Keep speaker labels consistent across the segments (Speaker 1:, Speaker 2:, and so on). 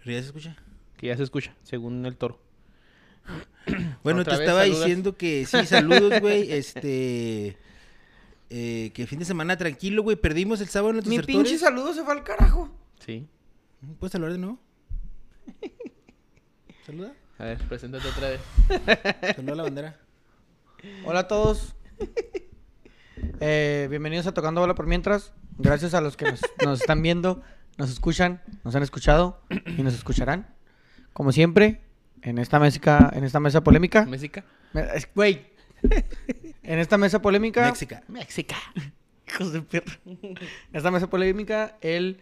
Speaker 1: Pero ya se escucha.
Speaker 2: Que ya se escucha, según el toro.
Speaker 1: Bueno,
Speaker 2: Otra
Speaker 1: te
Speaker 2: vez,
Speaker 1: estaba
Speaker 2: saludas.
Speaker 1: diciendo que sí, saludos, güey. Este. eh, que fin de semana tranquilo, güey. Perdimos el sábado en los
Speaker 3: Mi pinche
Speaker 1: desertores. Mm,
Speaker 3: saludo se fue al carajo.
Speaker 2: Sí.
Speaker 1: ¿Puedes saludar de nuevo? Saluda.
Speaker 2: A ver, preséntate otra vez.
Speaker 1: Saluda la bandera.
Speaker 3: Hola a todos. Eh, bienvenidos a Tocando Bola por Mientras. Gracias a los que nos, nos están viendo, nos escuchan, nos han escuchado y nos escucharán. Como siempre, en esta mesa, en esta mesa polémica.
Speaker 2: México.
Speaker 3: Me- es- Güey. En esta mesa polémica.
Speaker 1: México.
Speaker 2: México.
Speaker 3: Hijos de perro. En esta mesa polémica, el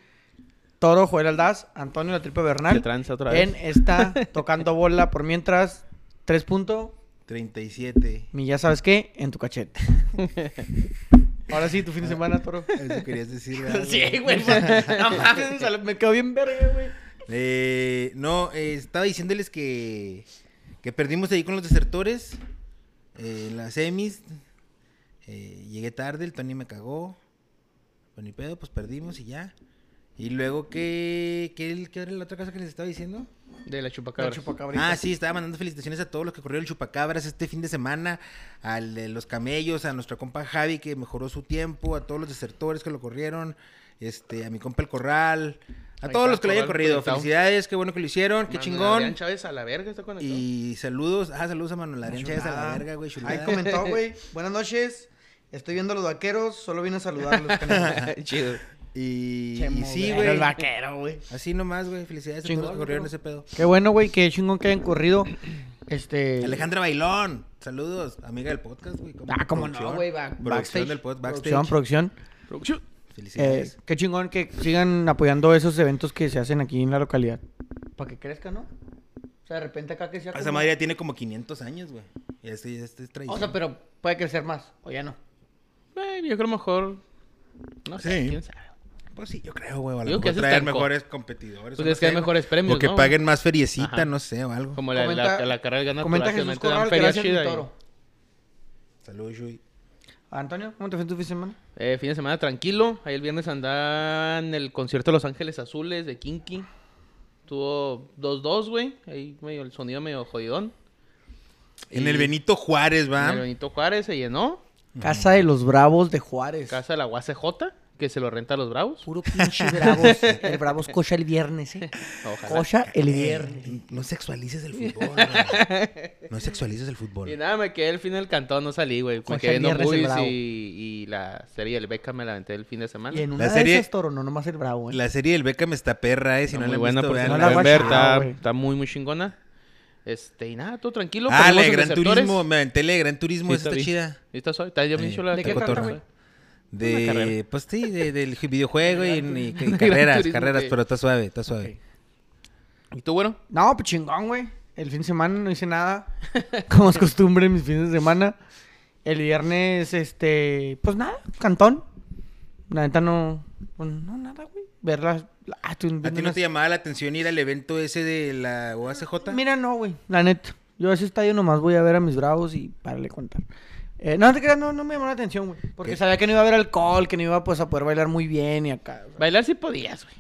Speaker 3: toro Joel Aldaz, Antonio La Tripe
Speaker 2: Que
Speaker 3: Bernal.
Speaker 2: tranza otra vez.
Speaker 3: En esta Tocando Bola por Mientras. Tres puntos.
Speaker 1: 37.
Speaker 3: Mi ya sabes qué, en tu cachete. Ahora sí, tu fin de semana, toro.
Speaker 1: Eso querías decir. ¿verdad,
Speaker 3: Sí, güey. pues, No mames, o sea, me quedó bien verga, güey.
Speaker 1: Eh, no, eh, estaba diciéndoles que, que perdimos ahí con los desertores. eh, en las semis. Eh, llegué tarde, el Tony me cagó. Pues ni pedo, pues perdimos y ya. Y luego que. ¿Qué el- qué era la otra cosa que les estaba diciendo?
Speaker 2: De la chupacabra.
Speaker 1: Ah, sí, estaba mandando felicitaciones a todos los que corrieron el chupacabras este fin de semana, al de los camellos, a nuestro compa Javi que mejoró su tiempo, a todos los desertores que lo corrieron, este, a mi compa el Corral, a
Speaker 2: Ahí
Speaker 1: todos
Speaker 2: está,
Speaker 1: los que lo hayan
Speaker 2: Corral
Speaker 1: corrido.
Speaker 2: conectado.
Speaker 1: Felicidades, qué bueno que lo hicieron, qué
Speaker 2: Manuel Adrián
Speaker 1: chingón.
Speaker 2: Chávez a la verga está conectado.
Speaker 1: Y saludos, ah, saludos a Manuel Adrián Chávez a la
Speaker 3: Chulada.
Speaker 1: verga, güey,
Speaker 3: Ahí
Speaker 1: chulada.
Speaker 3: comentó, güey. Buenas noches. Estoy viendo a los vaqueros. Solo vine a saludarlos. canales.
Speaker 2: Chido.
Speaker 1: Y,
Speaker 3: Che,
Speaker 1: y sí,
Speaker 3: modelo,
Speaker 1: güey.
Speaker 3: El vaquero, güey.
Speaker 1: Así nomás, güey, felicidades a todos los que corrieron ese pedo.
Speaker 3: Qué bueno, güey. Qué chingón que hayan corrido. Este.
Speaker 1: Alejandra Bailón, saludos, amiga del podcast, güey.
Speaker 3: Ah, cómo no,
Speaker 1: Producción.
Speaker 3: güey, va-
Speaker 1: Producción
Speaker 3: backstage.
Speaker 1: del podcast,
Speaker 3: Producción,
Speaker 1: backstage.
Speaker 3: producción.
Speaker 2: Producción.
Speaker 1: Felicidades.
Speaker 3: Eh, qué chingón que sigan apoyando esos eventos que se hacen aquí en la localidad. Para que crezca, ¿no? O sea, de repente acá que sea.
Speaker 1: Esa
Speaker 3: como-
Speaker 1: madre ya tiene como 500 años, güey. Y este, este es tradición.
Speaker 3: O sea, pero puede crecer más. O ya no.
Speaker 2: Eh, yo creo mejor. No sé,
Speaker 1: Sí.
Speaker 2: quién sabe.
Speaker 1: Pues sí, yo creo, güey. A lo
Speaker 2: Digo que
Speaker 1: mejor
Speaker 2: se
Speaker 1: traer
Speaker 2: estancó.
Speaker 1: mejores competidores.
Speaker 2: Pues
Speaker 1: o
Speaker 2: es que hay
Speaker 1: güey.
Speaker 2: mejores premios,
Speaker 1: O que
Speaker 2: ¿no?
Speaker 1: paguen más feriecita,
Speaker 2: Ajá.
Speaker 1: no sé, o algo.
Speaker 2: Como la,
Speaker 3: Comenta-
Speaker 2: la, la carrera del ganador.
Speaker 3: Comenta Jesús Corral, gracias mi toro.
Speaker 1: Saludos, Yui.
Speaker 3: Antonio, ¿cómo te fue en tu fin de semana?
Speaker 2: Eh, fin de semana tranquilo. Ahí el viernes andaba en el concierto de Los Ángeles Azules de Kinky. Tuvo 2-2, güey. Ahí medio, el sonido medio jodidón.
Speaker 1: En
Speaker 2: Y
Speaker 1: el Benito Juárez,
Speaker 2: en
Speaker 1: va.
Speaker 2: el Benito Juárez se llenó.
Speaker 3: Casa de los Bravos de Juárez.
Speaker 2: Casa de la UACJ, que se lo renta a los Bravos.
Speaker 3: Puro pinche Bravos. El Bravos cocha el viernes, ¿eh?
Speaker 2: Ojalá.
Speaker 3: Cocha el
Speaker 1: Eh,
Speaker 3: viernes.
Speaker 1: no sexualices el fútbol, güey. No sexualices el
Speaker 2: Y
Speaker 1: fútbol.
Speaker 2: nada, me quedé el fin del cantón, no salí, güey. Me
Speaker 3: Jorge
Speaker 2: quedé viendo
Speaker 3: Viernes el
Speaker 2: movies
Speaker 3: Bravo.
Speaker 2: y, y la serie del Beca me la aventé el fin de semana.
Speaker 3: Y en
Speaker 1: La
Speaker 3: una
Speaker 1: serie-
Speaker 3: de esas, Toro, no nomás el Bravo, ¿eh?
Speaker 1: La serie del Beckham está perra, eh. Si no
Speaker 2: Está muy
Speaker 1: la han
Speaker 2: buena,
Speaker 1: visto, Ah,
Speaker 2: por si
Speaker 1: vean.
Speaker 2: no
Speaker 3: no
Speaker 2: la
Speaker 3: la
Speaker 2: pueden
Speaker 3: han
Speaker 2: ver,
Speaker 3: bajado,
Speaker 2: está,
Speaker 3: güey.
Speaker 2: está muy, muy chingona. Este, y nada, todo tranquilo.
Speaker 1: Ah, la
Speaker 2: perdimos
Speaker 1: de
Speaker 2: en
Speaker 1: Gran
Speaker 2: receptores.
Speaker 1: Turismo. Me aventé la de Gran Turismo.
Speaker 2: Sí,
Speaker 1: Esa
Speaker 2: está
Speaker 1: está
Speaker 2: bien.
Speaker 1: chida.
Speaker 2: Y está suave, está ya bien
Speaker 1: Eh,
Speaker 2: chula la
Speaker 3: ¿De qué
Speaker 1: está
Speaker 3: trata,
Speaker 2: cotorra.
Speaker 1: cotorra.
Speaker 3: güey?
Speaker 2: Una
Speaker 1: De,
Speaker 2: carrera.
Speaker 1: pues sí, de- del videojuego y, y- y
Speaker 2: Gran
Speaker 1: carreras,
Speaker 2: Turismo,
Speaker 1: carreras,
Speaker 2: ok.
Speaker 1: pero está suave, está suave.
Speaker 2: ¿Y tú, bueno?
Speaker 3: No, pues chingón, güey. El fin de semana no hice nada. Como es costumbre en mis fines de semana. El viernes, este, pues nada, cantón. La neta no, pues no, nada, güey. Ver las... la- ah, estoy
Speaker 1: ¿A
Speaker 3: viendo
Speaker 1: ti no
Speaker 3: unas-
Speaker 1: te llamaba la atención ir al evento ese de la OACJ?
Speaker 3: Mira, no, güey, la neta. Yo a ese estadio nomás voy a ver a mis bravos y para le contar. Eh, no, no te creas, no, no me llamó la atención, güey. Porque
Speaker 1: ¿Qué?
Speaker 3: sabía que no iba a haber alcohol, que no iba pues, a poder bailar muy bien y acá. o sea,
Speaker 2: Bailar sí podías, güey.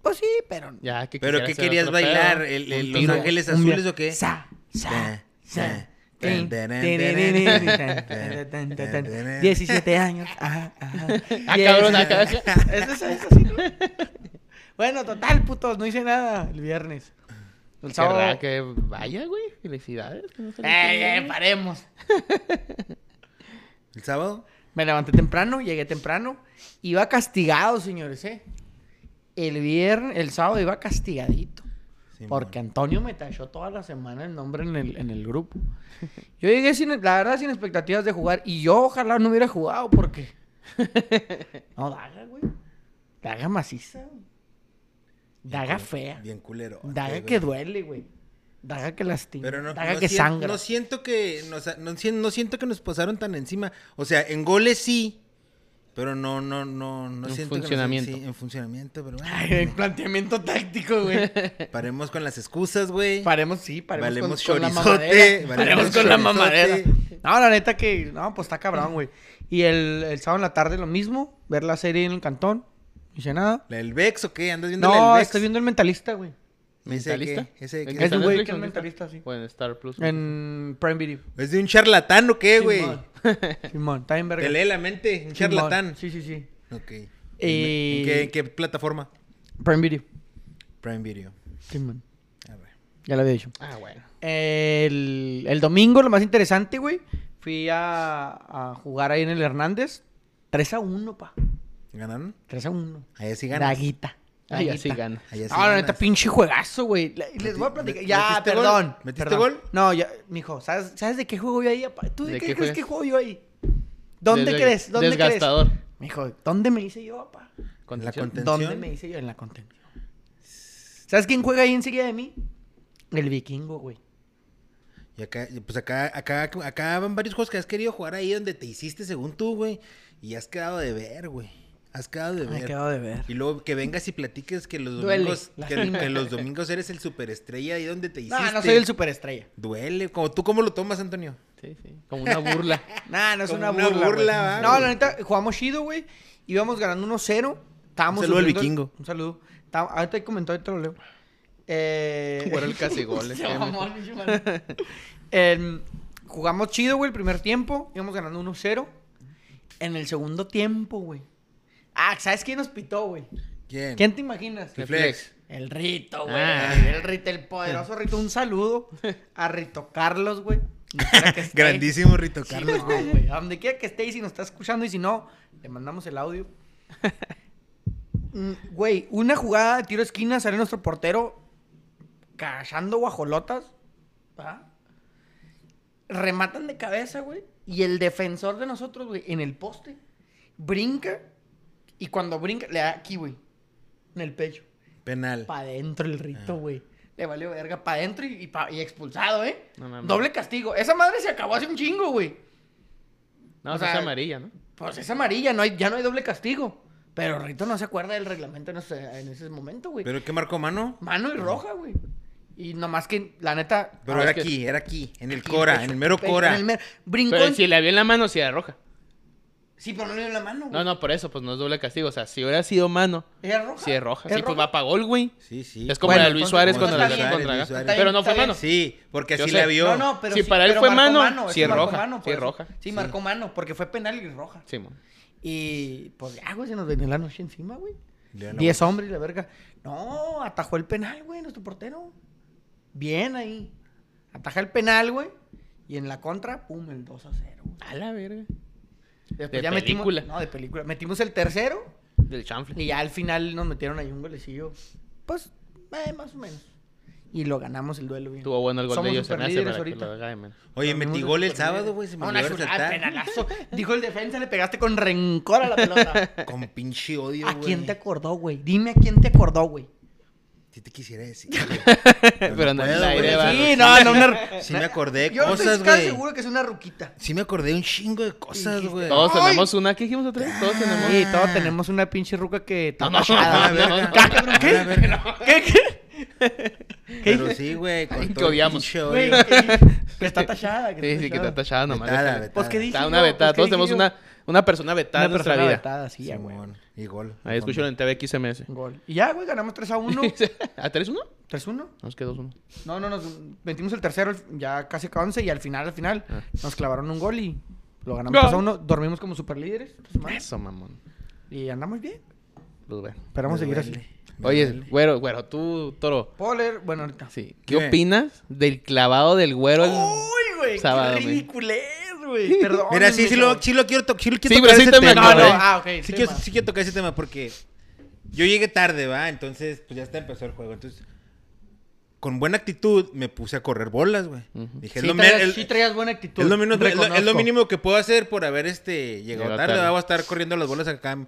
Speaker 3: Pues sí, pero...
Speaker 2: Ya, que
Speaker 1: ¿Pero
Speaker 2: quisiera
Speaker 1: qué
Speaker 2: hacer
Speaker 1: querías
Speaker 2: otro
Speaker 1: bailar?
Speaker 2: pedo.
Speaker 1: ¿El,
Speaker 2: Un
Speaker 1: el
Speaker 2: tiro.
Speaker 1: ¿Los Ángeles
Speaker 3: Un día-
Speaker 1: Azules o qué?
Speaker 3: Sa, sa, sa.
Speaker 1: Tin, tin,
Speaker 3: Tin,
Speaker 1: tin,
Speaker 3: tin, tin,
Speaker 1: tin,
Speaker 3: tin, tin, tin, tin,
Speaker 1: tin.
Speaker 3: 17 años. Ajá, ajá.
Speaker 2: Ah, cabrón, ah, cabrón.
Speaker 3: Eso es, eso sí, ¿no? Bueno, total, putos, no hice nada el viernes. El
Speaker 2: Qué
Speaker 3: sábado.
Speaker 2: raro que vaya, güey. Felicidades. que no
Speaker 1: Eh,
Speaker 2: se le
Speaker 3: ¡Ey,
Speaker 2: quede.
Speaker 3: ey, paremos!
Speaker 1: ¿El sábado?
Speaker 3: Me levanté temprano, llegué temprano. Iba castigado, señores, ¿eh? El viernes, el sábado iba castigadito.
Speaker 1: Simón.
Speaker 3: Porque Antonio me tachó toda la semana el nombre en el, en el grupo. Yo llegué sin, la verdad, sin expectativas de jugar. Y yo ojalá no hubiera jugado porque. No, daga, güey. Daga maciza. güey.
Speaker 1: Bien
Speaker 3: Daga
Speaker 1: cul-
Speaker 3: fea.
Speaker 1: Bien culero.
Speaker 3: Daga
Speaker 1: Ok,
Speaker 3: que
Speaker 1: güey.
Speaker 3: duele, güey. Daga que lastima.
Speaker 1: Pero no,
Speaker 3: daga
Speaker 1: no
Speaker 3: que
Speaker 1: sien-
Speaker 3: sangra.
Speaker 1: No siento que, nos, no, sien- no siento que nos pasaron tan encima. O sea, en goles sí, pero no, no, no, no
Speaker 2: En
Speaker 1: siento que nos-
Speaker 2: funcionamiento.
Speaker 1: sí, en funcionamiento, pero bueno,
Speaker 3: Ay, en planteamiento táctico, güey.
Speaker 1: paremos con las excusas, güey.
Speaker 3: Paremos, sí, paremos
Speaker 1: Valemos
Speaker 3: con, con la
Speaker 1: chorizote,
Speaker 3: mamadera.
Speaker 1: valemos
Speaker 3: Paremos con la
Speaker 1: chorizote.
Speaker 3: mamadera. No, la neta que, no, pues está cabrón, güey. Y el, el sábado en la tarde lo mismo, ver la serie en el cantón, no hice nada.
Speaker 1: ¿La del Vex o qué? ¿Andas viendo la del
Speaker 3: No,
Speaker 1: Vex?
Speaker 3: estoy viendo el mentalista, güey.
Speaker 1: Ese de qué,
Speaker 2: ¿Mentalista?
Speaker 1: ese de qué.
Speaker 2: ¿En
Speaker 1: Es
Speaker 2: qué
Speaker 3: Es
Speaker 2: está?
Speaker 3: un
Speaker 2: ¿Netflix o
Speaker 3: güey que es
Speaker 2: en qué está?
Speaker 3: mentalista, sí.
Speaker 2: O en Star Plus.
Speaker 3: En Prime Video.
Speaker 1: ¿Es de un charlatán o qué, güey?
Speaker 3: Simón. Simón, está bien verga.
Speaker 1: Te lee la mente, un
Speaker 3: Simón.
Speaker 1: charlatán.
Speaker 3: Sí, sí, sí.
Speaker 1: Ok. ¿En-
Speaker 3: Eh,
Speaker 1: ¿En, qué, en qué plataforma?
Speaker 3: Prime Video.
Speaker 1: Prime Video.
Speaker 3: Simón.
Speaker 1: A ver.
Speaker 3: Ya lo había dicho.
Speaker 2: Ah, bueno.
Speaker 3: El, el domingo, lo más interesante, güey. Fui a, a jugar ahí en el Hernández. 3 a 1, pa.
Speaker 1: ¿Ganaron?
Speaker 3: 3 a 1.
Speaker 1: Allá sí ganan.
Speaker 3: Draguita.
Speaker 2: Ah, ya sí gana.
Speaker 1: Allá sí
Speaker 3: Ah, la
Speaker 1: ganas.
Speaker 3: neta, pinche juegazo, güey. Le- Les voy a platicar.
Speaker 1: ¿Meti-
Speaker 3: Ya,
Speaker 1: metiste gol?
Speaker 3: perdón.
Speaker 1: ¿Metiste
Speaker 3: perdón.
Speaker 1: gol?
Speaker 3: No, ya, mijo, ¿sabes, ¿sabes de qué juego yo ahí? apa? ¿Tú de,
Speaker 2: ¿De
Speaker 3: qué,
Speaker 2: qué
Speaker 3: crees
Speaker 2: juegas?
Speaker 3: que juego yo ahí? ¿Dónde
Speaker 2: Desga-
Speaker 3: crees? ¿Dónde
Speaker 2: Desgastador.
Speaker 3: crees? Mijo, ¿dónde me hice yo, papá?
Speaker 2: Contención.
Speaker 1: conten-
Speaker 3: ¿Dónde
Speaker 1: ¿Tensión?
Speaker 3: me hice yo? En la contención. ¿Sabes quién juega ahí enseguida de mí? El vikingo, güey.
Speaker 1: Y acá, y pues acá, acá, acá van varios juegos que has querido jugar ahí donde te hiciste según tú, güey. Y has quedado de ver, güey. Has quedado de
Speaker 3: Me he
Speaker 1: ver.
Speaker 3: quedado de ver.
Speaker 1: Y luego que vengas y platiques que los
Speaker 3: Duele,
Speaker 1: domingos, que,
Speaker 3: lastima.
Speaker 1: que los domingos eres el superestrella ahí donde te hiciste.
Speaker 3: No, no soy el superestrella.
Speaker 1: Duele. Como, ¿Tú cómo lo tomas, Antonio?
Speaker 2: Sí, sí. Como una burla.
Speaker 3: Nah, no es
Speaker 1: Como
Speaker 3: una
Speaker 1: una
Speaker 3: burla.
Speaker 1: burla,
Speaker 3: güey.
Speaker 1: va,
Speaker 3: no,
Speaker 1: güey.
Speaker 3: la neta, jugamos chido, güey. Íbamos ganando 1-0. Estábamos
Speaker 1: Un saludo al
Speaker 3: sufriendo-
Speaker 1: vikingo.
Speaker 3: Un saludo. Está- Ahorita hay comentario, ahorita lo leo. Eh...
Speaker 2: Jugar el casigol. este,
Speaker 3: Se mamó, pinche madre. Em, jugamos chido, güey, el primer tiempo. Íbamos ganando 1-0. En el segundo tiempo, güey. Ah, ¿sabes quién nos pitó, güey?
Speaker 1: ¿Quién?
Speaker 3: ¿Quién te imaginas?
Speaker 1: Flex.
Speaker 3: El Rito, güey.
Speaker 2: Ah.
Speaker 3: El Rito, el poderoso Rito. Un saludo a Rito Carlos, güey. Donde quiera que esté.
Speaker 1: Grandísimo Rito
Speaker 3: Sí,
Speaker 1: Carlos,
Speaker 3: no,
Speaker 1: güey.
Speaker 3: güey. A donde quiera que esté y si nos está escuchando y si no, le mandamos el audio. Mm, Güey, una jugada de tiro de esquina sale nuestro portero cachando guajolotas. ¿va? Rematan de cabeza, güey. Y el defensor de nosotros, güey, en el poste, brinca. Y cuando brinca, le da aquí, güey. En el pecho.
Speaker 1: Penal.
Speaker 3: Pa' adentro el rito,
Speaker 1: Ah.
Speaker 3: güey. Le valió verga pa' adentro y, y pa- y expulsado, ¿eh?
Speaker 2: No mames.
Speaker 3: Doble castigo. Esa madre se acabó hace un chingo, güey.
Speaker 2: No,
Speaker 3: O
Speaker 2: esa es
Speaker 3: sea,
Speaker 2: amarilla, ¿no?
Speaker 3: Pues es amarilla, no hay, ya no hay doble castigo. Pero Rito no se acuerda del reglamento en ese, en ese momento, güey.
Speaker 1: ¿Pero qué marcó mano?
Speaker 3: Mano y roja, güey. Y nomás que, la neta...
Speaker 1: Pero
Speaker 2: Ah,
Speaker 1: era
Speaker 2: es que-
Speaker 1: aquí, era aquí, en el
Speaker 3: aquí
Speaker 1: Cora,
Speaker 3: pecho,
Speaker 1: en el mero
Speaker 3: pecho,
Speaker 1: Cora.
Speaker 3: en el mero- Brincó...
Speaker 2: Pero
Speaker 3: en-
Speaker 2: si le había en la mano, si era roja.
Speaker 3: Sí, pero no le dio la mano, güey.
Speaker 2: No, no, por eso, pues no es doble castigo. O sea, si hubiera sido mano,
Speaker 3: ¿Era roja?
Speaker 2: si es roja.
Speaker 3: ¿Es
Speaker 2: Sí, pues va para gol, güey.
Speaker 1: Sí, sí.
Speaker 2: Es como
Speaker 3: Bueno,
Speaker 2: la de Luis
Speaker 3: entonces,
Speaker 2: Suárez
Speaker 3: como
Speaker 2: contra
Speaker 3: está
Speaker 2: la
Speaker 3: bien,
Speaker 2: contra
Speaker 1: Luis
Speaker 2: Gaga.
Speaker 1: Suárez.
Speaker 2: Pero no
Speaker 3: Está
Speaker 2: fue
Speaker 3: bien,
Speaker 2: mano.
Speaker 1: Sí, porque
Speaker 2: Yo
Speaker 1: así
Speaker 2: sé.
Speaker 1: la vio.
Speaker 3: No, no, pero
Speaker 2: Si para él
Speaker 3: pero
Speaker 2: fue
Speaker 3: marcó
Speaker 2: mano,
Speaker 3: es
Speaker 2: sí
Speaker 3: que
Speaker 2: es
Speaker 3: marcó
Speaker 2: roja,
Speaker 3: mano, por
Speaker 2: sí es
Speaker 3: eso.
Speaker 2: roja.
Speaker 3: Sí,
Speaker 2: Sí.
Speaker 3: marcó mano, porque fue penal y roja.
Speaker 2: Sí, mon.
Speaker 3: Y pues ya, güey, se nos venía la noche encima, güey.
Speaker 1: León, la
Speaker 3: 10 hombres y la verga. No, atajó el penal, güey, nuestro portero. Bien ahí. Ataja el penal, güey. Y en la contra, pum, el 2 a 0. güey.
Speaker 2: A la verga.
Speaker 3: Después
Speaker 2: De película.
Speaker 3: Metimos, no, de película. Metimos el tercero
Speaker 2: Del chanfle.
Speaker 3: y ya al final nos metieron ahí un golecillo. Pues, eh, más o menos. Y lo ganamos el duelo, güey.
Speaker 2: Tuvo bueno el gol de
Speaker 3: Somos
Speaker 2: ellos. Se me hace
Speaker 3: superlíderes
Speaker 2: para que
Speaker 3: ahorita.
Speaker 2: lo haga de menos.
Speaker 1: Oye,
Speaker 3: Dormimos
Speaker 1: metí
Speaker 3: de
Speaker 1: gol el
Speaker 3: superlíder.
Speaker 1: sábado, güey. Se me
Speaker 3: Ah,
Speaker 1: olvidó
Speaker 3: una chulada,
Speaker 1: resaltar.
Speaker 3: penalazo. Dijo el defensa, le pegaste con rencor a la pelota.
Speaker 1: Con pinche odio,
Speaker 3: ¿A
Speaker 1: güey.
Speaker 3: quién te acordó, güey? Dime a quién te acordó, güey.
Speaker 1: Si te quisiera decir.
Speaker 2: Pero no en el
Speaker 1: puedo,
Speaker 2: aire,
Speaker 1: güey.
Speaker 2: va.
Speaker 1: Sí,
Speaker 3: Sí, no, no, una...
Speaker 1: Sí me
Speaker 2: Eh,
Speaker 1: acordé
Speaker 3: Yo
Speaker 1: cosas,
Speaker 3: estoy casi
Speaker 1: güey.
Speaker 3: seguro que es una ruquita.
Speaker 1: Sí me acordé un chingo de cosas,
Speaker 3: Dijiste,
Speaker 1: güey.
Speaker 2: Todos
Speaker 3: ¡Ay!
Speaker 2: tenemos una. ¿Qué dijimos otra vez? Todos tenemos.
Speaker 3: Sí, todos tenemos una pinche ruca que está
Speaker 2: No, no,
Speaker 1: Ah,
Speaker 3: machada.
Speaker 2: no,
Speaker 1: verga.
Speaker 2: no,
Speaker 1: Ah, verga.
Speaker 3: ¿Qué? ¿Qué?
Speaker 1: Pero sí, güey. con
Speaker 2: Ay, que
Speaker 1: todo el
Speaker 2: odiamos.
Speaker 1: pinche odio.
Speaker 3: Güey, que- que está tachada.
Speaker 2: Sí, sí, que está tachada nomás.
Speaker 1: Vetada,
Speaker 2: déjale.
Speaker 1: vetada.
Speaker 3: Pues, ¿qué dije
Speaker 2: Está
Speaker 3: yo?
Speaker 2: una vetada.
Speaker 3: Pues, ¿qué
Speaker 2: Todos
Speaker 3: dije
Speaker 2: tenemos
Speaker 3: yo?
Speaker 2: una, una persona vetada en
Speaker 3: Una
Speaker 2: nuestra
Speaker 3: persona
Speaker 2: vida.
Speaker 3: vetada, sí, ya, güey.
Speaker 1: Simón, Y gol.
Speaker 2: Ahí escucharon en TVXMS.
Speaker 3: Gol. Y ya, güey, ganamos 3 a 1.
Speaker 2: ¿A 3-1?
Speaker 3: 3-1.
Speaker 2: ¿Ah, Nos quedó 1
Speaker 3: No, no, nos metimos el tercero, el- ya casi 11 y al final, al final,
Speaker 2: Ah.
Speaker 3: nos clavaron un gol y lo ganamos
Speaker 2: Gol.
Speaker 3: 3 a 1. Dormimos como superlíderes esta semana,
Speaker 2: Eso, mamón.
Speaker 3: y andamos bien.
Speaker 2: Pues bueno.
Speaker 3: Esperamos
Speaker 1: Me
Speaker 3: seguir
Speaker 1: duele,
Speaker 3: así.
Speaker 1: me
Speaker 2: Oye,
Speaker 1: duele.
Speaker 2: güero, güero, tú, toro.
Speaker 3: Puedo leer, bueno, ahorita.
Speaker 2: Sí. ¿Qué
Speaker 1: Dime.
Speaker 2: opinas del clavado del güero? el-
Speaker 3: ¡Uy, güey!
Speaker 2: Sábado,
Speaker 3: ¡Qué
Speaker 2: güey.
Speaker 3: ridiculez, güey! Perdón.
Speaker 1: Mira, sí, sí lo,
Speaker 3: mijo.
Speaker 1: sí lo quiero, to- sí lo quiero
Speaker 2: Sí,
Speaker 1: tocar
Speaker 2: pero sí
Speaker 1: ese
Speaker 2: te me
Speaker 1: tema.
Speaker 3: No, no,
Speaker 2: acordé.
Speaker 1: ¿eh?
Speaker 3: ah, ok.
Speaker 1: Sí
Speaker 3: tema.
Speaker 1: quiero, sí quiero tocar ese tema porque yo llegué tarde, ¿va? Entonces, pues ya hasta empezó el juego. Entonces, con buena actitud me puse a correr bolas, güey.
Speaker 2: Ujú.
Speaker 1: Dije,
Speaker 3: Sí,
Speaker 1: es lo,
Speaker 3: traías,
Speaker 1: mi- el-
Speaker 3: sí traías buena actitud.
Speaker 1: es lo mínimo, es lo- es lo
Speaker 3: reconozco.
Speaker 1: mínimo que puedo hacer por haber este, llegado
Speaker 2: Llegó
Speaker 1: tarde.
Speaker 2: tarde.
Speaker 1: ¿va? Voy a estar corriendo las bolas acá.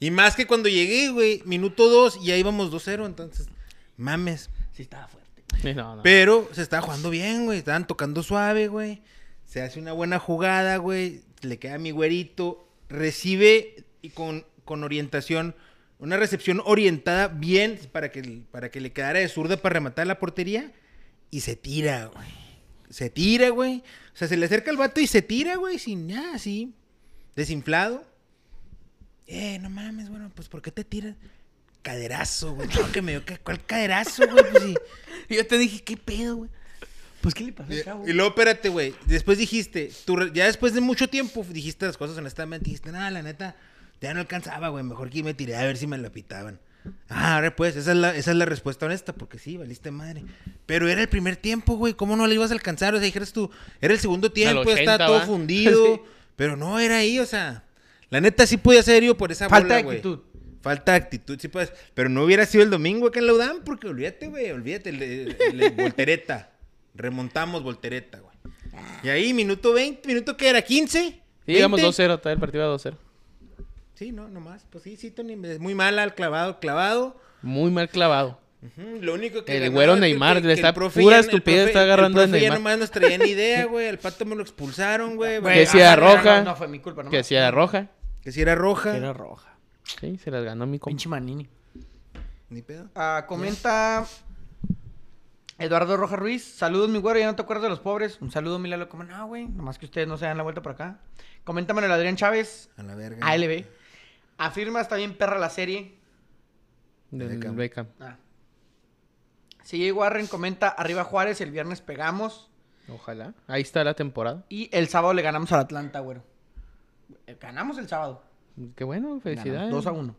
Speaker 1: Y más que cuando llegué, güey, minuto 2 y ahí íbamos 2-0. Entonces, mames.
Speaker 3: Sí, estaba fuerte.
Speaker 2: Sí, no, no.
Speaker 1: Pero se estaba jugando bien, güey. Estaban tocando suave, güey. Se hace una buena jugada, güey. Le queda a mi güerito. Recibe y con, con orientación. Una recepción orientada bien para que, para que le quedara de zurda para rematar la portería. Y se tira, güey. Se tira, güey. O sea, se le acerca el vato y se tira, güey. Sin nada, así. Desinflado. Eh, no mames, bueno, pues ¿por qué te tiras? Caderazo, güey. Claro que me dio ca- ¿Cuál caderazo, güey? Pues sí.
Speaker 2: Y yo te dije, ¿qué pedo, güey?
Speaker 3: Pues, ¿qué le pasó al chavo?
Speaker 1: Y, y luego, espérate, güey. Después dijiste, tú re- ya después de mucho tiempo dijiste las cosas honestamente. Dijiste, nada, la neta, ya no alcanzaba, güey. Mejor que me tiré a ver si me la pitaban. Ah, ahora pues, esa es, la, esa es la respuesta honesta, porque sí, valiste madre. Pero era el primer tiempo, güey. ¿Cómo no le ibas a alcanzar? O sea, dijeras tú, era el segundo tiempo, está
Speaker 2: 80,
Speaker 1: todo
Speaker 2: ¿va?
Speaker 1: fundido.
Speaker 2: Sí.
Speaker 1: Pero no, era ahí, o sea. La neta sí podía ser yo por esa
Speaker 3: Falta
Speaker 1: bola,
Speaker 3: de
Speaker 1: güey.
Speaker 3: actitud.
Speaker 1: Falta de actitud, sí puedes. Pero no hubiera sido el domingo acá en la UDAM, porque olvídate, güey, olvídate. le- le- voltereta. Remontamos voltereta, güey. Y ahí, minuto 20, minuto que era 15.
Speaker 2: Sí, llegamos
Speaker 1: 20.
Speaker 2: 2-0, está el partido a 2-0.
Speaker 1: Sí, no, nomás. Pues sí, sí, Tony, es muy mala al clavado, clavado.
Speaker 2: Muy mal clavado.
Speaker 1: Ujú, Lo único que.
Speaker 2: El
Speaker 1: ganaba
Speaker 2: güero
Speaker 1: es que-
Speaker 2: Neymar,
Speaker 1: que-
Speaker 2: le
Speaker 1: que
Speaker 2: está
Speaker 1: el profe
Speaker 2: pura
Speaker 1: ya- el
Speaker 2: estupidez,
Speaker 1: profe-
Speaker 2: está agarrando a
Speaker 1: el profe ya
Speaker 2: Neymar.
Speaker 1: nomás nos traía ni idea, güey. Al pato me lo expulsaron, güey.
Speaker 2: Que si era
Speaker 3: ah, no,
Speaker 2: roja.
Speaker 3: No, no, fue mi culpa, no
Speaker 2: Que
Speaker 3: mames.
Speaker 2: si era roja.
Speaker 1: Que si era roja.
Speaker 3: Que era roja.
Speaker 2: Sí, se las ganó mi compa.
Speaker 3: Pinche manini.
Speaker 1: Ni pedo.
Speaker 3: Ah, comenta Eduardo Roja Ruiz. Saludos, mi güero. Ya no te acuerdas de los pobres. Un saludo, mi Lalo. Como, no, güey. Nomás que ustedes no se dan la vuelta para acá. Comenta Manuel Adrián Chávez.
Speaker 1: A la verga.
Speaker 3: ALB. Afirma, está bien perra la serie.
Speaker 2: Del
Speaker 1: Beckham.
Speaker 2: Beckham.
Speaker 3: Ah. CJ Warren comenta, arriba Juárez, el viernes pegamos.
Speaker 2: Ojalá. Ahí está la temporada.
Speaker 3: Y el sábado le ganamos al Atlanta, güero. Eh, Ganamos el sábado.
Speaker 2: Qué bueno, felicidades.
Speaker 3: 2 a 1.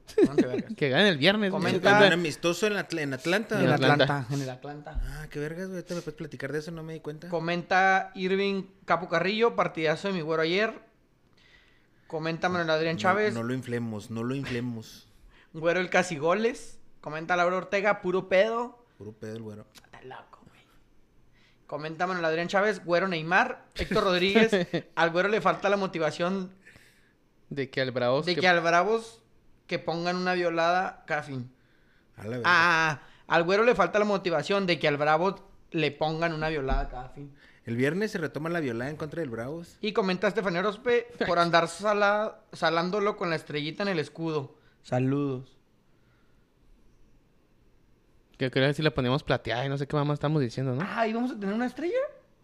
Speaker 2: Que ganen el viernes. güey.
Speaker 3: Comenta-
Speaker 1: Un amistoso en, Atl- en Atlanta.
Speaker 3: en el
Speaker 2: En Atlanta.
Speaker 3: Atlanta. En el Atlanta.
Speaker 1: Ah, qué vergas, güey. Ahorita me puedes platicar de eso, no me di cuenta.
Speaker 3: Comenta Irving Capo Carrillo, partidazo de mi güero ayer. Comenta Manuel Adrián
Speaker 1: No-
Speaker 3: Chávez,
Speaker 1: No, lo inflemos, no lo inflemos.
Speaker 3: güero el casigoles. Comenta Laura Ortega, puro pedo.
Speaker 1: Puro pedo el güero.
Speaker 3: Está loco, güey. Comenta Manuel Adrián Chávez, güero Neymar. Héctor Rodríguez, al güero le falta la motivación
Speaker 2: De que al Braos.
Speaker 3: de
Speaker 2: que-
Speaker 3: que al Bravos que pongan una violada cada fin.
Speaker 1: A la verga.
Speaker 3: Ah, al güero le falta la motivación de que al Bravos le pongan una violada cada fin.
Speaker 1: El viernes se retoma la violada en contra del Bravos.
Speaker 3: Y comenta Estefanía Orozpe por andar sala- salándolo con la estrellita en el escudo. Saludos.
Speaker 2: Que creo que si la ponemos plateada y no sé qué mamá estamos diciendo, ¿no?
Speaker 3: Ah, ¿y vamos a tener una estrella?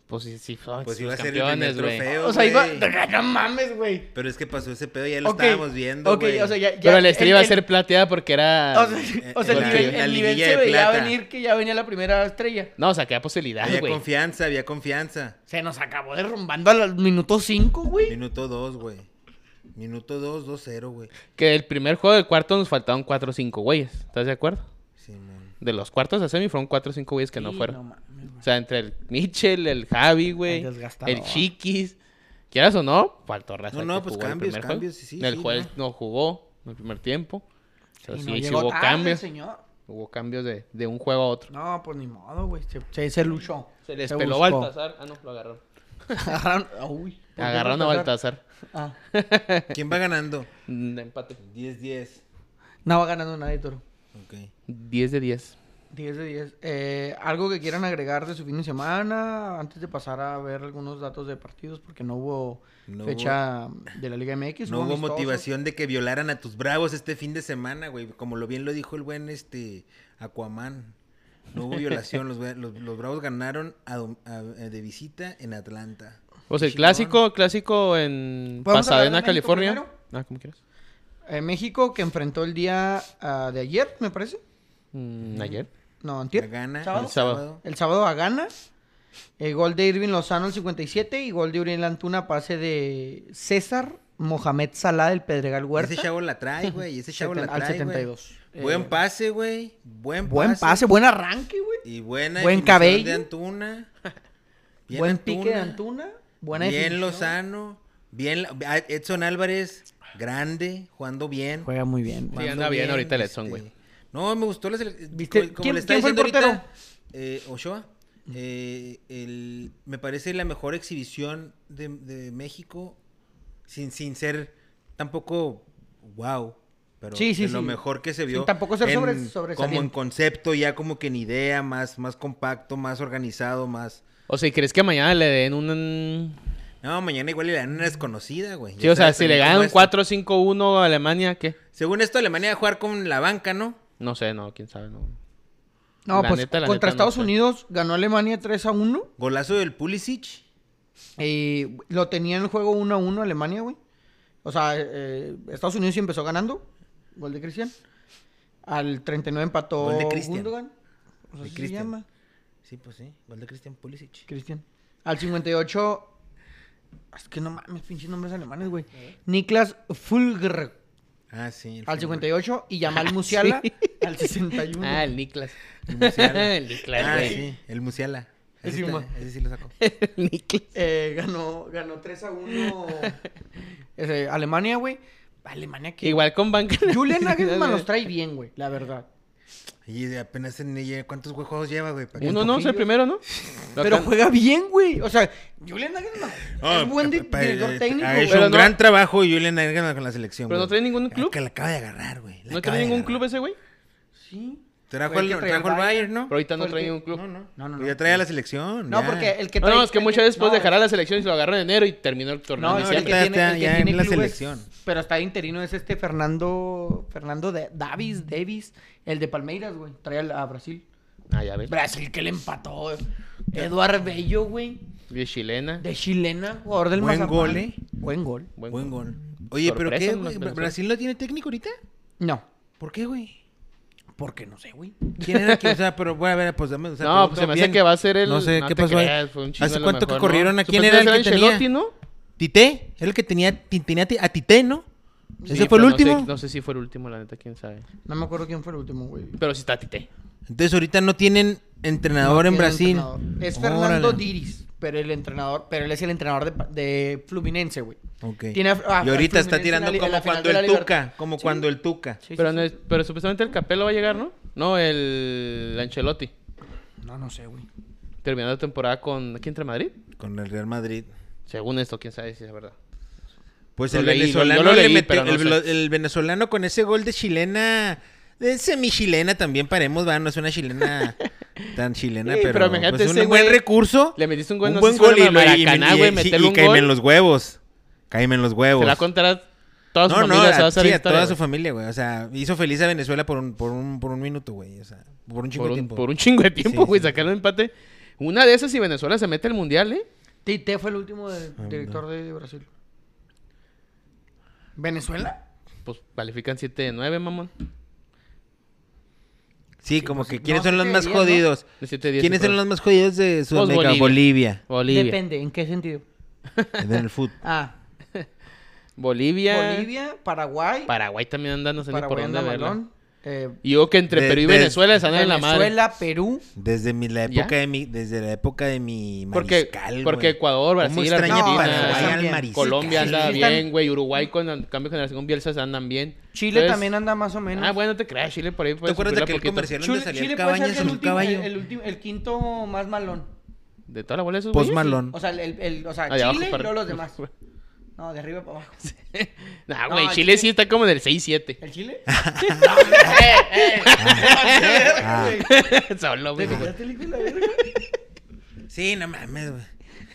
Speaker 2: Pues sí, sí,
Speaker 1: Pues
Speaker 2: los
Speaker 1: iba a ser el
Speaker 2: campeones,
Speaker 1: primer
Speaker 2: güey.
Speaker 1: trofeo.
Speaker 3: o sea, iba...
Speaker 1: güey.
Speaker 3: No mames, güey.
Speaker 1: Pero es que pasó ese pedo, ya lo
Speaker 3: Ok,
Speaker 1: estábamos viendo.
Speaker 3: Ok,
Speaker 1: güey.
Speaker 3: o sea, ya... ya-
Speaker 2: Pero la estrella
Speaker 3: el-
Speaker 2: iba a
Speaker 3: el-
Speaker 2: ser plateada porque era.
Speaker 3: O sea, o sea, el
Speaker 2: en la-
Speaker 3: nivel,
Speaker 1: en Eh, la
Speaker 3: el nivel
Speaker 1: liguilla
Speaker 3: se
Speaker 1: de
Speaker 3: veía
Speaker 1: plata.
Speaker 3: venir que ya venía la primera estrella.
Speaker 2: No, o sea, que había posibilidad,
Speaker 1: Había
Speaker 2: güey.
Speaker 1: confianza, había confianza.
Speaker 3: Se nos acabó derrumbando al minuto 5, güey.
Speaker 1: Minuto 2, güey. Minuto 2, 2-0, güey.
Speaker 2: Que el primer juego del cuarto nos faltaban 4 o 5 güeyes. ¿Estás de acuerdo?
Speaker 1: Simón.
Speaker 2: De los cuartos a semi fueron 4 o 5 güeyes que no
Speaker 3: Sí,
Speaker 2: fueron.
Speaker 3: mames, güey.
Speaker 2: o sea, entre el Mitchell, el Javi, güey.
Speaker 3: El
Speaker 2: El,
Speaker 3: desgastador.
Speaker 2: Chiquis. Quieras o no, faltó raza.
Speaker 1: No,
Speaker 2: que
Speaker 1: no, pues
Speaker 2: jugó el
Speaker 1: cambios,
Speaker 2: primer juego.
Speaker 1: cambios, sí, sí,
Speaker 2: El
Speaker 1: sí,
Speaker 2: jueves no. jugó en el primer tiempo. O sea,
Speaker 3: Y
Speaker 2: sí,
Speaker 3: no
Speaker 2: sí
Speaker 3: llegó
Speaker 2: hubo
Speaker 3: tarde,
Speaker 2: cambios.
Speaker 3: señor.
Speaker 2: Hubo cambios de, de un juego a otro.
Speaker 3: No, pues ni modo, güey. Se, se, se luchó.
Speaker 2: Se les peló
Speaker 3: buscó.
Speaker 2: Baltasar. Ah, no, lo agarraron.
Speaker 3: Agarraron, ah, uy, ¿por qué
Speaker 2: Agarraron a
Speaker 3: Baltasar?
Speaker 2: Baltasar.
Speaker 3: Ah,
Speaker 1: ¿Quién va ganando?
Speaker 2: Mm, empate.
Speaker 1: 10-10.
Speaker 3: no va ganando nadie, Toro.
Speaker 1: Ok.
Speaker 2: 10 de 10.
Speaker 3: 10 de 10. Eh, ¿Algo que quieran agregar de su fin de semana antes de pasar a ver algunos datos de partidos? Porque no hubo
Speaker 1: No
Speaker 3: fecha de la Liga MX.
Speaker 1: No hubo
Speaker 3: amistosos.
Speaker 1: motivación de que violaran a tus bravos este fin de semana, güey. Como lo bien lo dijo el buen este Aquaman. No hubo violación. los, bue- los- los bravos ganaron a dom- a- a- de visita en Atlanta.
Speaker 2: Pues el
Speaker 1: Chingón.
Speaker 2: clásico, clásico en
Speaker 3: ¿Podemos hablar de
Speaker 2: Pasadena,
Speaker 3: México
Speaker 2: California.
Speaker 3: primero?
Speaker 2: Ah, como quieras.
Speaker 3: Eh, México que enfrentó el día ah, de ayer, me parece.
Speaker 2: Mm, ayer.
Speaker 3: No,
Speaker 1: La
Speaker 3: antier.
Speaker 1: gana
Speaker 3: ¿Sábado?
Speaker 1: el sábado.
Speaker 3: El sábado a Ghana. El gol de Irving Lozano el 57 y gol de Uriel Antuna pase de César Mohamed Salah del Pedregal Huerta.
Speaker 1: Ese chavo la trae, güey. Ese chavo la
Speaker 3: Seten- al
Speaker 1: trae. güey.
Speaker 3: 72.
Speaker 1: Buen
Speaker 3: Eh,
Speaker 1: pase, güey. Buen pase.
Speaker 3: Buen pase, buen arranque, güey.
Speaker 1: Y buena
Speaker 3: Buen
Speaker 1: definición
Speaker 3: cabello.
Speaker 1: de Antuna. Bien
Speaker 3: buen pique de Antuna. Buena
Speaker 1: bien
Speaker 3: definición.
Speaker 1: Lozano. Bien la- ah, Edson Álvarez. Grande. Jugando bien.
Speaker 3: Juega muy bien. güey.
Speaker 2: Sí,
Speaker 1: Jugando
Speaker 2: anda bien ahorita el Edson, güey.
Speaker 1: este, No, me gustó la sele-
Speaker 3: ¿Viste?
Speaker 1: co- Como
Speaker 3: ¿Quién-
Speaker 1: le está
Speaker 3: quién fue el
Speaker 1: diciendo ahorita,
Speaker 3: portero?
Speaker 1: eh, Ochoa. eh, el- me parece la mejor exhibición de, de México. Sin, sin ser tampoco wow. Pero
Speaker 3: Sí, sí,
Speaker 1: de lo
Speaker 3: sí.
Speaker 1: mejor que se vio.
Speaker 3: Sin tampoco ser
Speaker 1: en-
Speaker 3: sobre- sobresaliente.
Speaker 1: Como en concepto, ya como que en idea, más, más compacto, más organizado, más.
Speaker 2: O sea, ¿y ¿crees que mañana le den un...
Speaker 1: No, mañana igual le dan una desconocida, güey.
Speaker 2: Sí,
Speaker 1: Ya
Speaker 2: o sea,
Speaker 1: sabes
Speaker 2: si le
Speaker 1: también
Speaker 2: ganan
Speaker 1: cómo
Speaker 2: un
Speaker 1: es.
Speaker 2: 4-5-1 a Alemania, ¿qué?
Speaker 1: Según esto, Alemania va a jugar con la banca, ¿no?
Speaker 2: No sé, no, quién sabe, no.
Speaker 3: No,
Speaker 2: La
Speaker 3: pues
Speaker 2: neta, la
Speaker 3: contra
Speaker 2: neta, no
Speaker 3: Estados
Speaker 2: sé.
Speaker 3: Unidos ganó Alemania 3 a 1.
Speaker 1: Golazo del Pulisic.
Speaker 3: Eh, lo tenía en el juego 1 a 1 Alemania, güey. O sea, eh, Estados Unidos sí empezó ganando. Gol de Cristian. Al 39 empató
Speaker 1: Gol de Cristian.
Speaker 3: Gundogan. O sea,
Speaker 1: De
Speaker 3: así se
Speaker 1: Cristian.
Speaker 3: llama.
Speaker 1: Sí, pues sí. Igual de Christian Pulisic.
Speaker 3: Cristian. Al 58. Es que no mames, pinches nombres alemanes, güey. Niklas Fulger
Speaker 1: Ah, sí. el
Speaker 3: al
Speaker 1: Fulham.
Speaker 3: 58 y Yamal Musiala
Speaker 2: Ah, Sí.
Speaker 3: al 61.
Speaker 2: Ah, el Niklas.
Speaker 1: El Musiala.
Speaker 2: el Niklas,
Speaker 1: ah,
Speaker 2: güey.
Speaker 1: sí. El Musiala. Ese,
Speaker 3: Sí,
Speaker 1: está-
Speaker 3: mo-
Speaker 1: ese sí lo sacó.
Speaker 2: El Niklas.
Speaker 3: Eh, ganó, ganó 3 a 1 Ese, Alemania, güey. Alemania que.
Speaker 2: Igual con Banca.
Speaker 3: Julian Nagelsmann los trae bien, güey, la verdad.
Speaker 1: Y de apenas en ella, ¿cuántos juegos lleva, güey? ¿Para qué?
Speaker 2: Uno no, es el
Speaker 3: poquillos.
Speaker 2: primero, ¿no?
Speaker 3: Pero juega bien, güey. O sea, Julian Nagelsmann
Speaker 1: Ah,
Speaker 3: es buen di-
Speaker 1: pa- pa-
Speaker 3: director
Speaker 1: eh,
Speaker 3: técnico,
Speaker 1: Ha hecho
Speaker 3: güey.
Speaker 2: Pero
Speaker 1: un
Speaker 2: no-
Speaker 1: gran trabajo Julian Nagelsmann con la selección.
Speaker 2: Pero
Speaker 1: güey.
Speaker 2: no
Speaker 1: Ah,
Speaker 2: trae ningún club.
Speaker 1: Que la acaba de agarrar, güey. la
Speaker 2: ¿No
Speaker 1: acaba
Speaker 2: trae
Speaker 1: de
Speaker 2: ningún
Speaker 1: agarrar.
Speaker 2: club ese güey?
Speaker 3: Sí.
Speaker 1: Trajo
Speaker 3: Fue
Speaker 1: el,
Speaker 3: que traía
Speaker 1: trajo el Bayern, ¿no?
Speaker 2: Pero ahorita no
Speaker 3: Fue el
Speaker 2: trae
Speaker 3: que-
Speaker 2: ningún club.
Speaker 1: No, no.
Speaker 3: No, no,
Speaker 1: Pero
Speaker 3: no.
Speaker 1: ya trae a la selección.
Speaker 3: No,
Speaker 1: ya.
Speaker 3: porque el que
Speaker 2: No,
Speaker 3: trae.
Speaker 2: no, es que
Speaker 3: el
Speaker 2: muchas veces después
Speaker 3: no,
Speaker 2: dejará la selección y se lo agarró en enero y terminó el torneo
Speaker 3: No, es
Speaker 1: inicial.
Speaker 3: el
Speaker 2: inicial.
Speaker 3: que
Speaker 1: Ahorita
Speaker 3: tiene,
Speaker 1: está
Speaker 3: el que
Speaker 1: ya en
Speaker 3: tiene
Speaker 1: la
Speaker 3: clubes,
Speaker 1: selección.
Speaker 3: Pero está interino es este Fernando Fernando de- Davis, Davis, el de Palmeiras, güey. Trae al- a Brasil.
Speaker 2: Ah, ya ves.
Speaker 3: Brasil que le empató. Eduard Bello, güey,
Speaker 2: Y es chilena.
Speaker 3: de chilena, jugador del
Speaker 1: Buen
Speaker 3: Mazatlán.
Speaker 1: gol, ¿eh?
Speaker 3: Buen gol.
Speaker 2: Buen
Speaker 1: Buen
Speaker 2: gol.
Speaker 1: gol. Oye, pero ¿qué,
Speaker 2: Sorpresa, ¿no?
Speaker 1: güey?
Speaker 2: Venezuela.
Speaker 1: ¿Brasil no tiene técnico ahorita?
Speaker 3: No,
Speaker 1: ¿Por qué, güey?
Speaker 3: porque no sé, güey.
Speaker 1: ¿Quién era que, o sea, pero bueno, a ver, pues dame, o sea,
Speaker 2: No, pues se me hace
Speaker 1: bien.
Speaker 2: que va a ser el.
Speaker 1: No sé,
Speaker 2: no
Speaker 1: ¿qué
Speaker 2: te
Speaker 1: pasó ahí?
Speaker 2: creas, fue un chingo
Speaker 1: ¿Hace
Speaker 2: a lo
Speaker 1: cuánto
Speaker 2: mejor,
Speaker 1: que corrieron?
Speaker 2: ¿no?
Speaker 1: ¿A quién
Speaker 2: Supuestamente
Speaker 1: era el que
Speaker 2: Ancelotti,
Speaker 1: tenía?
Speaker 2: ¿no?
Speaker 1: ¿Tité? Era el que tenía, ti- tenía ti- a Tité, ¿no? ¿Ese
Speaker 2: Sí,
Speaker 1: fue el
Speaker 2: pero no sé-
Speaker 1: último?
Speaker 2: No sé, si fue el último, la neta, quién sabe.
Speaker 3: No me acuerdo quién fue el último, güey.
Speaker 2: Pero sí está Tite.
Speaker 1: Entonces ahorita no tienen entrenador en
Speaker 3: Tiene
Speaker 1: Brasil.
Speaker 3: entrenador. Es Fernando
Speaker 1: Órale.
Speaker 3: Diris, pero el entrenador, pero él es el entrenador de, pa- de Fluminense, güey.
Speaker 1: Ok.
Speaker 3: Tiene a- a-
Speaker 1: y ahorita
Speaker 3: a
Speaker 1: está
Speaker 3: Fluminense
Speaker 1: tirando
Speaker 3: en la- en
Speaker 1: como
Speaker 3: la final
Speaker 1: cuando
Speaker 3: de la
Speaker 1: el
Speaker 3: Libertad-
Speaker 1: Tuca, como
Speaker 3: Sí.
Speaker 1: cuando el Tuca.
Speaker 3: Sí, sí,
Speaker 2: Pero,
Speaker 3: sí.
Speaker 2: no es- pero supuestamente el Capello va a llegar, ¿no? No, el Ancelotti.
Speaker 3: No, no sé, güey.
Speaker 2: Terminando la temporada con. ¿Quién entre Madrid?
Speaker 1: Con el Real Madrid.
Speaker 2: Según esto, quién sabe si es verdad.
Speaker 1: Pues
Speaker 2: Lo
Speaker 1: el
Speaker 2: leí, lo-
Speaker 1: venezolano
Speaker 2: yo lo
Speaker 1: le
Speaker 2: leí,
Speaker 1: metió-
Speaker 2: pero no
Speaker 1: el,
Speaker 2: sé.
Speaker 1: el venezolano con ese gol de chilena, de semichilena también paremos, va, no es una chilena tan chilena,
Speaker 2: Sí,
Speaker 1: pero,
Speaker 2: pero imagínate
Speaker 1: pues, un
Speaker 2: ese
Speaker 1: buen
Speaker 2: güey,
Speaker 1: recurso.
Speaker 2: le metiste un gol,
Speaker 1: un
Speaker 2: no
Speaker 1: buen
Speaker 2: sé si
Speaker 1: gol
Speaker 2: fue
Speaker 1: y,
Speaker 2: en la
Speaker 1: lo- y-
Speaker 2: Maracaná,
Speaker 1: y-
Speaker 2: güey,
Speaker 1: y-
Speaker 2: meterle
Speaker 1: y
Speaker 2: un
Speaker 1: caíme en
Speaker 2: gol.
Speaker 1: los huevos. Caíme en los huevos.
Speaker 2: Se la contará toda su
Speaker 1: no, no,
Speaker 2: familia. se va a
Speaker 1: a,
Speaker 2: hacer
Speaker 1: sí, a
Speaker 2: historia,
Speaker 1: toda su
Speaker 2: güey.
Speaker 1: familia, güey. O sea, hizo feliz a Venezuela por un, por un, por un minuto, güey. O sea, por un chingo
Speaker 2: por
Speaker 1: de
Speaker 2: un,
Speaker 1: tiempo.
Speaker 2: por un chingo de tiempo,
Speaker 1: Sí,
Speaker 2: güey,
Speaker 1: sí, sí.
Speaker 2: sacaron un empate. Una de esas y Venezuela se mete al mundial, ¿eh?
Speaker 3: Tite fue el último de-
Speaker 1: Ah,
Speaker 3: director
Speaker 1: no.
Speaker 3: de Brasil. ¿Venezuela?
Speaker 2: Pues califican 7 de 9, mamón.
Speaker 1: Sí, como
Speaker 3: pues,
Speaker 1: que
Speaker 3: no,
Speaker 1: quiénes
Speaker 3: sí
Speaker 1: son los más
Speaker 3: deberían, ¿no?
Speaker 1: jodidos.
Speaker 2: De 7 de 10.
Speaker 1: ¿Quiénes son los más jodidos de Sudamérica?
Speaker 2: Bolivia.
Speaker 1: Bolivia.
Speaker 2: Pues Bolivia.
Speaker 3: Depende, ¿en qué sentido?
Speaker 1: En el fútbol.
Speaker 3: Ah,
Speaker 2: Bolivia.
Speaker 3: Bolivia, Paraguay,
Speaker 2: Paraguay también anda, no sé ni por
Speaker 3: Paraguay
Speaker 2: dónde
Speaker 3: anda
Speaker 2: verla.
Speaker 3: malón, eh,
Speaker 2: Y yo que entre
Speaker 1: De-
Speaker 2: Perú y
Speaker 1: de-
Speaker 2: Venezuela les andan en la madre.
Speaker 3: Venezuela, Perú.
Speaker 1: Desde mi, la
Speaker 2: ¿Ya?
Speaker 1: época de mi, desde la época de mi
Speaker 2: Porque,
Speaker 1: mariscal,
Speaker 2: porque
Speaker 1: güey. ¿Cómo
Speaker 2: Ecuador, Brasil,
Speaker 1: extraña
Speaker 3: No,
Speaker 1: Paraguay
Speaker 3: Venezuela
Speaker 1: al
Speaker 3: también.
Speaker 1: mariscal,
Speaker 2: Colombia anda
Speaker 1: güey?
Speaker 3: están-
Speaker 2: bien, güey. Uruguay con el cambio de generación Bielsa se andan bien.
Speaker 3: Chile
Speaker 2: Entonces-
Speaker 3: también anda más o menos.
Speaker 2: Ah, bueno, te creas, Chile por ahí.
Speaker 1: ¿Te acuerdas de aquel comercial donde
Speaker 3: Chile,
Speaker 1: salía
Speaker 3: Chile
Speaker 1: el
Speaker 3: puede ser
Speaker 1: cabañas en
Speaker 3: el,
Speaker 1: un
Speaker 3: último, el,
Speaker 1: caballo?
Speaker 3: el último- el quinto más malón.
Speaker 2: De toda la bola de esos
Speaker 1: Post
Speaker 2: güeyes, sí.
Speaker 1: Malone.
Speaker 3: O sea, el, el- o sea
Speaker 2: Ah, de
Speaker 3: Chile
Speaker 2: abajo
Speaker 3: y
Speaker 2: para
Speaker 3: luego los
Speaker 2: arriba.
Speaker 3: demás. No, de arriba para abajo.
Speaker 2: Nah,
Speaker 3: No,
Speaker 2: güey,
Speaker 3: el
Speaker 2: Chile
Speaker 3: Chile-
Speaker 2: sí está como en el 6-7.
Speaker 3: ¿El Chile?
Speaker 2: Eh,
Speaker 1: Ah.
Speaker 2: Solo,
Speaker 3: ¿Te
Speaker 2: güey.
Speaker 3: quedaste el hijo de la verga?
Speaker 1: Sí, no mames, güey.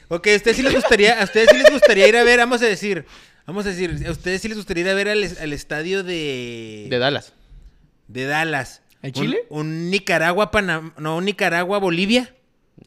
Speaker 1: Ok, a ustedes sí les gustaría, a ustedes sí les gustaría ir a ver, vamos a decir, vamos a decir, a ustedes sí les gustaría ir a ver al, es- al estadio de,
Speaker 2: De Dallas.
Speaker 1: de Dallas.
Speaker 3: ¿El
Speaker 1: Un-
Speaker 3: Chile?
Speaker 1: Un, Nicaragua Panam no, un Nicaragua Bolivia.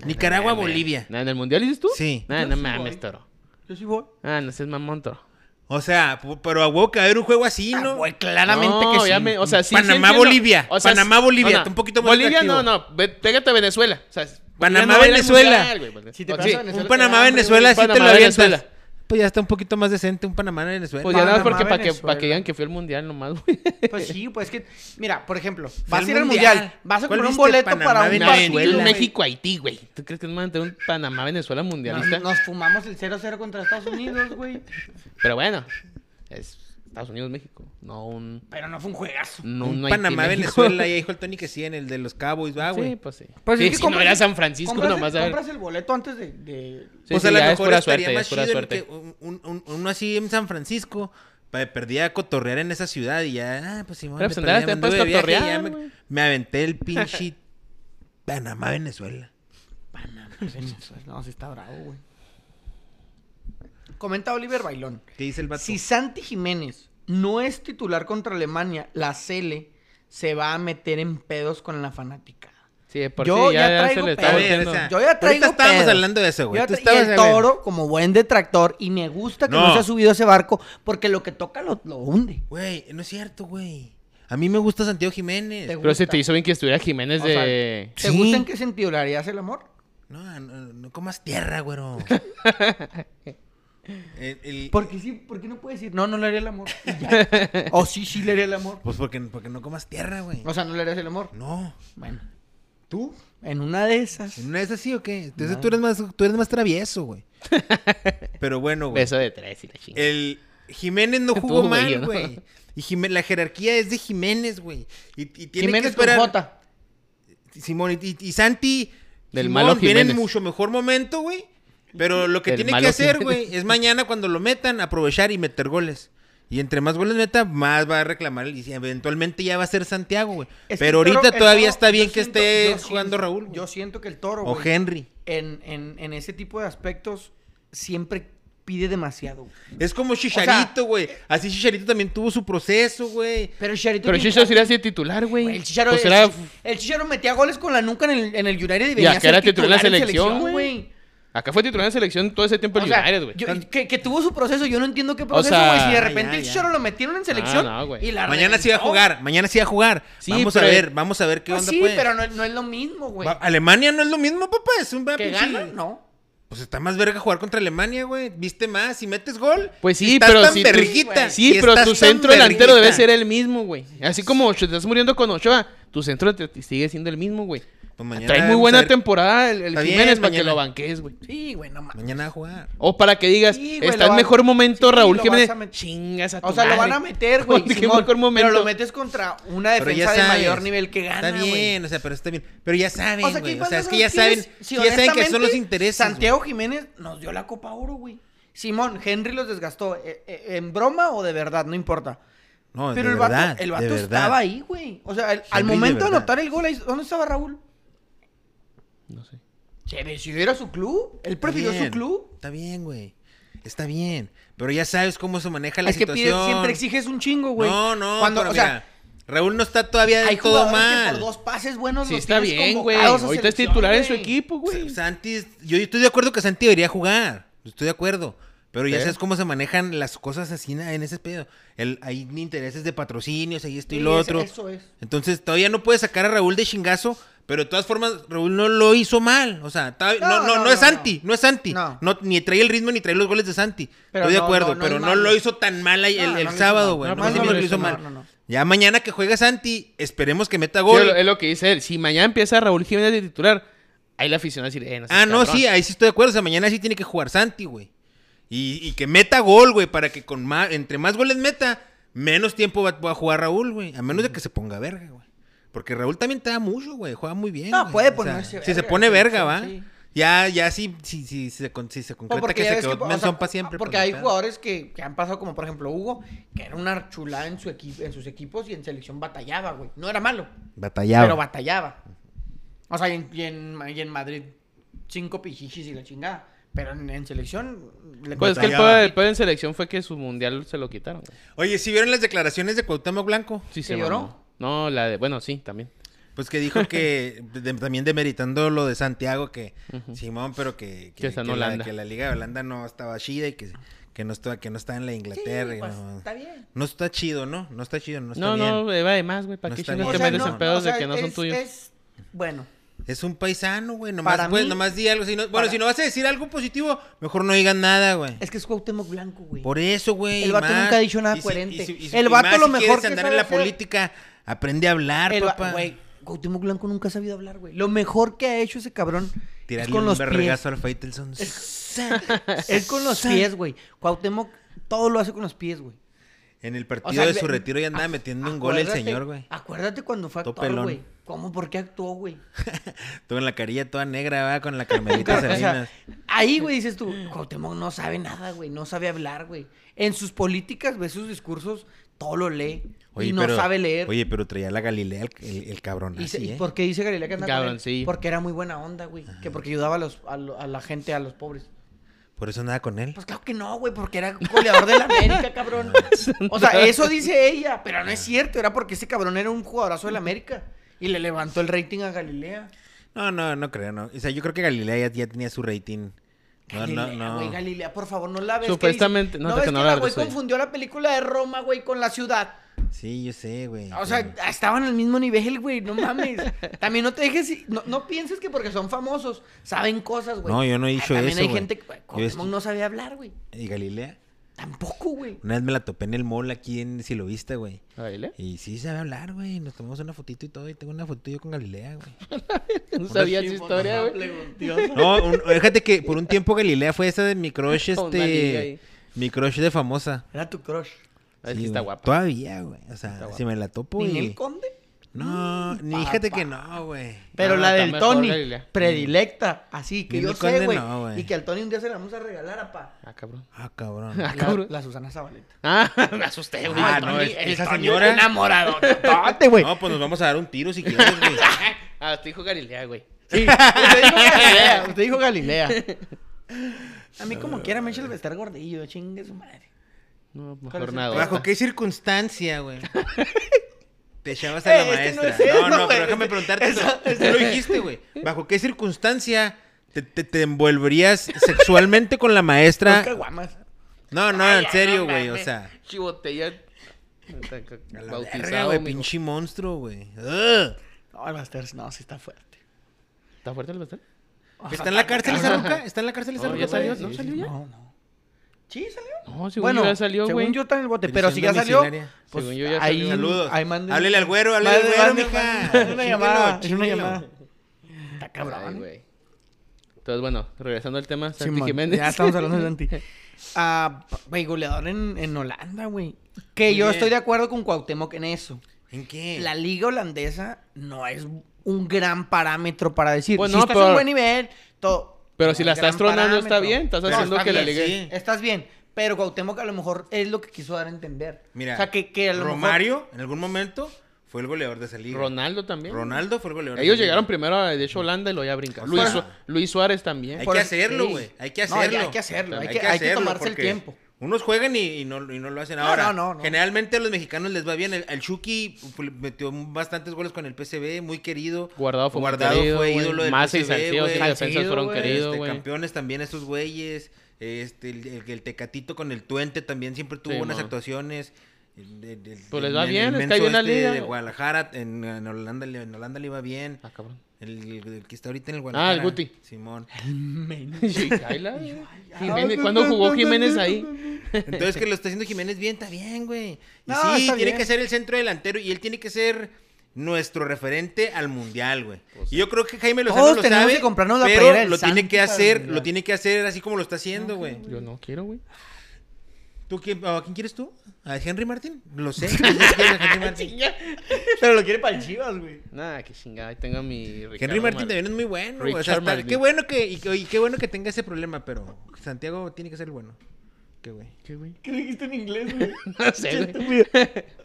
Speaker 1: Nicaragua Bolivia.
Speaker 2: Nah, ¿En el mundial dices tú?
Speaker 1: Sí.
Speaker 2: Nah,
Speaker 3: Yo
Speaker 2: no
Speaker 3: sí
Speaker 2: mames,
Speaker 3: voy.
Speaker 2: toro.
Speaker 3: Yo sí voy.
Speaker 2: Ah, no seas mamón, toro.
Speaker 1: O sea, pu- pero a huevo que va a haber un juego así, ¿no?
Speaker 2: No, ya me- o sea, sí, sí
Speaker 1: Panamá,
Speaker 2: entiendo.
Speaker 1: Bolivia. Panamá, Bolivia, está un poquito más
Speaker 2: Bolivia,
Speaker 1: atractivo.
Speaker 2: no, no. ve- Pégate a Venezuela. O sea,
Speaker 1: Panamá,
Speaker 2: Bolivia no va a ir al
Speaker 1: Venezuela.
Speaker 2: mundial, güey, porque-
Speaker 3: Si te
Speaker 2: o-
Speaker 3: vas a
Speaker 2: sí,
Speaker 3: Venezuela,
Speaker 1: Un Panamá-Venezuela
Speaker 3: Venezuela
Speaker 1: sí te lo
Speaker 2: Panamá-Venezuela.
Speaker 1: avientas. Pues ya está un poquito más decente un Panamá-Venezuela.
Speaker 2: Pues ya nada más
Speaker 3: Panamá,
Speaker 2: porque para que, para
Speaker 3: Venezuela.
Speaker 2: que digan que fui al mundial nomás, güey.
Speaker 3: Pues sí, pues es que, mira, por ejemplo,
Speaker 1: Fue
Speaker 3: vas
Speaker 1: al
Speaker 3: a ir al
Speaker 1: mundial.
Speaker 3: mundial, vas a
Speaker 1: ¿Cuál
Speaker 3: comprar un
Speaker 1: viste?
Speaker 3: boleto
Speaker 1: Panamá,
Speaker 3: para un
Speaker 1: Venezuela.
Speaker 3: partido.
Speaker 2: Nah,
Speaker 3: güey.
Speaker 2: México-Haití, güey. ¿Tú crees que nos van a tener un Panamá-Venezuela
Speaker 3: Nos,
Speaker 2: mundialista?
Speaker 3: nos fumamos el 0-0 contra Estados Unidos, güey.
Speaker 2: Pero bueno, es Estados Unidos-México. No un...
Speaker 3: Pero no fue un juegazo.
Speaker 2: No,
Speaker 1: Un
Speaker 2: un
Speaker 1: Panamá-Venezuela,
Speaker 2: Haití-México.
Speaker 1: ya dijo el Tony que sí, en el de los Cowboys, va, güey.
Speaker 2: Sí, pues sí.
Speaker 3: Pues
Speaker 2: Sí,
Speaker 3: es que
Speaker 2: si no
Speaker 3: compras-
Speaker 2: era San Francisco
Speaker 3: compras, el-
Speaker 2: nomás. a ver.
Speaker 3: compras el boleto antes de... de-
Speaker 2: Sí,
Speaker 1: pues
Speaker 2: sí,
Speaker 1: a lo
Speaker 2: ya es
Speaker 1: mejor
Speaker 2: pura
Speaker 1: estaría
Speaker 2: suerte,
Speaker 1: más
Speaker 2: es pura
Speaker 1: chido el
Speaker 2: suerte.
Speaker 1: que un- un- un- uno así en San Francisco pa- perdía a cotorrear en esa ciudad y ya, ah, pues sí, me
Speaker 2: Pero pues
Speaker 1: perdí,
Speaker 2: andaste,
Speaker 1: me anduve
Speaker 2: puedes
Speaker 1: de viaje y
Speaker 2: cotorrear,
Speaker 1: ya me,
Speaker 2: güey.
Speaker 1: me aventé el pinche Panamá, Venezuela.
Speaker 3: Panamá, Venezuela. No, sí está bravo, güey. Comenta Oliver Bailón.
Speaker 1: ¿Qué dice el vato?
Speaker 3: Si Santi Jiménez no es titular contra Alemania, la Cele se va a meter en pedos con la fanática.
Speaker 2: Sí, de por
Speaker 3: Yo
Speaker 2: sí,
Speaker 3: ya
Speaker 2: ya, ya se
Speaker 3: traigo
Speaker 2: le
Speaker 1: A
Speaker 2: está
Speaker 1: ver,
Speaker 2: volteando.
Speaker 1: o sea,
Speaker 3: Yo ya traigo
Speaker 1: Ahorita estábamos
Speaker 3: pedos.
Speaker 1: hablando de eso, güey.
Speaker 3: Yo
Speaker 1: Tú
Speaker 3: tra- y
Speaker 1: estabas-
Speaker 3: el
Speaker 1: a ver.
Speaker 3: toro, como buen detractor, y me gusta que no,
Speaker 1: No.
Speaker 3: se ha subido a ese barco porque lo que toca lo, lo hunde.
Speaker 1: Güey, no es cierto, güey. A mí me gusta Santiago Jiménez.
Speaker 3: Te gu-
Speaker 2: Pero se
Speaker 3: gusta.
Speaker 2: te hizo bien que estuviera Jiménez
Speaker 3: O
Speaker 2: de.
Speaker 3: sea, ¿Te
Speaker 1: Sí.
Speaker 3: gusta en qué sentido le harías el amor?
Speaker 1: No, no, no comas tierra, güero. El- el-
Speaker 3: ¿Por qué, sí, ¿Por qué no puedes decir, no, no le haría el amor? y ya? o sí, sí le haría el amor.
Speaker 1: Pues porque, porque no comas tierra, güey.
Speaker 3: O sea, no le harías el amor.
Speaker 1: No.
Speaker 3: Bueno,
Speaker 1: ¿Tú?
Speaker 3: en una de esas.
Speaker 1: ¿No es así o qué? Entonces tú, eres más, tú eres más travieso, güey. Pero bueno, güey.
Speaker 2: Beso de tres y la chingada.
Speaker 1: El Jiménez no
Speaker 2: Tú,
Speaker 1: jugó
Speaker 2: güey,
Speaker 1: mal,
Speaker 2: ¿no?
Speaker 1: güey. Y Jimé- la jerarquía es de Jiménez, güey. Y, y tiene que
Speaker 3: Jiménez con
Speaker 1: esperar.
Speaker 3: J.
Speaker 1: Simón y, y- y Santi.
Speaker 2: Del
Speaker 1: Simón,
Speaker 2: malo
Speaker 1: Viene en
Speaker 2: Jiménez.
Speaker 1: mucho mejor momento, güey. Pero lo que
Speaker 2: Del
Speaker 1: tiene que
Speaker 2: malo
Speaker 1: hacer,
Speaker 2: Jiménez.
Speaker 1: güey, es mañana cuando lo metan, aprovechar y meter goles. Y entre más goles meta, más va a reclamar. Y si eventualmente ya va a ser Santiago, güey.
Speaker 3: Es que
Speaker 1: Pero
Speaker 3: el
Speaker 1: ahorita
Speaker 3: Toro- el
Speaker 1: todavía
Speaker 3: Toro-
Speaker 1: está bien
Speaker 3: yo
Speaker 1: que
Speaker 3: siento-
Speaker 1: esté
Speaker 3: yo siento-
Speaker 1: jugando Raúl, güey.
Speaker 3: Yo siento que el toro,
Speaker 1: O
Speaker 3: güey,
Speaker 1: Henry.
Speaker 3: en, en, en ese tipo de aspectos, siempre pide demasiado. güey.
Speaker 1: Es como Chicharito, güey. Así Chicharito también tuvo su proceso, güey.
Speaker 3: Pero Chicharito...
Speaker 2: Pero
Speaker 3: tiene-
Speaker 2: Chicho sería así de titular, güey.
Speaker 3: Güey, El Chicharo,
Speaker 2: Pues
Speaker 3: el
Speaker 2: era-
Speaker 3: Chi- el Chicharo metía goles con la nuca en el, en el United y
Speaker 2: Y
Speaker 3: venía a
Speaker 2: acá
Speaker 3: ser
Speaker 2: era titular en la
Speaker 3: en
Speaker 2: selección, güey. Acá fue titular en la selección todo ese tiempo
Speaker 3: O
Speaker 2: el
Speaker 3: sea,
Speaker 2: United, güey.
Speaker 3: yo- que, que tuvo su proceso, yo no entiendo qué proceso,
Speaker 2: sea,
Speaker 3: güey. si de
Speaker 1: ya,
Speaker 3: repente el
Speaker 1: ya.
Speaker 3: Chicharo lo metieron en selección
Speaker 2: no, güey.
Speaker 3: y la
Speaker 1: Mañana sí va a
Speaker 3: reventó.
Speaker 1: jugar, mañana sí va a jugar.
Speaker 2: Sí,
Speaker 1: vamos a
Speaker 2: pero-
Speaker 1: ver, vamos a ver qué
Speaker 3: Pues
Speaker 1: onda
Speaker 3: sí,
Speaker 1: pues.
Speaker 3: pero no, no es lo mismo, güey.
Speaker 1: Va- ah, Alemania no es lo mismo, papá, es un
Speaker 3: Que
Speaker 1: pinche-
Speaker 3: ganan, no.
Speaker 1: Pues está más verga jugar contra Alemania, güey. Viste más, si metes gol.
Speaker 2: Pues sí,
Speaker 1: si estás
Speaker 2: pero
Speaker 1: tan
Speaker 2: si tú-
Speaker 1: verguita,
Speaker 2: Sí,
Speaker 1: si
Speaker 2: pero
Speaker 1: estás
Speaker 2: tu
Speaker 1: tan
Speaker 2: centro delantero debe
Speaker 1: verguita.
Speaker 2: ser el mismo, güey. Así como Ochoa- te estás muriendo con Ochoa, tu centro te, te sigue siendo el mismo, güey.
Speaker 1: Pues mañana
Speaker 2: Trae muy
Speaker 1: vamos a
Speaker 2: buena
Speaker 1: ver-
Speaker 2: temporada el, el
Speaker 1: Está bien,
Speaker 2: Jiménez para que
Speaker 1: mañana.
Speaker 2: lo banques, güey.
Speaker 3: Sí, güey, no mames.
Speaker 1: Mañana va a jugar.
Speaker 2: O para que digas,
Speaker 3: Sí, güey,
Speaker 2: está
Speaker 3: lo
Speaker 2: en
Speaker 3: van-
Speaker 2: mejor momento
Speaker 3: sí,
Speaker 2: Raúl
Speaker 3: lo
Speaker 2: Jiménez.
Speaker 3: vas a met-
Speaker 2: Chingas a tu
Speaker 3: O sea, lo van a
Speaker 2: madre.
Speaker 3: meter, güey.
Speaker 2: Ah, ¿Qué
Speaker 3: Simón,
Speaker 2: mejor momento?
Speaker 3: Pero lo metes contra una
Speaker 1: Pero ya
Speaker 3: defensa de
Speaker 1: sabes,
Speaker 3: mayor nivel que gana,
Speaker 1: Está
Speaker 3: güey.
Speaker 1: bien, o sea, pero está bien. Pero ya saben,
Speaker 3: O sea,
Speaker 1: güey.
Speaker 3: ¿qué
Speaker 1: O sea,
Speaker 3: pasa
Speaker 1: es
Speaker 3: con
Speaker 1: que ya
Speaker 3: los
Speaker 1: saben,
Speaker 3: Tigres? Si
Speaker 1: ya saben que son los
Speaker 3: honestamente,
Speaker 1: intereses. güey.
Speaker 3: Santiago Jiménez nos dio la Copa Oro, güey. Simón, Henry los desgastó. eh, eh, ¿En broma o de verdad? No importa.
Speaker 1: No, de
Speaker 3: Pero el vato,
Speaker 1: verdad,
Speaker 3: el
Speaker 1: de
Speaker 3: vato
Speaker 1: verdad.
Speaker 3: estaba ahí, güey. O sea, el- al
Speaker 1: Henry, de
Speaker 3: momento de
Speaker 1: verdad.
Speaker 3: anotar el gol, ahí- ¿dónde estaba Raúl?
Speaker 2: No sé.
Speaker 3: Se decidió ir a su club. Él
Speaker 1: Está
Speaker 3: prefirió su
Speaker 1: bien,
Speaker 3: club.
Speaker 1: Está bien, güey. Está bien. Pero ya sabes cómo se maneja la
Speaker 3: es que
Speaker 1: situación.
Speaker 3: pide- siempre exiges un chingo, güey.
Speaker 1: No, no,
Speaker 3: Cuando,
Speaker 1: pero
Speaker 3: o sea,
Speaker 1: mira, Raúl no está todavía del
Speaker 3: hay
Speaker 1: todo
Speaker 3: jugadores que
Speaker 1: mal.
Speaker 3: por dos pases buenos
Speaker 2: Sí,
Speaker 3: los
Speaker 2: está
Speaker 3: tienes
Speaker 2: bien, güey.
Speaker 3: convocados a
Speaker 2: Ahorita es
Speaker 3: selección,
Speaker 2: titular en su
Speaker 3: güey.
Speaker 2: equipo, güey.
Speaker 1: Sa- Santi, yo estoy de acuerdo que Santi debería jugar. Estoy de acuerdo. Pero ya
Speaker 2: Sí.
Speaker 1: sabes cómo se manejan las cosas así na- en ese pedo. El, hay intereses de patrocinios, ahí esto y
Speaker 3: Sí,
Speaker 1: lo
Speaker 3: es-
Speaker 1: otro.
Speaker 3: eso es.
Speaker 1: Entonces todavía no puede sacar a Raúl de chingazo, pero de todas formas Raúl no lo hizo mal. O sea, ta- no,
Speaker 3: No,
Speaker 1: no, no,
Speaker 3: no,
Speaker 1: es
Speaker 3: no,
Speaker 1: Santi, no, es Santi.
Speaker 3: No.
Speaker 1: No. ni trae el ritmo ni trae los goles de Santi.
Speaker 3: Pero
Speaker 1: estoy de
Speaker 3: no,
Speaker 1: acuerdo,
Speaker 3: no, no
Speaker 1: pero
Speaker 3: es
Speaker 1: no
Speaker 3: malo.
Speaker 1: lo hizo tan mal ahí
Speaker 3: No,
Speaker 1: el,
Speaker 3: no
Speaker 1: el
Speaker 3: lo hizo
Speaker 1: sábado,
Speaker 3: mal.
Speaker 1: güey.
Speaker 2: No,
Speaker 1: No,
Speaker 2: pues
Speaker 1: sé
Speaker 2: no
Speaker 1: si
Speaker 2: lo
Speaker 1: lo
Speaker 2: hizo
Speaker 1: hizo
Speaker 2: mal,
Speaker 1: mal.
Speaker 3: no, no.
Speaker 1: Ya mañana que juegue Santi, esperemos que meta
Speaker 2: Sí,
Speaker 1: gol.
Speaker 2: lo- es lo que dice él. Si mañana empieza Raúl Jiménez de titular, ahí la afición va a decir, eh, no seas
Speaker 1: Ah, no,
Speaker 2: cabrón.
Speaker 1: sí, ahí sí estoy de acuerdo. O sea, mañana sí tiene que jugar Santi, güey. Y, y que meta gol, güey, para que con más, entre más goles meta, menos tiempo va, va a jugar Raúl, güey. A menos de que se ponga verga, güey. Porque Raúl también te da mucho, güey. Juega muy bien.
Speaker 3: No,
Speaker 1: güey.
Speaker 3: puede
Speaker 1: O sea,
Speaker 3: ponerse
Speaker 1: Si se
Speaker 3: verga,
Speaker 1: pone
Speaker 3: sí,
Speaker 1: verga,
Speaker 3: sí,
Speaker 1: va.
Speaker 3: sí.
Speaker 1: Ya, ya sí, sí, sí, se, con- sí se
Speaker 3: O
Speaker 1: concreta
Speaker 3: porque
Speaker 1: que
Speaker 3: ya
Speaker 1: se
Speaker 3: ves
Speaker 1: quedó
Speaker 3: que, o sea,
Speaker 1: mensón para siempre.
Speaker 3: Porque
Speaker 1: pues,
Speaker 3: hay
Speaker 1: no pedo.
Speaker 3: jugadores que, que han pasado, como por ejemplo Hugo, que era una chulada en, su equi- en sus equipos y en selección batallaba, güey. No era malo,
Speaker 1: Batallado.
Speaker 3: pero batallaba. O sea, y en, y en, y en Madrid, cinco pichichis y la chingada. Pero en, en selección... le
Speaker 2: Pues es que el
Speaker 1: Batallaba.
Speaker 2: pedo, el pedo en selección fue que su mundial se lo quitaron. güey.
Speaker 1: Oye, ¿sí vieron las declaraciones de Cuauhtémoc Blanco?
Speaker 2: Sí,
Speaker 3: ¿Que lloró?
Speaker 2: mamó. No, la de. Bueno, sí, también.
Speaker 1: Pues que dijo que de- también demeritando lo de Santiago, que Simón, pero que,
Speaker 2: Que está en
Speaker 1: la-
Speaker 2: Holanda.
Speaker 1: que la Liga de Holanda no estaba chida y que, que no estaba, que no está en la
Speaker 3: Sí,
Speaker 1: Inglaterra. y
Speaker 3: pues,
Speaker 1: no,
Speaker 3: está bien.
Speaker 1: no está chido, ¿no? No está chido, no está
Speaker 2: No,
Speaker 1: bien.
Speaker 2: no, eh, va de más, güey. ¿Para
Speaker 1: No
Speaker 2: qué
Speaker 1: está
Speaker 2: chingados
Speaker 1: bien.
Speaker 2: te
Speaker 1: O sea,
Speaker 2: metes en
Speaker 1: no,
Speaker 2: pedos
Speaker 3: o sea,
Speaker 2: de que no son
Speaker 3: es-
Speaker 2: tuyos?
Speaker 3: es- bueno,
Speaker 1: Es un paisano, güey. Nomás,
Speaker 3: Para
Speaker 1: pues,
Speaker 3: mí-
Speaker 1: nomás di algo. Si no- bueno,
Speaker 3: para-
Speaker 1: si no vas a decir algo positivo, mejor no digas nada, güey.
Speaker 3: es que es Cuauhtémoc Blanco, güey.
Speaker 1: Por eso, güey.
Speaker 3: El vato
Speaker 1: más.
Speaker 3: nunca ha dicho nada
Speaker 1: Y si-
Speaker 3: coherente.
Speaker 1: y si- y si-
Speaker 3: El
Speaker 1: y
Speaker 3: vato
Speaker 1: más
Speaker 3: lo
Speaker 1: si
Speaker 3: mejor
Speaker 1: quieres
Speaker 3: que
Speaker 1: andar
Speaker 3: sabe
Speaker 1: en la
Speaker 3: hacer-
Speaker 1: política, aprende a hablar,
Speaker 3: El va-
Speaker 1: papá.
Speaker 3: Güey, Cuauhtémoc Blanco nunca ha sabido hablar, güey. Lo mejor que ha hecho ese cabrón es
Speaker 1: Tirarle
Speaker 3: con
Speaker 1: un
Speaker 3: los pies.
Speaker 1: verregazo al Faitelson.
Speaker 3: Es con los pies, güey. Cuauhtémoc todo lo hace con los pies, güey.
Speaker 1: En el partido
Speaker 3: O sea,
Speaker 1: de
Speaker 3: ve-
Speaker 1: su retiro ya andaba
Speaker 3: ac-
Speaker 1: metiendo un gol el
Speaker 3: acuérdate-
Speaker 1: señor, güey.
Speaker 3: Acuérdate cuando fue
Speaker 1: Todo
Speaker 3: actor,
Speaker 1: pelón.
Speaker 3: güey. ¿Cómo? ¿Por qué actuó, güey?
Speaker 1: Tuvo en la carilla toda negra, va, con la Carmelita
Speaker 3: O sea,
Speaker 1: Salinas.
Speaker 3: ahí, güey, dices tú, Cuauhtémoc no sabe nada, güey. No sabe hablar, güey. En sus políticas, ve sus discursos, todo lo lee. y no sabe leer.
Speaker 1: Oye, pero traía la Galilea el, el- el cabrón
Speaker 3: y, se-
Speaker 1: así,
Speaker 3: y
Speaker 1: ¿eh?
Speaker 3: por qué dice Galilea que andaba
Speaker 2: Cabrón,
Speaker 3: con él?
Speaker 2: sí.
Speaker 3: Porque era muy buena onda, güey. Que porque ayudaba a, los, a, lo- a la gente, a los pobres.
Speaker 1: Por eso andaba con él.
Speaker 3: Pues claro que no, güey, porque era goleador de la América, cabrón. O sea, eso dice ella, pero no es cierto, era porque ese cabrón era un jugadorazo de la América y le levantó el rating a Galilea.
Speaker 1: No, no, no creo, no. O sea, yo creo que Galilea ya, ya tenía su rating. No,
Speaker 3: Galilea,
Speaker 1: no, no.
Speaker 3: güey, Galilea, por favor, no la ves.
Speaker 2: Supuestamente-
Speaker 3: que dice-
Speaker 2: no,
Speaker 3: no,
Speaker 2: de
Speaker 3: ves
Speaker 2: que
Speaker 3: que
Speaker 2: no
Speaker 3: la
Speaker 2: hablar de
Speaker 3: güey
Speaker 2: eso, güey.
Speaker 3: confundió la película de Roma, güey, con la ciudad.
Speaker 1: Sí, yo sé, güey.
Speaker 3: O sea,
Speaker 1: pero-
Speaker 3: estaban al mismo nivel, güey, no mames. También no te dejes, no, no pienses que porque son famosos saben cosas, güey.
Speaker 1: No, yo no he dicho
Speaker 3: También
Speaker 1: eso,
Speaker 3: hay
Speaker 1: güey.
Speaker 3: gente que
Speaker 1: Yo
Speaker 3: Cuauhtémoc
Speaker 1: estoy-
Speaker 3: no sabe hablar, güey.
Speaker 1: ¿Y Galilea?
Speaker 3: Tampoco, güey.
Speaker 1: Una vez me la topé en el mall aquí en Silovista, güey.
Speaker 2: Ahí le.
Speaker 1: Y sí sabe hablar, güey. Nos tomamos una fotito y todo. Y tengo una fotito yo con Galilea, güey.
Speaker 2: No sabía su historia, güey.
Speaker 3: güey.
Speaker 1: No, un- fíjate que por un tiempo Galilea fue esa de mi crush,
Speaker 2: Con una liga ahí.
Speaker 1: este... Mi crush de famosa.
Speaker 3: Era tu crush.
Speaker 2: Ah, Es
Speaker 1: Sí,
Speaker 2: que está
Speaker 1: güey.
Speaker 2: guapa.
Speaker 1: Todavía, güey. O
Speaker 2: Está
Speaker 1: sea,
Speaker 2: guapa.
Speaker 1: si me la topo
Speaker 3: ¿Ni
Speaker 1: y...
Speaker 3: el Mm, conde?
Speaker 1: No, ni
Speaker 3: papá.
Speaker 1: fíjate que no, güey.
Speaker 3: Pero
Speaker 2: No,
Speaker 3: la
Speaker 2: Ah, está
Speaker 3: del
Speaker 2: mejor
Speaker 3: Tony,
Speaker 2: Galilea.
Speaker 3: predilecta, así que
Speaker 1: Ni
Speaker 3: yo
Speaker 1: el
Speaker 3: sé,
Speaker 1: conde
Speaker 3: güey.
Speaker 1: no, güey.
Speaker 3: y que al Tony un día se la vamos a regalar, apá.
Speaker 2: Ah, cabrón.
Speaker 1: Ah, cabrón.
Speaker 2: Ah,
Speaker 3: La,
Speaker 2: cabrón.
Speaker 3: la Susana Zabaleta.
Speaker 2: Ah, me asusté, güey.
Speaker 1: Ah,
Speaker 2: El
Speaker 1: no,
Speaker 2: Tony-
Speaker 1: es-
Speaker 2: el
Speaker 1: esa
Speaker 2: Tony
Speaker 1: señora.
Speaker 2: está enamorado.
Speaker 3: ¡Tate, güey!
Speaker 1: No, pues nos vamos a dar un tiro si quieres, güey.
Speaker 2: Ah, te dijo Galilea, güey.
Speaker 3: Sí, usted dijo Galilea, usted dijo Galilea. A mí como quiera me echa el estar gordillo, chingue su madre.
Speaker 2: No,
Speaker 3: ¿Cuál es
Speaker 2: mejor
Speaker 3: el-
Speaker 2: nada.
Speaker 1: ¿Bajo
Speaker 2: otra.
Speaker 1: qué circunstancia, güey? Te echabas a la
Speaker 3: Eh, este no
Speaker 1: maestra.
Speaker 3: es eso,
Speaker 1: no, no,
Speaker 3: güey.
Speaker 1: pero déjame preguntarte.
Speaker 3: Eso-
Speaker 1: tú-
Speaker 3: eso-
Speaker 1: tú lo dijiste, güey. ¿Bajo qué circunstancia te, te- te envolverías sexualmente con la
Speaker 3: Dos
Speaker 1: maestra?
Speaker 3: caguamas.
Speaker 1: No, no,
Speaker 2: Ay,
Speaker 1: en
Speaker 2: ay,
Speaker 1: serio,
Speaker 2: no
Speaker 1: güey. O
Speaker 2: mames.
Speaker 1: sea,
Speaker 2: Chibotella.
Speaker 1: a la verga,
Speaker 2: Bautizado,
Speaker 1: güey.
Speaker 2: mijo.
Speaker 1: Pinche monstruo, güey. Ugh.
Speaker 3: No, el Basters no, sí está fuerte.
Speaker 2: ¿Está fuerte el pastel?
Speaker 1: ¿Está en la cárcel esa ruca? ¿Está en la cárcel esa
Speaker 2: No,
Speaker 1: ruca?
Speaker 2: ya salió,
Speaker 1: ¿Salió?
Speaker 2: ¿no salió ya?
Speaker 3: No, no. Sí, salió.
Speaker 2: No, según yo ya salió,
Speaker 3: según
Speaker 2: güey.
Speaker 3: yo está en el bote,
Speaker 1: Prisión
Speaker 3: pero si ya salió,
Speaker 1: domiciliaria.
Speaker 3: pues
Speaker 2: Según yo ya
Speaker 3: ahí,
Speaker 2: salió.
Speaker 1: Saludos.
Speaker 3: ahí manden-
Speaker 1: Háblele al güero, háblele
Speaker 3: Manden-
Speaker 1: al güero,
Speaker 3: manden-
Speaker 1: mija.
Speaker 3: manden una
Speaker 1: Chíngalo,
Speaker 3: llamada, es
Speaker 1: chíngalo.
Speaker 3: una llamada. Está cabrón.
Speaker 2: Ay,
Speaker 3: ¿eh?
Speaker 2: güey. Entonces, bueno, regresando al tema, Santi
Speaker 3: Simón,
Speaker 2: Jiménez.
Speaker 3: Ya estamos hablando de Santi. Ah, güey, goleador en, en Holanda, güey. Que
Speaker 1: Muy
Speaker 3: yo
Speaker 1: bien.
Speaker 3: estoy de acuerdo con Cuauhtémoc en eso.
Speaker 1: ¿En qué?
Speaker 3: La liga holandesa no es un gran parámetro para decir,
Speaker 2: Pues
Speaker 3: si
Speaker 2: no,
Speaker 3: estás
Speaker 2: pero-
Speaker 3: en buen nivel, todo.
Speaker 2: Pero
Speaker 3: no
Speaker 2: si
Speaker 3: es
Speaker 2: la estás
Speaker 3: gran
Speaker 2: tronando, está
Speaker 3: parámetro.
Speaker 2: bien. Estás
Speaker 1: Pero
Speaker 2: haciendo
Speaker 1: está
Speaker 2: que la
Speaker 1: bien,
Speaker 2: liga.
Speaker 1: sí.
Speaker 3: Estás bien, pero Cuauhtémoc a lo mejor es lo que quiso dar a entender.
Speaker 1: Mira,
Speaker 3: o sea, que, que a lo mejor-
Speaker 1: Romario, en algún momento, fue el goleador de esa liga.
Speaker 2: Ronaldo también.
Speaker 1: Ronaldo fue el goleador. de
Speaker 2: Ellos
Speaker 1: esa liga.
Speaker 2: llegaron primero, a, de hecho, Holanda y lo ya brincar.
Speaker 1: O
Speaker 2: Luis,
Speaker 1: sea-
Speaker 2: Su- Luis Suárez también.
Speaker 1: Hay
Speaker 3: Por
Speaker 1: que
Speaker 3: el-
Speaker 1: hacerlo,
Speaker 3: sí.
Speaker 1: güey. Hay que
Speaker 3: No, hay-
Speaker 1: hacerlo.
Speaker 3: hay que hacerlo, hay que- hay que tomarse el
Speaker 1: porque
Speaker 3: tiempo.
Speaker 1: Unos juegan y, y no, y no lo hacen
Speaker 3: No,
Speaker 1: ahora.
Speaker 3: no, no, no.
Speaker 1: Generalmente a los mexicanos les va bien. El, el Chucky fue- metió bastantes goles con el PCB, muy querido.
Speaker 2: Guardado fue muy
Speaker 1: Guardado
Speaker 2: querido,
Speaker 1: fue
Speaker 2: güey.
Speaker 1: ídolo del
Speaker 2: Massa y
Speaker 1: PCB,
Speaker 2: Salcido, sí,
Speaker 1: güey.
Speaker 2: defensas
Speaker 1: Salcido,
Speaker 2: fueron
Speaker 1: güey.
Speaker 2: queridos,
Speaker 1: Este,
Speaker 2: güey.
Speaker 1: Campeones también esos güeyes. Este, el, el- el Tecatito con el Tuente también siempre tuvo
Speaker 2: Sí,
Speaker 1: buenas
Speaker 2: mo.
Speaker 1: actuaciones. El- el- el-
Speaker 2: Pues les
Speaker 1: el-
Speaker 2: va
Speaker 1: el
Speaker 2: bien, les cae
Speaker 1: inmenso
Speaker 2: bien la
Speaker 1: este
Speaker 2: liga.
Speaker 1: De Guadalajara, en, en Holanda, le- en Holanda le iba bien.
Speaker 2: Ah, cabrón.
Speaker 1: El, el- el que está ahorita en el Guadalajara.
Speaker 2: Guti.
Speaker 1: Simón.
Speaker 2: Chicaila, güey. Jiménez, ¿Cuándo jugó Jiménez ahí?
Speaker 1: Entonces que lo está haciendo Jiménez bien, está bien, güey. Y
Speaker 3: No,
Speaker 1: sí,
Speaker 3: está
Speaker 1: tiene
Speaker 3: bien.
Speaker 1: que ser el centro delantero y él tiene que ser nuestro referente al mundial, güey. y yo creo que Jaime Lozano
Speaker 3: Todos
Speaker 1: lo
Speaker 3: tenemos
Speaker 1: sabe,
Speaker 3: que comprarnos la
Speaker 1: pero
Speaker 3: playera del
Speaker 1: lo tiene
Speaker 3: Santi
Speaker 1: que
Speaker 3: para el
Speaker 1: hacer,
Speaker 3: Mundial.
Speaker 1: lo tiene que hacer así como lo está haciendo, güey.
Speaker 2: Yo no quiero, güey.
Speaker 1: ¿Tú quién, a quién quieres tú? ¿A Henry Martín? Lo sé. que no quieres a Henry Martín,
Speaker 3: Pero lo quiere para el Chivas, güey.
Speaker 2: Nada, que chingada. Ahí tengo a mi
Speaker 1: Henry Martín
Speaker 2: Ricardo Mar-
Speaker 1: también es muy bueno. güey. O sea,
Speaker 2: Richard
Speaker 1: está-
Speaker 2: Martín.
Speaker 1: qué bueno que y, y qué bueno que tenga ese problema, pero Santiago tiene que ser el bueno. Qué güey.
Speaker 2: ¿Qué, güey?
Speaker 3: ¿Qué dijiste en inglés, güey?
Speaker 2: No sé, güey.
Speaker 3: Estúpido.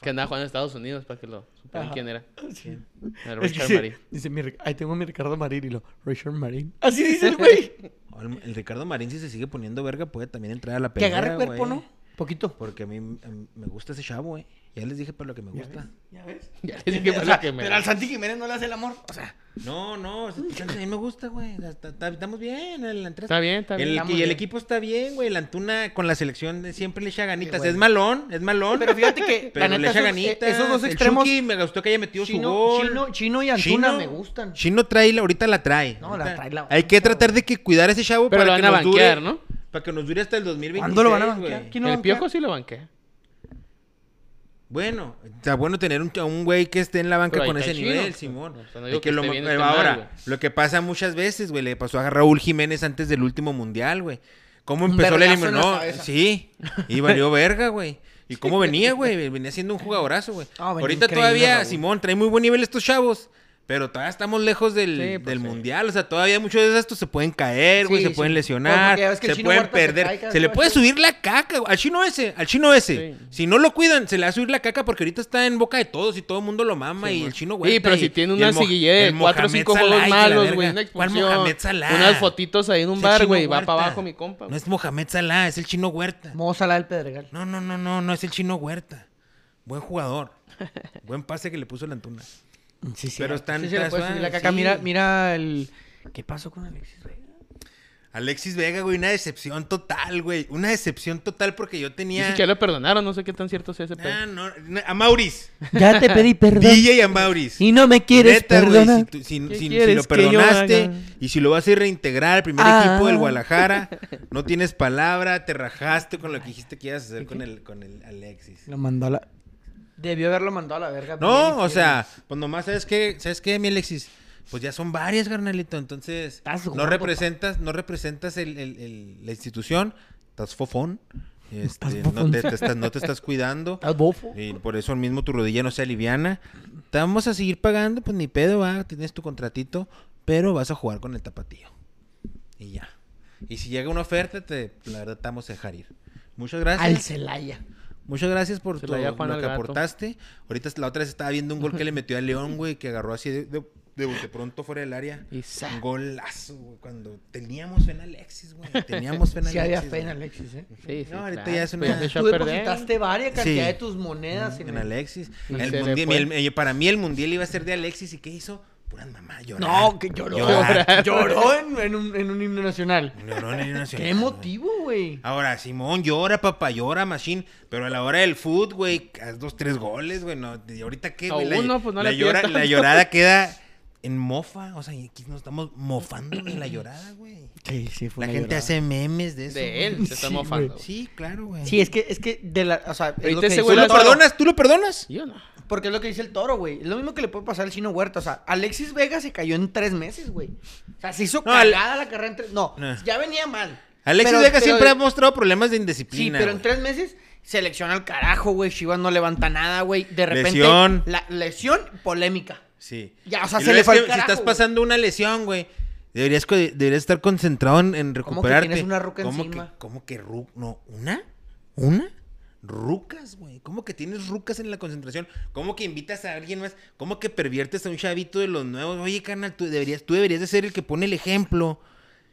Speaker 2: Que andaba jugando en Estados Unidos para que lo supieran
Speaker 3: Ajá.
Speaker 2: quién era.
Speaker 3: Sí.
Speaker 2: El
Speaker 3: Es que
Speaker 2: Richard
Speaker 3: sí,
Speaker 2: Marín.
Speaker 3: Dice, mi Ric- ahí tengo mi Ricardo Marín y lo, Richard Marín. Así dice el güey.
Speaker 1: El, el Ricardo Marín si se sigue poniendo verga puede también entrar a la
Speaker 3: que
Speaker 1: pelea,
Speaker 3: agarre cuerpo,
Speaker 1: güey.
Speaker 3: ¿no? Poquito.
Speaker 1: Porque a mí mm, me gusta ese chavo, eh. Ya les dije para lo que me gusta.
Speaker 3: ¿Ya ves?
Speaker 2: Ya les dije
Speaker 3: O
Speaker 2: para
Speaker 3: sea,
Speaker 2: que me.
Speaker 3: Pero al Santi Jiménez no le hace el amor. O sea,
Speaker 1: No, no, ese picante a mí me gusta, güey. O sea, está- está- Estamos bien. el- la entrada-
Speaker 2: Está bien, está bien.
Speaker 1: El,
Speaker 3: Estamos
Speaker 1: y el
Speaker 3: bien.
Speaker 1: equipo está bien, güey. La Antuna con la selección de- siempre le echa ganitas.
Speaker 3: bueno.
Speaker 1: Es malón, es malón.
Speaker 3: pero fíjate que
Speaker 1: pero le echa
Speaker 3: esos- eh,
Speaker 1: ganitas.
Speaker 3: esos dos
Speaker 1: El
Speaker 3: extremos,
Speaker 1: Chucky me gustó que haya metido su
Speaker 3: Chino,
Speaker 1: gol.
Speaker 3: Chino, Chino y Antuna
Speaker 1: Chino-
Speaker 3: me gustan.
Speaker 1: Chino trae, la- ahorita la trae.
Speaker 3: No, la
Speaker 1: Ahorita-
Speaker 3: trae la-
Speaker 1: Hay que tratar de que cuidar a ese chavo
Speaker 2: Pero lo
Speaker 1: para que
Speaker 2: van a
Speaker 1: nos dure.
Speaker 2: banquear, ¿no?
Speaker 1: Para que nos dure hasta el 2026.
Speaker 3: ¿Cuándo lo van a
Speaker 1: güey.
Speaker 3: banquear? ¿Quién lo
Speaker 2: El
Speaker 3: banquea?
Speaker 2: piojo sí lo banquea.
Speaker 1: Bueno, está bueno tener un, a un güey que esté en la banca
Speaker 2: Pero ahí
Speaker 1: con
Speaker 2: está
Speaker 1: ese
Speaker 2: el chino.
Speaker 1: nivel, Simón.
Speaker 2: O sea, no
Speaker 1: De
Speaker 2: digo
Speaker 1: que
Speaker 2: que
Speaker 1: lo
Speaker 2: esté
Speaker 1: ma- eh,
Speaker 2: bien, esté
Speaker 1: ahora,
Speaker 2: mal, güey.
Speaker 1: lo que pasa muchas veces, güey, le pasó a Raúl Jiménez antes del último mundial, güey. ¿Cómo
Speaker 3: Un
Speaker 1: empezó la
Speaker 3: vergazo en la
Speaker 1: eliminación?
Speaker 3: cabeza.
Speaker 1: sí, y valió verga, güey. ¿Y cómo venía, güey? Venía siendo un jugadorazo, güey.
Speaker 3: Ah, venía
Speaker 1: ahorita
Speaker 3: increíble,
Speaker 1: todavía,
Speaker 3: Raúl.
Speaker 1: Simón, trae muy buen nivel estos chavos. Pero todavía estamos lejos del,
Speaker 2: Sí, pues,
Speaker 1: del
Speaker 2: sí.
Speaker 1: mundial. O sea, todavía muchos de estos se pueden caer, güey,
Speaker 3: Sí,
Speaker 1: se
Speaker 3: sí.
Speaker 1: pueden
Speaker 3: Pues,
Speaker 1: lesionar,
Speaker 3: porque ya ves que el
Speaker 1: se
Speaker 3: chino
Speaker 1: pueden
Speaker 3: Huerta se
Speaker 1: perder.
Speaker 3: cae cada
Speaker 1: se le
Speaker 3: vez
Speaker 1: puede
Speaker 3: más.
Speaker 1: subir la caca, güey. Al chino ese, al chino ese.
Speaker 2: Sí.
Speaker 1: Si no lo cuidan, se le va a subir la caca porque ahorita está en boca de todos y todo el mundo lo mama y el chino güey.
Speaker 2: Sí, pero si tiene una siguilla de cuatro o cinco juegos malos, güey, una expulsión, unas fotitos ahí en un bar, güey, va para abajo mi compa.
Speaker 1: No
Speaker 2: güey.
Speaker 1: es Mohamed Salah, es el chino Huerta.
Speaker 3: Mozala del Pedregal.
Speaker 1: No, no, no, no, no es el chino Huerta. Buen jugador. Buen pase que le puso la Antuna.
Speaker 3: Sí, sí.
Speaker 1: Pero están-
Speaker 3: sí, se le puede
Speaker 1: están-
Speaker 3: subir la caca.
Speaker 1: sí.
Speaker 3: Mira, mira el... ¿Qué pasó con Alexis Vega?
Speaker 1: Alexis Vega, güey, una decepción total, güey. Una decepción total porque yo tenía.
Speaker 2: Dicen que ya lo perdonaron, no sé qué tan cierto sea ese
Speaker 1: Ah,
Speaker 2: pedo.
Speaker 1: no, no, a Mauris.
Speaker 3: Ya te pedí perdón.
Speaker 1: DJ a Mauris.
Speaker 3: Y no me quieres
Speaker 1: Neta, güey,
Speaker 3: perdonar.
Speaker 1: si tú- si,
Speaker 2: ¿Qué
Speaker 1: si- si
Speaker 2: quieres
Speaker 1: lo
Speaker 2: que yo
Speaker 1: perdonaste
Speaker 2: haga?
Speaker 1: y si lo vas a ir reintegrar al primer
Speaker 3: Ah.
Speaker 1: equipo del Guadalajara, no tienes palabra, te rajaste con lo que dijiste que ibas a hacer con el, con el Alexis.
Speaker 3: Lo mandó a la... Debió haberlo mandado a la verga.
Speaker 1: No, o sea, pues nomás, ¿sabes qué? ¿Sabes qué, mi Alexis? Pues ya son varias, carnalito, entonces
Speaker 3: Estás gordo,
Speaker 1: no representas, no representas el- el- el- la institución, estás fofón, este, no,
Speaker 3: fofón.
Speaker 1: te, te estás, no te estás cuidando.
Speaker 3: Estás bofo.
Speaker 1: Y por eso mismo tu rodilla no sea liviana. Te vamos a seguir pagando, pues ni pedo, va, tienes tu contratito, pero vas a jugar con el tapatío. Y ya. Y si llega una oferta, te, la verdad te vamos a dejar ir. Muchas gracias.
Speaker 3: Al Celaya.
Speaker 1: Muchas gracias por
Speaker 2: Se
Speaker 1: tu-
Speaker 2: la lleva Juan
Speaker 1: lo
Speaker 2: al
Speaker 1: que
Speaker 2: gato.
Speaker 1: aportaste. Ahorita la otra vez estaba viendo un gol que le metió a León, güey, que agarró así de, de, de bote pronto fuera del área.
Speaker 2: Y sa-
Speaker 1: Un golazo, güey. Cuando teníamos fe en Alexis, güey. Teníamos fe en Alexis.
Speaker 3: Sí había fe
Speaker 1: güey.
Speaker 3: en Alexis, ¿eh?
Speaker 2: Sí, sí,
Speaker 1: No, ahorita
Speaker 2: claro,
Speaker 1: ya es
Speaker 2: pues
Speaker 1: una-
Speaker 2: se echó
Speaker 3: Tú
Speaker 2: a perder.
Speaker 3: depositaste varias cantidad
Speaker 1: Sí. Mm,
Speaker 3: de tus monedas en,
Speaker 1: en
Speaker 3: el...
Speaker 1: Alexis.
Speaker 2: Y
Speaker 1: El
Speaker 2: se le
Speaker 1: mundial-
Speaker 2: fue.
Speaker 1: el- el- eh, para mí el mundial iba a ser de Alexis. ¿Y qué hizo? Pura mamá llorar.
Speaker 3: No, que lloró.
Speaker 1: Llorar.
Speaker 3: Lloró en, en un, en un himno nacional.
Speaker 1: Lloró en el himno nacional,
Speaker 3: Qué motivo, güey.
Speaker 1: güey. Ahora, Simón llora, papá, llora, Machine. Pero a la hora del foot, güey, haz dos, tres goles, güey. No, y ahorita qué,
Speaker 2: A
Speaker 1: güey. La-
Speaker 2: uno, pues, no
Speaker 1: la,
Speaker 2: le
Speaker 1: llora-
Speaker 2: pidas
Speaker 1: la
Speaker 2: tanto.
Speaker 1: llorada queda en mofa. O sea, y aquí nos estamos mofando de la llorada, güey.
Speaker 3: Sí, sí,
Speaker 1: La gente hace memes de eso.
Speaker 2: De él,
Speaker 1: güey.
Speaker 2: se está
Speaker 3: Sí,
Speaker 2: mofando. güey.
Speaker 1: Sí, claro, güey.
Speaker 3: Sí, es que, es que de la. O sea, es
Speaker 2: Ahorita
Speaker 3: lo que
Speaker 2: ese
Speaker 3: dice
Speaker 2: güey
Speaker 1: ¿Tú
Speaker 3: el
Speaker 1: lo
Speaker 2: la-
Speaker 3: toro.
Speaker 1: perdonas? ¿Tú lo perdonas?
Speaker 2: Yo no.
Speaker 3: Porque es lo que dice el toro, güey. Es lo mismo que le puede pasar al chino Huerta. O sea, Alexis Vega se cayó en tres meses, güey. O sea, se hizo
Speaker 1: No, al-
Speaker 3: cagada la carrera en tres. No,
Speaker 1: No.
Speaker 3: ya venía mal.
Speaker 1: Alexis
Speaker 3: Pero-
Speaker 1: Vega
Speaker 3: pero-
Speaker 1: siempre ha mostrado problemas de
Speaker 3: Sí,
Speaker 1: indisciplina.
Speaker 3: pero en
Speaker 1: güey.
Speaker 3: tres meses selecciona al carajo, güey. Chivas no levanta nada, güey. De repente.
Speaker 1: Lesión.
Speaker 3: La lesión polémica.
Speaker 1: Sí.
Speaker 3: Ya, o sea,
Speaker 1: Y luego
Speaker 3: se le
Speaker 1: es
Speaker 3: fue al
Speaker 1: que Si
Speaker 3: carajo,
Speaker 1: estás
Speaker 3: güey.
Speaker 1: pasando una lesión, güey, deberías, co- deberías estar concentrado en, en
Speaker 3: que
Speaker 1: recuperarte.
Speaker 3: tienes una ruca
Speaker 1: ¿Cómo
Speaker 3: encima?
Speaker 1: Que, ¿Cómo que ru- No, ¿una? ¿Una? Rucas, güey. ¿Cómo que tienes rucas en la concentración? ¿Cómo que invitas a alguien más? ¿Cómo que perviertes a un chavito de los nuevos? Oye, carnal, tú deberías, tú deberías de ser el que pone el ejemplo.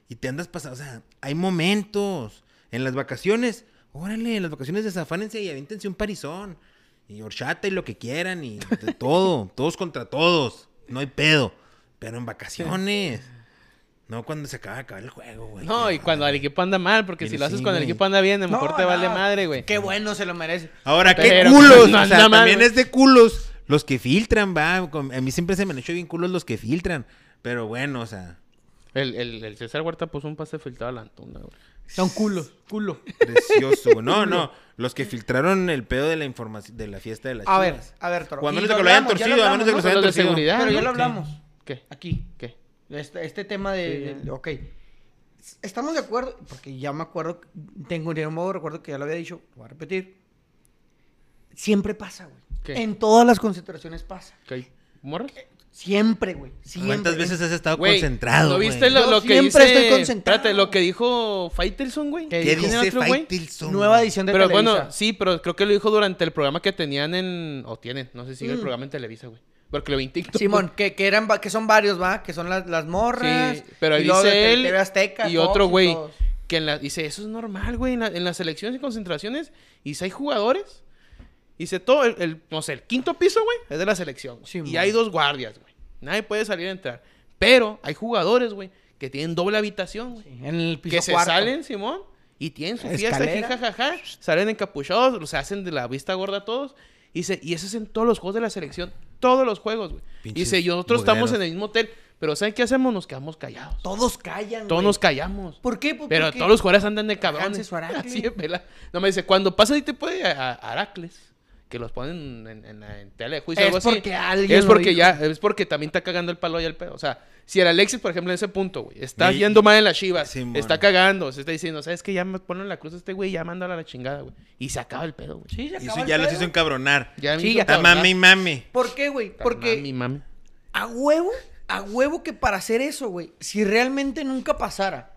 Speaker 1: Y te andas pasando. O sea, hay momentos. En las vacaciones, órale, en las vacaciones desafánense y aviéntense un parizón. Y horchata y lo que quieran y de todo. todos contra todos. No hay pedo. Pero en vacaciones. No cuando se acaba de acabar el juego, güey.
Speaker 2: No, y cuando el equipo anda mal, porque si
Speaker 1: Mira,
Speaker 2: lo haces
Speaker 1: sí,
Speaker 2: cuando el
Speaker 1: güey.
Speaker 2: equipo anda bien, a lo
Speaker 3: No,
Speaker 2: mejor te vale
Speaker 3: no.
Speaker 2: madre, güey.
Speaker 3: Qué bueno, se lo merece.
Speaker 1: Ahora, qué
Speaker 2: Pero,
Speaker 1: culos.
Speaker 2: no,
Speaker 1: o sea,
Speaker 2: nada más,
Speaker 1: también
Speaker 2: güey.
Speaker 1: es de culos los que filtran, va. Con- A mí siempre se me han hecho bien culos los que filtran. Pero bueno, o sea,
Speaker 2: El, el, el César Huerta puso un pase filtrado a la Antuna, güey.
Speaker 3: Son culos, culo.
Speaker 1: precioso. güey. No, no. Los que filtraron el pedo de la información de la fiesta de la
Speaker 3: A ver, a ver, toro.
Speaker 1: Cuando
Speaker 3: Y
Speaker 1: no te que lo hayan
Speaker 3: hablamos, Pues ya
Speaker 1: torcido, a menos
Speaker 3: hablamos,
Speaker 1: de que
Speaker 3: ¿no?
Speaker 1: lo hayan
Speaker 2: Los de
Speaker 1: torcido.
Speaker 2: seguridad.
Speaker 3: Pero ya lo
Speaker 2: ¿no?
Speaker 3: hablamos.
Speaker 2: ¿Qué?
Speaker 3: Aquí.
Speaker 2: ¿Qué?
Speaker 3: Este, este tema de,
Speaker 2: Sí,
Speaker 3: de- Ok. S- Estamos de acuerdo, porque ya me acuerdo, tengo un modo recuerdo que ya lo había dicho, lo voy a repetir. Siempre pasa, güey.
Speaker 2: ¿Qué?
Speaker 3: En todas las concentraciones pasa.
Speaker 2: ¿Qué? hay? ¿Morras?
Speaker 3: Siempre, güey. Siempre.
Speaker 1: ¿Cuántas veces has estado
Speaker 2: Güey,
Speaker 1: concentrado?
Speaker 2: ¿No
Speaker 1: güey?
Speaker 2: viste lo,
Speaker 3: Yo
Speaker 2: lo que
Speaker 3: siempre
Speaker 2: dice-
Speaker 3: estoy concentrado.
Speaker 2: Espérate, lo que dijo Faitelson, güey.
Speaker 3: ¿Qué
Speaker 1: ¿Qué
Speaker 2: ¿Tiene
Speaker 1: dice
Speaker 2: otro, güey?
Speaker 1: Faitelson?
Speaker 3: Nueva edición de
Speaker 2: Pero
Speaker 3: Televisa.
Speaker 2: bueno, sí, pero creo que lo dijo durante el programa que tenían en... O tienen, no sé si sigue el
Speaker 3: Mm.
Speaker 2: programa en Televisa, güey. Porque lo vi en TikTok.
Speaker 3: Simón, que, que eran, va- que son varios, ¿va? Que son las, las morras.
Speaker 2: Sí, pero ahí
Speaker 3: y luego de
Speaker 2: dice
Speaker 3: Te-
Speaker 2: él
Speaker 3: TV Azteca,
Speaker 2: y
Speaker 3: Fox
Speaker 2: otro güey
Speaker 3: todos.
Speaker 2: que en la, dice, eso es normal, güey, en, la- en las selecciones y concentraciones, y si hay jugadores, dice todo, el, el- no sé, el quinto piso, güey, es de la selección. güey,
Speaker 3: Sí,
Speaker 2: y
Speaker 3: mon.
Speaker 2: hay dos guardias, güey. Nadie puede salir a entrar. Pero hay jugadores, güey, que tienen doble habitación, güey.
Speaker 3: En el piso
Speaker 2: que se
Speaker 3: cuarto.
Speaker 2: salen, Simón, y tienen su fiesta aquí,
Speaker 3: Escalera.
Speaker 2: jajaja, salen encapuchados, los hacen de la vista gorda todos. Y dice, y eso es en todos los juegos de la selección, todos los juegos, güey. Y
Speaker 1: Pinches
Speaker 2: Dice, y nosotros estamos
Speaker 1: boleros.
Speaker 2: en el mismo hotel, pero ¿saben qué hacemos? Nos quedamos callados.
Speaker 3: Todos callan,
Speaker 2: Todos
Speaker 3: güey.
Speaker 2: nos callamos.
Speaker 3: ¿Por qué? Pues,
Speaker 2: Pero
Speaker 3: porque-
Speaker 2: todos los jugadores andan de
Speaker 3: Hanses
Speaker 2: cabrones.
Speaker 3: o Heracles.
Speaker 2: Así de pela. No me dice, cuando pasa ahí te puede a, a Heracles. Que los ponen en, en, en tela de juicio.
Speaker 3: Es
Speaker 2: algo así.
Speaker 3: porque alguien
Speaker 2: Es
Speaker 3: lo
Speaker 2: porque
Speaker 3: dijo.
Speaker 2: ya, es porque también está cagando el palo y el pedo. O sea, si el Alexis, por ejemplo, en ese punto, güey, está
Speaker 1: Sí.
Speaker 2: yendo mal en las chivas,
Speaker 1: Simón.
Speaker 2: está cagando, se está diciendo, ¿sabes que Ya me ponen la cruz a este güey, ya mándalo a la chingada, güey. Y se acaba el pedo, güey.
Speaker 3: Sí,
Speaker 1: Y
Speaker 3: se acaba
Speaker 1: eso
Speaker 3: el
Speaker 1: ya los
Speaker 3: pedo.
Speaker 1: hizo encabronar.
Speaker 2: Ya me
Speaker 3: Sí,
Speaker 2: hizo
Speaker 3: ya.
Speaker 1: Está
Speaker 2: cabronar.
Speaker 1: mame y mame.
Speaker 3: ¿Por qué, güey?
Speaker 2: Está
Speaker 3: Porque
Speaker 2: mami, mami.
Speaker 3: a huevo, a huevo que para hacer eso, güey, si realmente nunca pasara,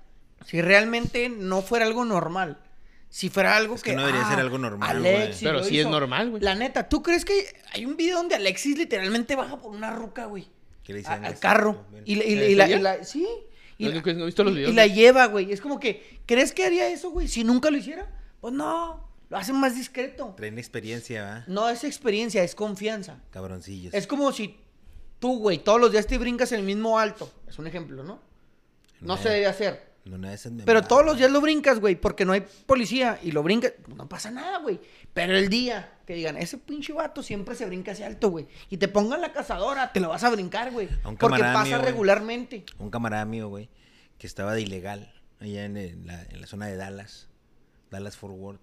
Speaker 3: si realmente no fuera algo normal, si fuera algo ah,
Speaker 1: que no debería ser algo normal,
Speaker 3: Alexis
Speaker 2: güey. Pero
Speaker 3: lo
Speaker 2: sí es normal, güey.
Speaker 3: La neta, ¿tú crees que hay un video donde Alexis literalmente baja por una ruca, güey?
Speaker 1: ¿Qué le
Speaker 3: a-
Speaker 1: dicen?
Speaker 3: Al carro. Y, la- y la- y
Speaker 2: ¿En
Speaker 3: la,
Speaker 2: serio?
Speaker 3: y la- sí. Y
Speaker 2: No,
Speaker 3: la,
Speaker 2: no, no he visto los
Speaker 3: y- y
Speaker 2: videos,
Speaker 3: la
Speaker 2: güey.
Speaker 3: lleva, güey. Es como que, ¿crees que haría eso, güey? Si nunca lo hiciera, pues no, lo hacen más discreto.
Speaker 1: Traen experiencia, ¿va?
Speaker 3: No es experiencia, es confianza.
Speaker 1: Cabroncillos.
Speaker 3: Mm. Es como si tú, güey, todos los días te brincas el mismo alto. Es un ejemplo, ¿no? No se debe hacer.
Speaker 1: No, una de esas me
Speaker 3: Pero
Speaker 1: embarro.
Speaker 3: todos los días lo brincas, güey, porque no hay policía y lo brincas, no pasa nada, güey. Pero el día que digan, ese pinche vato siempre se brinca hacia alto, güey, y te pongan la cazadora, te lo vas a brincar, güey.
Speaker 1: A un
Speaker 3: Porque
Speaker 1: camarada
Speaker 3: pasa
Speaker 1: mío, güey.
Speaker 3: regularmente.
Speaker 1: Un camarada mío, güey, que estaba de ilegal allá en, el- la, en la zona de Dallas, Dallas Fort Worth.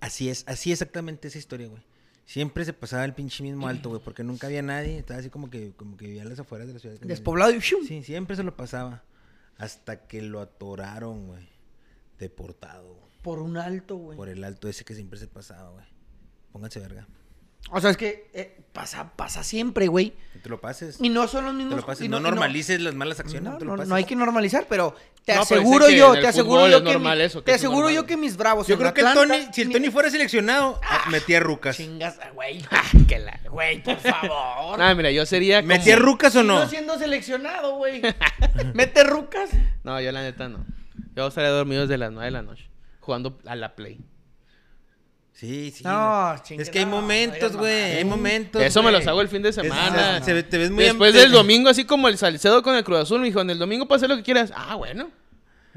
Speaker 1: Así es, así exactamente esa historia, güey. Siempre se pasaba el pinche mismo alto, güey, porque nunca había nadie. Estaba así como que, como que vivía en las afueras de la ciudad.
Speaker 3: Despoblado y ¡shum!
Speaker 1: Sí, siempre se lo pasaba. Hasta que lo atoraron, güey. Deportado, güey.
Speaker 3: por un alto, güey.
Speaker 1: Por e el alto ese que siempre se pasaba, güey. Pónganse verga.
Speaker 3: O sea, es que eh, pasa, pasa siempre, güey.
Speaker 1: No te lo pases.
Speaker 3: Y no son los mismos.
Speaker 1: te lo pases.
Speaker 3: y
Speaker 1: No,
Speaker 3: y
Speaker 1: normalices las malas
Speaker 3: No,
Speaker 1: acciones. no, te lo
Speaker 3: no- no
Speaker 1: pases.
Speaker 3: hay que normalizar, pero te
Speaker 2: No, pero
Speaker 3: aseguro
Speaker 2: dicen que
Speaker 3: yo,
Speaker 2: en
Speaker 3: te
Speaker 2: el
Speaker 3: aseguro
Speaker 2: fútbol
Speaker 3: yo
Speaker 2: es
Speaker 3: que mi-
Speaker 2: normal eso, que
Speaker 3: te
Speaker 2: eso es
Speaker 3: aseguro
Speaker 2: normal.
Speaker 3: yo que mis bravos.
Speaker 1: Yo
Speaker 3: en
Speaker 1: creo que
Speaker 3: Atlanta,
Speaker 1: Tony, si el
Speaker 3: mi-
Speaker 1: Tony fuera seleccionado, ah, metía rucas.
Speaker 3: Chingas, ah, güey. que la- Güey, por favor.
Speaker 2: Nah, Ah, mira, yo sería como...
Speaker 1: ¿Metía rucas o no?
Speaker 3: Sigo siendo seleccionado, güey. Mete rucas.
Speaker 2: No, yo la neta no. Yo estaría dormido desde las 9 de la noche, jugando a la Play.
Speaker 1: Sí, sí.
Speaker 3: No,
Speaker 1: güey.
Speaker 3: chingue,
Speaker 1: Es que hay
Speaker 3: no,
Speaker 1: momentos,
Speaker 3: no digas
Speaker 1: güey.
Speaker 3: mamadas.
Speaker 1: Hay momentos.
Speaker 2: Eso me
Speaker 1: güey.
Speaker 2: los hago el fin de
Speaker 1: Es-
Speaker 2: semana.
Speaker 1: se ve- te ves muy
Speaker 2: Después
Speaker 1: ante-
Speaker 2: del domingo, así como el Salcedo con el Cruz Azul, me dijo, en el domingo puedes hacer lo que quieras. Ah, bueno.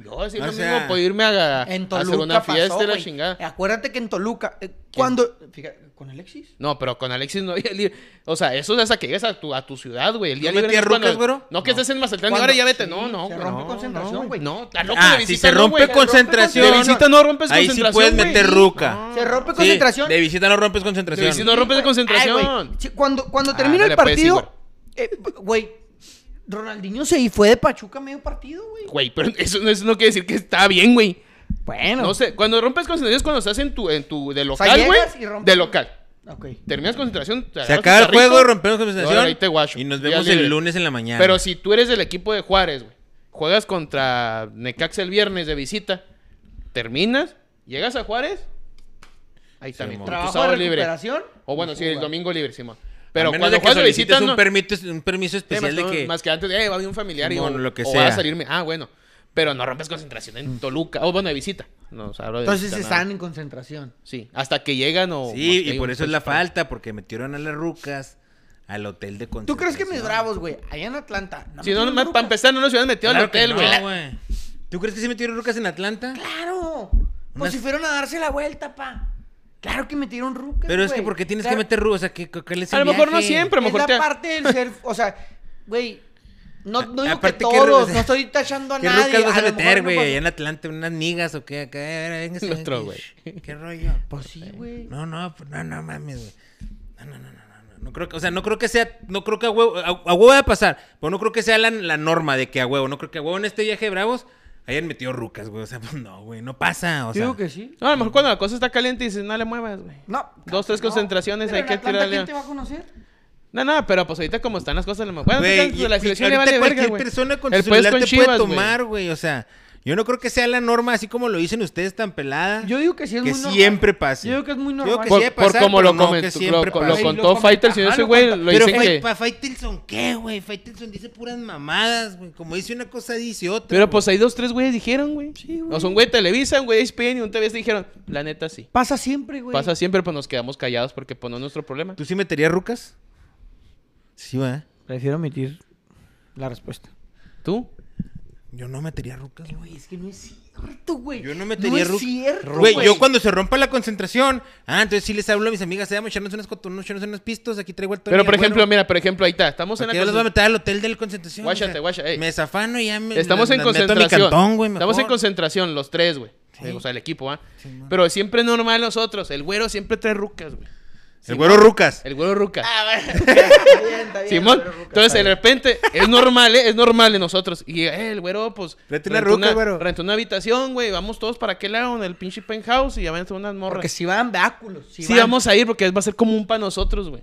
Speaker 2: Yo así el
Speaker 1: O
Speaker 2: domingo
Speaker 1: sea,
Speaker 2: puedo irme a, a
Speaker 3: En
Speaker 2: hacer
Speaker 3: Toluca
Speaker 2: una
Speaker 3: pasó,
Speaker 2: fiesta y la
Speaker 3: güey.
Speaker 2: chingada.
Speaker 3: Acuérdate que en Toluca, eh, cuando... Fíjate, ¿con Alexis?
Speaker 2: No, pero con Alexis no había libre. O sea, eso es hasta que llegues a tu, a tu ciudad, güey. El día
Speaker 1: ¿No
Speaker 2: libre
Speaker 1: metías
Speaker 2: es cuando-
Speaker 1: rucas, güero?
Speaker 2: No que estés en Mazatlán y
Speaker 3: Cuando-
Speaker 2: ahora ya vete.
Speaker 3: sí,
Speaker 2: no, no,
Speaker 3: se
Speaker 2: güey,
Speaker 3: rompe
Speaker 2: no,
Speaker 3: concentración,
Speaker 2: no,
Speaker 3: güey.
Speaker 2: No, está loco
Speaker 1: Ah,
Speaker 2: de
Speaker 1: si
Speaker 2: visita,
Speaker 1: se
Speaker 2: no,
Speaker 1: rompe
Speaker 2: güey.
Speaker 1: concentración.
Speaker 2: De visita no rompes
Speaker 1: Ahí sí
Speaker 2: concentración,
Speaker 1: puedes
Speaker 2: güey.
Speaker 1: meter ruca.
Speaker 2: No.
Speaker 3: Se rompe
Speaker 1: Sí,
Speaker 3: concentración.
Speaker 1: de visita no rompes concentración.
Speaker 2: De visita no rompes de concentración.
Speaker 3: Ay, güey. Sí, cuando, cuando
Speaker 2: Ah,
Speaker 3: termina el
Speaker 2: ándale, pues, sí,
Speaker 3: partido, eh, güey, Ronaldinho se y fue de Pachuca medio partido, güey.
Speaker 2: Güey, pero eso, no- eso no quiere decir que está bien, güey.
Speaker 3: Bueno.
Speaker 2: No sé, cuando rompes concentración es cuando estás en tu, en tu de
Speaker 3: sea,
Speaker 2: local, güey.
Speaker 3: llegas y rompes.
Speaker 2: de local.
Speaker 3: Ok.
Speaker 2: Terminas concentración. te
Speaker 1: Se
Speaker 2: agarras
Speaker 1: acaba
Speaker 2: tu
Speaker 1: el juego,
Speaker 2: carrito,
Speaker 1: rompemos concentración.
Speaker 2: ahora ahí te guacho.
Speaker 1: Y nos
Speaker 2: Día
Speaker 1: vemos
Speaker 2: libre.
Speaker 1: el lunes en la mañana.
Speaker 2: Pero si tú eres del equipo de Juárez, güey, juegas contra Necaxa el viernes de visita, terminas, llegas a Juárez, ahí también.
Speaker 1: mon.
Speaker 2: tu
Speaker 3: Trabajo de
Speaker 2: sábado libre.
Speaker 3: recuperación.
Speaker 2: O bueno, sí, el
Speaker 3: Jugar.
Speaker 2: domingo libre, Simón.
Speaker 1: A
Speaker 2: Pero
Speaker 1: menos
Speaker 2: cuando
Speaker 1: de que
Speaker 2: juegas de
Speaker 1: solicites
Speaker 2: visita,
Speaker 1: un,
Speaker 2: no.
Speaker 1: permiso, un permiso
Speaker 2: Sí,
Speaker 1: especial
Speaker 2: más,
Speaker 1: de
Speaker 2: que...
Speaker 1: que.
Speaker 2: más que antes, eh, va a venir un familiar y,
Speaker 1: Simón,
Speaker 2: o,
Speaker 1: lo que
Speaker 2: o va a
Speaker 1: sea. Mm.
Speaker 2: salirme. Ah, bueno. Pero no rompes concentración en Toluca. O bueno, de visita. No, o sea, hablo de
Speaker 3: Entonces
Speaker 2: visita,
Speaker 3: están
Speaker 2: nada.
Speaker 3: en concentración.
Speaker 2: Sí, hasta que llegan o...
Speaker 1: Sí,
Speaker 2: o-
Speaker 1: y por
Speaker 2: o-
Speaker 1: eso es la
Speaker 2: pues,
Speaker 1: falta, porque metieron a las rucas al hotel de
Speaker 3: ¿Tú
Speaker 1: concentración.
Speaker 3: crees que mis bravos, güey, allá en Atlanta... no
Speaker 2: Si no,
Speaker 3: metieron
Speaker 2: para
Speaker 3: rucas?
Speaker 2: empezar, no nos hubieran metido al
Speaker 1: Claro que
Speaker 2: hotel,
Speaker 1: no,
Speaker 2: güey.
Speaker 1: güey. ¿Tú crees que se metieron rucas en Atlanta?
Speaker 3: ¡Claro! Pues
Speaker 1: Unas-
Speaker 3: si fueron a darse la vuelta, pa. Claro que metieron rucas,
Speaker 1: Pero es que
Speaker 3: güey.
Speaker 1: porque tienes
Speaker 3: Claro.
Speaker 1: que meter rucas, o sea, que, que, que les
Speaker 2: A lo
Speaker 1: el
Speaker 2: mejor no
Speaker 1: viaje.
Speaker 2: siempre. pero
Speaker 3: es
Speaker 2: mejor
Speaker 3: la
Speaker 2: te-
Speaker 3: parte del ser... O sea, güey... No, no digo que
Speaker 1: aparte que
Speaker 3: todos,
Speaker 1: re-
Speaker 3: no estoy tachando a
Speaker 1: ¿Qué
Speaker 3: nadie.
Speaker 1: rucas vas a
Speaker 3: lo mejor
Speaker 1: meter,
Speaker 3: no
Speaker 1: güey?
Speaker 3: pasa-
Speaker 1: Allá en Atlanta, unas migas o qué, acá, a ver, véngase,
Speaker 2: Los
Speaker 1: véngase.
Speaker 2: trolls,
Speaker 1: ¿Qué rollo?
Speaker 3: Pues sí, güey.
Speaker 1: No, no, pues, no, no mames, güey. No, no, no, no, no, no. No creo que, o sea, no creo que sea, no creo que a huevo, a, a huevo va a pasar, pero no creo que sea la, la norma de que a huevo, no creo que a huevo en este viaje de bravos hayan metido rucas, güey. O sea, pues no, güey, no pasa, o
Speaker 3: Yo
Speaker 1: sea.
Speaker 3: digo que sí.
Speaker 2: No, a lo mejor cuando la cosa está caliente dices, no le muevas, güey.
Speaker 3: No.
Speaker 2: Dos, tres concentraciones, hay que tirarle.
Speaker 3: ¿Quién te va a conocer?
Speaker 2: No, no, pero pues ahorita como están las cosas, a lo mejor- bueno,
Speaker 1: Güey,
Speaker 2: ahorita
Speaker 1: y-
Speaker 2: la
Speaker 1: y
Speaker 2: selección le
Speaker 1: ahorita
Speaker 2: vale verga,
Speaker 1: cualquier
Speaker 2: güey.
Speaker 1: persona con
Speaker 2: El
Speaker 1: su
Speaker 2: pues
Speaker 1: celular
Speaker 2: con
Speaker 1: te
Speaker 2: Chivas,
Speaker 1: puede
Speaker 2: güey.
Speaker 1: tomar, güey. O sea, yo no creo que sea la norma así como lo dicen ustedes tan pelada.
Speaker 3: Yo digo que sí es
Speaker 1: que
Speaker 3: muy normal.
Speaker 1: siempre pase.
Speaker 3: Yo digo que es muy
Speaker 1: Yo
Speaker 3: normal.
Speaker 1: digo que
Speaker 2: Por,
Speaker 1: sí debe
Speaker 2: por
Speaker 1: pasar,
Speaker 2: como
Speaker 1: pero
Speaker 2: lo,
Speaker 1: no que
Speaker 2: comentó,
Speaker 1: siempre
Speaker 2: lo- lo
Speaker 1: pase.
Speaker 3: Lo
Speaker 2: contó
Speaker 3: comenta-
Speaker 2: Fighters y
Speaker 3: Ajá,
Speaker 2: ese
Speaker 3: lo
Speaker 2: güey,
Speaker 3: comenta-
Speaker 2: lo
Speaker 1: Pero
Speaker 2: dicen que...
Speaker 1: Fight- Faitelson, ¿qué, güey? Faitelson dice puras mamadas, güey. Como dice una cosa, dice otra.
Speaker 2: Pero
Speaker 1: güey.
Speaker 2: pues ahí dos, tres güeyes dijeron, güey. O son güey de Televisa, un güey de ESPN y un TVS dijeron, la neta sí.
Speaker 3: Pasa siempre, güey.
Speaker 2: Pasa siempre, pues nos quedamos callados porque pues no es nuestro problema.
Speaker 1: ¿Tú sí meterías rucas? Sí, va.
Speaker 3: Prefiero omitir la respuesta.
Speaker 2: ¿Tú?
Speaker 1: Yo no metería rucas, güey.
Speaker 3: Güey, es que no es cierto, güey.
Speaker 1: Yo no metería
Speaker 3: No es
Speaker 1: rucas.
Speaker 3: cierto,
Speaker 1: Güey, yo cuando se rompa la concentración. Ah, entonces sí les hablo a mis amigas. eh, Vamos a echarnos unas cotonos, echarnos unas pistos. Aquí traigo el Tony
Speaker 2: Pero por
Speaker 1: el güero.
Speaker 2: ejemplo, mira, por ejemplo, ahí está. Estamos en la
Speaker 1: Porque yo los voy a
Speaker 2: concentración.
Speaker 1: meter al hotel del concentración.
Speaker 2: Guáchate, guacha, ey.
Speaker 1: Me zafano y ya me.
Speaker 2: Estamos
Speaker 1: las-
Speaker 2: en
Speaker 1: las meto a mi
Speaker 2: concentración.
Speaker 1: cantón, güey,
Speaker 2: Estamos en
Speaker 1: mejor.
Speaker 2: concentración, los tres, güey.
Speaker 1: Sí.
Speaker 2: O sea, el equipo, ¿ah?
Speaker 1: Sí, man.
Speaker 2: Pero siempre es normal nosotros. El güero siempre trae rucas, güey.
Speaker 1: El güero rucas.
Speaker 2: El güero rucas.
Speaker 3: Ah, Está bien, está bien,
Speaker 2: Simón.
Speaker 3: pero, Ruca,
Speaker 2: Entonces,
Speaker 3: está
Speaker 2: de
Speaker 3: bien.
Speaker 2: repente, es normal, ¿eh? Es normal en nosotros. Y eh, el güero, pues.
Speaker 1: Vete una
Speaker 2: rentó
Speaker 1: ruca, güero.
Speaker 2: rentó una habitación, güey. Vamos todos para aquel lado, en el pinche penthouse y ya van a hacer unas morras.
Speaker 3: Porque si van báculos. Si
Speaker 2: sí,
Speaker 3: van-
Speaker 2: vamos a ir porque va a ser común para nosotros, güey.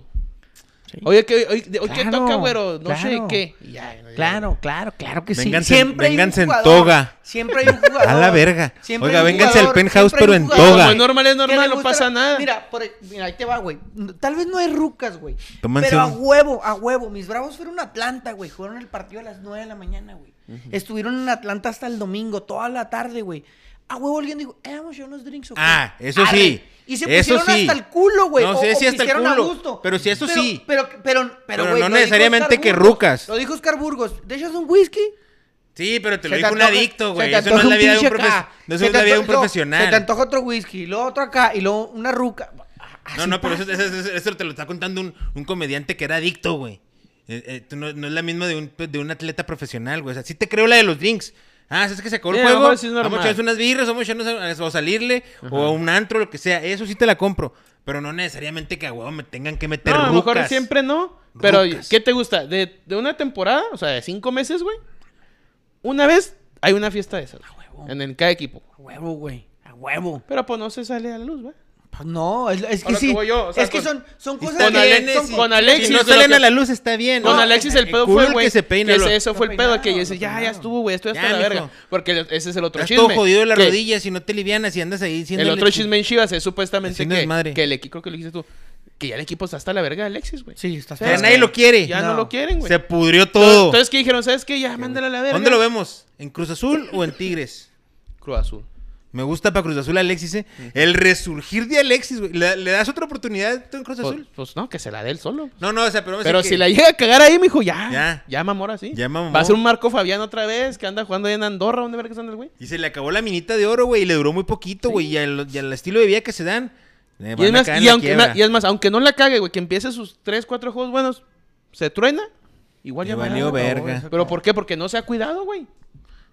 Speaker 3: Sí.
Speaker 2: Oye, que, hoy, de- hoy que
Speaker 3: Claro,
Speaker 2: toca, güero. No sé
Speaker 3: claro.
Speaker 2: qué. Y ya, ya.
Speaker 3: Claro, claro, claro que sí.
Speaker 1: Vénganse-
Speaker 3: hay un
Speaker 1: vénganse en
Speaker 3: jugador,
Speaker 1: toga.
Speaker 3: Siempre hay un jugador.
Speaker 1: A la verga.
Speaker 3: Siempre
Speaker 1: Oiga,
Speaker 3: hay un
Speaker 1: vénganse al
Speaker 3: jugador,
Speaker 1: penthouse,
Speaker 3: siempre hay
Speaker 1: pero
Speaker 3: un
Speaker 1: en
Speaker 3: jugador
Speaker 1: toga.
Speaker 2: Como es normal, es
Speaker 3: que le
Speaker 2: normal, no
Speaker 3: gusta
Speaker 2: pasa
Speaker 3: la-
Speaker 2: nada.
Speaker 3: Mira, por- e, mira, ahí te va, güey. No, Tal vez no hay rucas, güey.
Speaker 1: Tómense
Speaker 3: pero a
Speaker 1: un-
Speaker 3: huevo, a huevo. Mis bravos fueron a Atlanta, güey. Jugaron el partido a las 9 de la mañana, güey. Estuvieron en Atlanta hasta el domingo, toda la tarde, güey. A huevo alguien dijo, eh, vamos a llevar unos drinks, ¿o qué?"
Speaker 1: Ah, eso
Speaker 3: Arre.
Speaker 1: sí.
Speaker 3: Y se
Speaker 1: Eso
Speaker 3: pusieron
Speaker 1: sí.
Speaker 3: hasta el culo, güey.
Speaker 1: No
Speaker 3: o-
Speaker 1: sé
Speaker 3: o
Speaker 1: si hasta el
Speaker 3: pistearon a
Speaker 1: culo,
Speaker 3: gusto.
Speaker 1: pero sí, eso
Speaker 3: Pero-
Speaker 1: sí.
Speaker 3: Pero, pero, pero,
Speaker 1: Pero
Speaker 3: güey,
Speaker 1: no
Speaker 3: lo dijo
Speaker 1: necesariamente
Speaker 3: Oscar
Speaker 1: que
Speaker 3: Burgos.
Speaker 1: rucas.
Speaker 3: Lo dijo Oscar Burgos. ¿De ellos un whisky?
Speaker 1: Sí, pero te lo
Speaker 3: Se
Speaker 1: dijo un
Speaker 3: antoja-
Speaker 1: adicto,
Speaker 3: se
Speaker 1: güey.
Speaker 3: te
Speaker 1: Eso no es
Speaker 3: antoja
Speaker 1: la vida de un,
Speaker 3: pinche
Speaker 1: profes-
Speaker 3: acá.
Speaker 1: no es
Speaker 3: Se
Speaker 1: la
Speaker 3: te
Speaker 1: vida de un
Speaker 3: antoja- no, Se te
Speaker 1: profesional.
Speaker 3: antoja otro whisky, y luego otro acá, y luego una ruca. Así
Speaker 1: No, no, pero
Speaker 3: Ah, pasa.
Speaker 1: eso, eso- eso- eso te lo está contando un, un comediante que era adicto, güey. Eh, eh, tú no, no es la misma de un, de un atleta profesional, güey. O sea, sí te creo la de los drinks. Ah, ¿sabes que se acabó
Speaker 2: Sí,
Speaker 1: el
Speaker 2: a lo
Speaker 1: juego?
Speaker 2: mejor sí es
Speaker 1: vamos a
Speaker 2: normal.
Speaker 1: echarnos unas birras, vamos a echarnos a, a salirle, o a un antro, lo que sea. Eso sí te la compro. Pero no necesariamente que a huevo me tengan que meter
Speaker 2: No, a lo mejor
Speaker 1: rucas.
Speaker 2: siempre no. Pero,
Speaker 1: Rucas.
Speaker 2: ¿qué te gusta? De, de una temporada, o sea, de cinco meses, güey. Una vez hay una fiesta de esas.
Speaker 3: Ah, huevo.
Speaker 2: En, en cada equipo.
Speaker 3: A huevo, güey. A huevo.
Speaker 2: Pero pues no se sale a la luz, güey.
Speaker 3: Pues no, es, es
Speaker 2: A
Speaker 3: que
Speaker 2: lo que
Speaker 3: sí.
Speaker 2: voy yo, o sea,
Speaker 3: es que
Speaker 2: con-
Speaker 3: son, son cosas
Speaker 1: Con
Speaker 3: que-
Speaker 1: Alexis,
Speaker 3: son-
Speaker 1: con
Speaker 2: con
Speaker 1: Alexis.
Speaker 2: Alexis,
Speaker 1: Si no
Speaker 2: de lo
Speaker 1: salen
Speaker 2: que-
Speaker 1: a la luz, está bien.
Speaker 2: Con
Speaker 1: No,
Speaker 2: Alexis el pedo
Speaker 1: culo
Speaker 2: fue,
Speaker 1: que
Speaker 2: güey.
Speaker 1: se peina,
Speaker 2: que
Speaker 1: lo-
Speaker 2: ese- Eso fue el
Speaker 3: Lo
Speaker 2: pedo que
Speaker 3: peinaron,
Speaker 2: yo decía,
Speaker 3: lo
Speaker 2: ya, ya
Speaker 3: peinaron.
Speaker 2: estuvo, güey, esto ya
Speaker 1: Ya,
Speaker 2: está la
Speaker 1: mijo.
Speaker 2: verga. Porque el- ese es el otro
Speaker 1: Estás
Speaker 2: chisme.
Speaker 1: todo jodido de las
Speaker 2: que
Speaker 1: rodillas y no te livianas y andas ahí
Speaker 2: El
Speaker 1: haciéndole
Speaker 2: otro
Speaker 1: chi-
Speaker 2: chisme en Chivas es supuestamente
Speaker 1: Haciendo desmadre.
Speaker 2: que, que el equipo que lo dijiste tú, que ya el equipo está hasta la verga de Alexis, güey.
Speaker 3: Sí, estás
Speaker 1: Pero
Speaker 2: Es
Speaker 1: nadie
Speaker 2: que
Speaker 1: lo quiere.
Speaker 2: Ya no,
Speaker 3: No.
Speaker 2: lo quieren, güey.
Speaker 1: Se pudrió
Speaker 2: Entonces-
Speaker 1: todo.
Speaker 2: Entonces, ¿qué dijeron? ¿Sabes qué? Ya, mándala a la verga.
Speaker 1: ¿Dónde lo vemos? ¿En Cruz Azul o en Tigres?
Speaker 2: Cruz Azul.
Speaker 1: Me gusta para Cruz Azul Alexis, ¿eh? El resurgir de Alexis, güey. ¿Le, le das otra oportunidad tú en Cruz
Speaker 2: Pues,
Speaker 1: Azul?
Speaker 2: pues no, que se la dé él solo.
Speaker 1: No, no, o sea, pero... vamos a
Speaker 2: Pero
Speaker 1: decir
Speaker 2: si
Speaker 1: Pues, que-
Speaker 2: la llega a cagar ahí, mijo, ya.
Speaker 1: Ya.
Speaker 2: Ya. Ya mamó ahora sí.
Speaker 1: Ya mamó.
Speaker 2: Va a ser un Marco Fabián otra vez, que anda jugando ahí en Andorra, ¿dónde verga anda el güey?
Speaker 1: Y se le acabó la minita de oro, güey, y le duró muy poquito, güey. Y, al, y al estilo de vida que se dan, eh,
Speaker 2: Y es,
Speaker 1: van a
Speaker 2: más,
Speaker 1: caer
Speaker 2: y
Speaker 1: en la
Speaker 2: aunque,
Speaker 1: quiebra.
Speaker 2: y es más, aunque no la cague, güey, que empiece sus 3, 4 juegos buenos, se truena, igual
Speaker 1: Le
Speaker 2: ya valió
Speaker 1: valió
Speaker 3: güey,
Speaker 1: verga.
Speaker 3: esa-
Speaker 2: ¿Pero por qué? Porque no se ha cuidado, güey.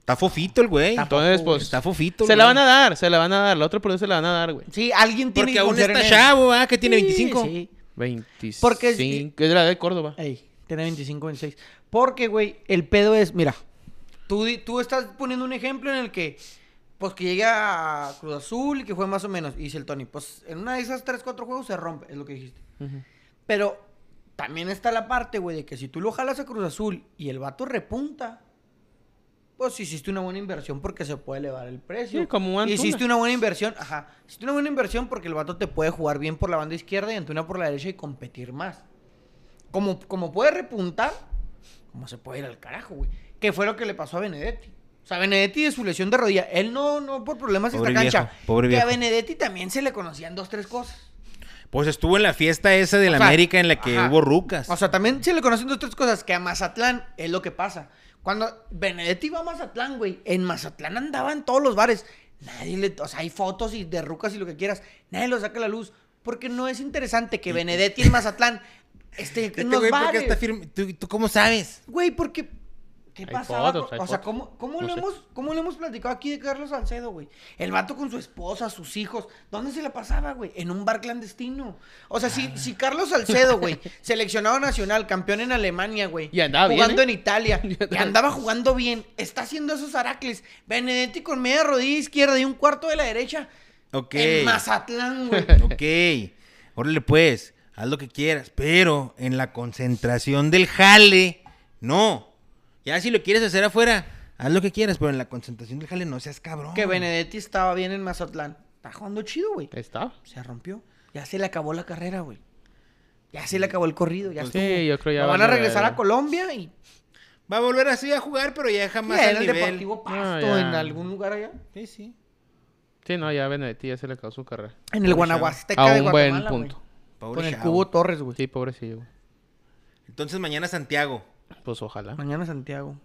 Speaker 1: Está fofito el güey.
Speaker 3: Está
Speaker 2: Entonces,
Speaker 3: Tampoco, güey.
Speaker 2: pues,
Speaker 1: Está fofito.
Speaker 2: se la van a dar, se la van a dar. La otra oportunidad se la van a dar, güey.
Speaker 3: Sí, alguien tiene
Speaker 1: Porque
Speaker 3: que
Speaker 1: aún
Speaker 3: confiar en
Speaker 1: está
Speaker 3: él.
Speaker 1: chavo, ¿ah? Que tiene
Speaker 3: Sí,
Speaker 1: 25.
Speaker 3: sí.
Speaker 2: 25.
Speaker 3: Porque
Speaker 2: es
Speaker 3: es-
Speaker 2: eh, la de Córdoba.
Speaker 3: Ey, tiene 25, 26. Porque, güey, el pedo es, mira, tú, di- tú estás poniendo un ejemplo en el que, pues que llegue a Cruz Azul y que juegue más o menos, y dice el Tony, pues en una de esas 3, 4 juegos se rompe, es lo que dijiste.
Speaker 2: Ujú.
Speaker 3: Pero también está la parte, güey, de que si tú lo jalas a Cruz Azul y el vato repunta, pues hiciste una buena inversión porque se puede elevar el precio.
Speaker 2: Sí, como un Antuna.
Speaker 3: Hiciste una buena inversión, ajá. Hiciste una buena inversión porque el vato te puede jugar bien por la banda izquierda y Antuna por la derecha y competir más. Como, como puede repuntar, como se puede ir al carajo, güey. Que fue lo que le pasó a Benedetti. O sea, Benedetti de su lesión de rodilla, él no, no por problemas en
Speaker 1: Pobre
Speaker 3: esta cancha.
Speaker 1: viejo, pobre
Speaker 3: que a
Speaker 1: viejo.
Speaker 3: Benedetti también se le conocían dos, tres cosas.
Speaker 1: Pues estuvo en la fiesta esa de la
Speaker 3: O sea,
Speaker 1: América en la que
Speaker 3: ajá.
Speaker 1: hubo rucas.
Speaker 3: O sea, también se le conocen dos tres cosas que a Mazatlán es lo que pasa. Cuando Benedetti iba a Mazatlán, güey, en Mazatlán andaba en todos los bares. Nadie le, o sea, hay fotos y de rucas y lo que quieras. Nadie lo saca a la luz porque no es interesante que Benedetti en Mazatlán esté
Speaker 1: Este
Speaker 3: en los
Speaker 1: güey, ¿por qué
Speaker 3: bares.
Speaker 1: está firme? ¿Tú, tú cómo sabes?
Speaker 3: Güey, porque ¿qué
Speaker 2: Hay
Speaker 3: pasaba?
Speaker 2: fotos, hay
Speaker 3: o sea,
Speaker 2: fotos.
Speaker 3: ¿cómo, cómo
Speaker 2: No
Speaker 3: lo
Speaker 2: sé.
Speaker 3: hemos, ¿cómo lo hemos platicado aquí de Carlos Salcedo, güey? El vato con su esposa, sus hijos. ¿Dónde se la pasaba, güey? En un bar clandestino. O sea,
Speaker 2: Ah.
Speaker 3: si, si Carlos Salcedo, güey, seleccionado nacional, campeón en Alemania, güey.
Speaker 2: Y andaba bien,
Speaker 3: Jugando
Speaker 2: ¿eh?
Speaker 3: en Italia.
Speaker 2: Y
Speaker 3: y
Speaker 2: andaba-
Speaker 3: andaba jugando bien. Está haciendo esos aracles. Benedetti con media rodilla izquierda y un cuarto de la derecha.
Speaker 1: Ok.
Speaker 3: En Mazatlán, güey.
Speaker 1: Ok, órale pues, haz lo que quieras, pero en la concentración del jale, no. Ya si lo quieres hacer afuera, haz lo que quieras, pero en la concentración del jale no seas cabrón.
Speaker 3: que Benedetti estaba bien en Mazatlán. Está jugando chido, güey.
Speaker 2: Está.
Speaker 3: se rompió. Ya se le acabó la carrera, güey. Ya se le acabó el corrido. Ya
Speaker 2: Pues
Speaker 3: estuvo.
Speaker 2: sí, yo creo ya
Speaker 3: Lo van
Speaker 2: valió
Speaker 3: a regresar
Speaker 2: verga.
Speaker 3: a Colombia y
Speaker 1: Va a volver así a jugar, pero ya jamás al
Speaker 3: ya en el
Speaker 1: nivel.
Speaker 3: Deportivo Pasto,
Speaker 2: ya.
Speaker 3: en algún lugar allá.
Speaker 1: Sí, sí.
Speaker 2: Sí, no, ya Benedetti ya se le acabó su carrera.
Speaker 3: En el
Speaker 1: Pobre chavo.
Speaker 3: Guanajuasteca
Speaker 2: A
Speaker 3: de
Speaker 2: un
Speaker 3: Guatemala,
Speaker 2: buen punto.
Speaker 3: güey.
Speaker 1: Pobre
Speaker 3: Con el
Speaker 1: chavo.
Speaker 3: Cubo Torres, güey.
Speaker 2: Pues Sí, pobrecillo, güey.
Speaker 1: Entonces mañana Santiago.
Speaker 2: Pues ojalá.
Speaker 3: Mañana Santiago.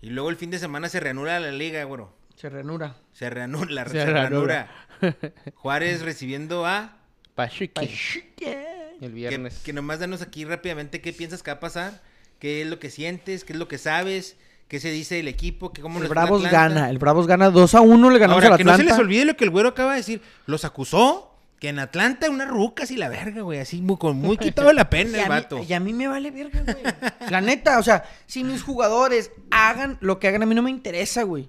Speaker 1: Y luego el fin de semana se reanuda la liga, güero.
Speaker 3: Se reanura.
Speaker 1: Se reanula, la- se,
Speaker 2: Se
Speaker 1: reanura. Juárez recibiendo a...
Speaker 2: Pachiqui.
Speaker 3: Yeah.
Speaker 2: El
Speaker 1: Que-
Speaker 2: viernes.
Speaker 1: Que, nomás danos aquí rápidamente qué piensas que va a pasar, qué es lo que sientes, qué es lo que sabes, qué se dice el equipo, que cómo
Speaker 3: El
Speaker 1: les fue en
Speaker 3: Bravos
Speaker 1: Atlanta.
Speaker 3: gana. El Bravos gana 2 a 1. Le ganamos
Speaker 1: Ahora,
Speaker 3: al
Speaker 1: que no se
Speaker 3: Atlanta.
Speaker 1: les olvide lo que el güero acaba de decir. Los acusó que en Atlanta una ruca y la verga, güey. Así muy, con muy quitado de la pena
Speaker 3: Y
Speaker 1: el
Speaker 3: a,
Speaker 1: vato.
Speaker 3: mí, y a mí me vale verga, güey. La neta, o sea, si mis jugadores hagan lo que hagan, a mí no me interesa, güey.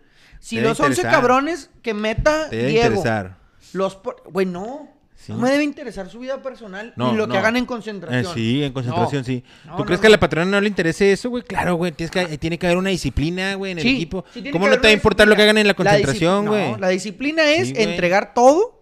Speaker 1: Te
Speaker 3: Si
Speaker 1: debe
Speaker 3: los 11
Speaker 1: interesar.
Speaker 3: cabrones que meta
Speaker 1: Te debe
Speaker 3: Diego,
Speaker 1: interesar.
Speaker 3: los por- güey, no.
Speaker 1: Sí.
Speaker 3: No me debe interesar su vida personal
Speaker 1: No,
Speaker 3: ni lo
Speaker 1: no.
Speaker 3: que hagan en concentración.
Speaker 1: Eh, sí, en concentración,
Speaker 3: No.
Speaker 1: sí.
Speaker 3: No,
Speaker 1: ¿Tú
Speaker 3: no,
Speaker 1: crees
Speaker 3: no.
Speaker 1: que a la patrona no le interese eso, güey? Claro, güey. Tienes que, eh, tiene que haber una disciplina, güey, en el
Speaker 3: Sí,
Speaker 1: equipo.
Speaker 3: sí tiene
Speaker 1: ¿Cómo
Speaker 3: que
Speaker 1: no
Speaker 3: haber
Speaker 1: te va a
Speaker 3: una
Speaker 1: importar lo que hagan
Speaker 3: disciplina.
Speaker 1: en la
Speaker 3: disci-
Speaker 1: concentración,
Speaker 3: no,
Speaker 1: güey?
Speaker 3: la disciplina es
Speaker 1: Sí, güey.
Speaker 3: entregar todo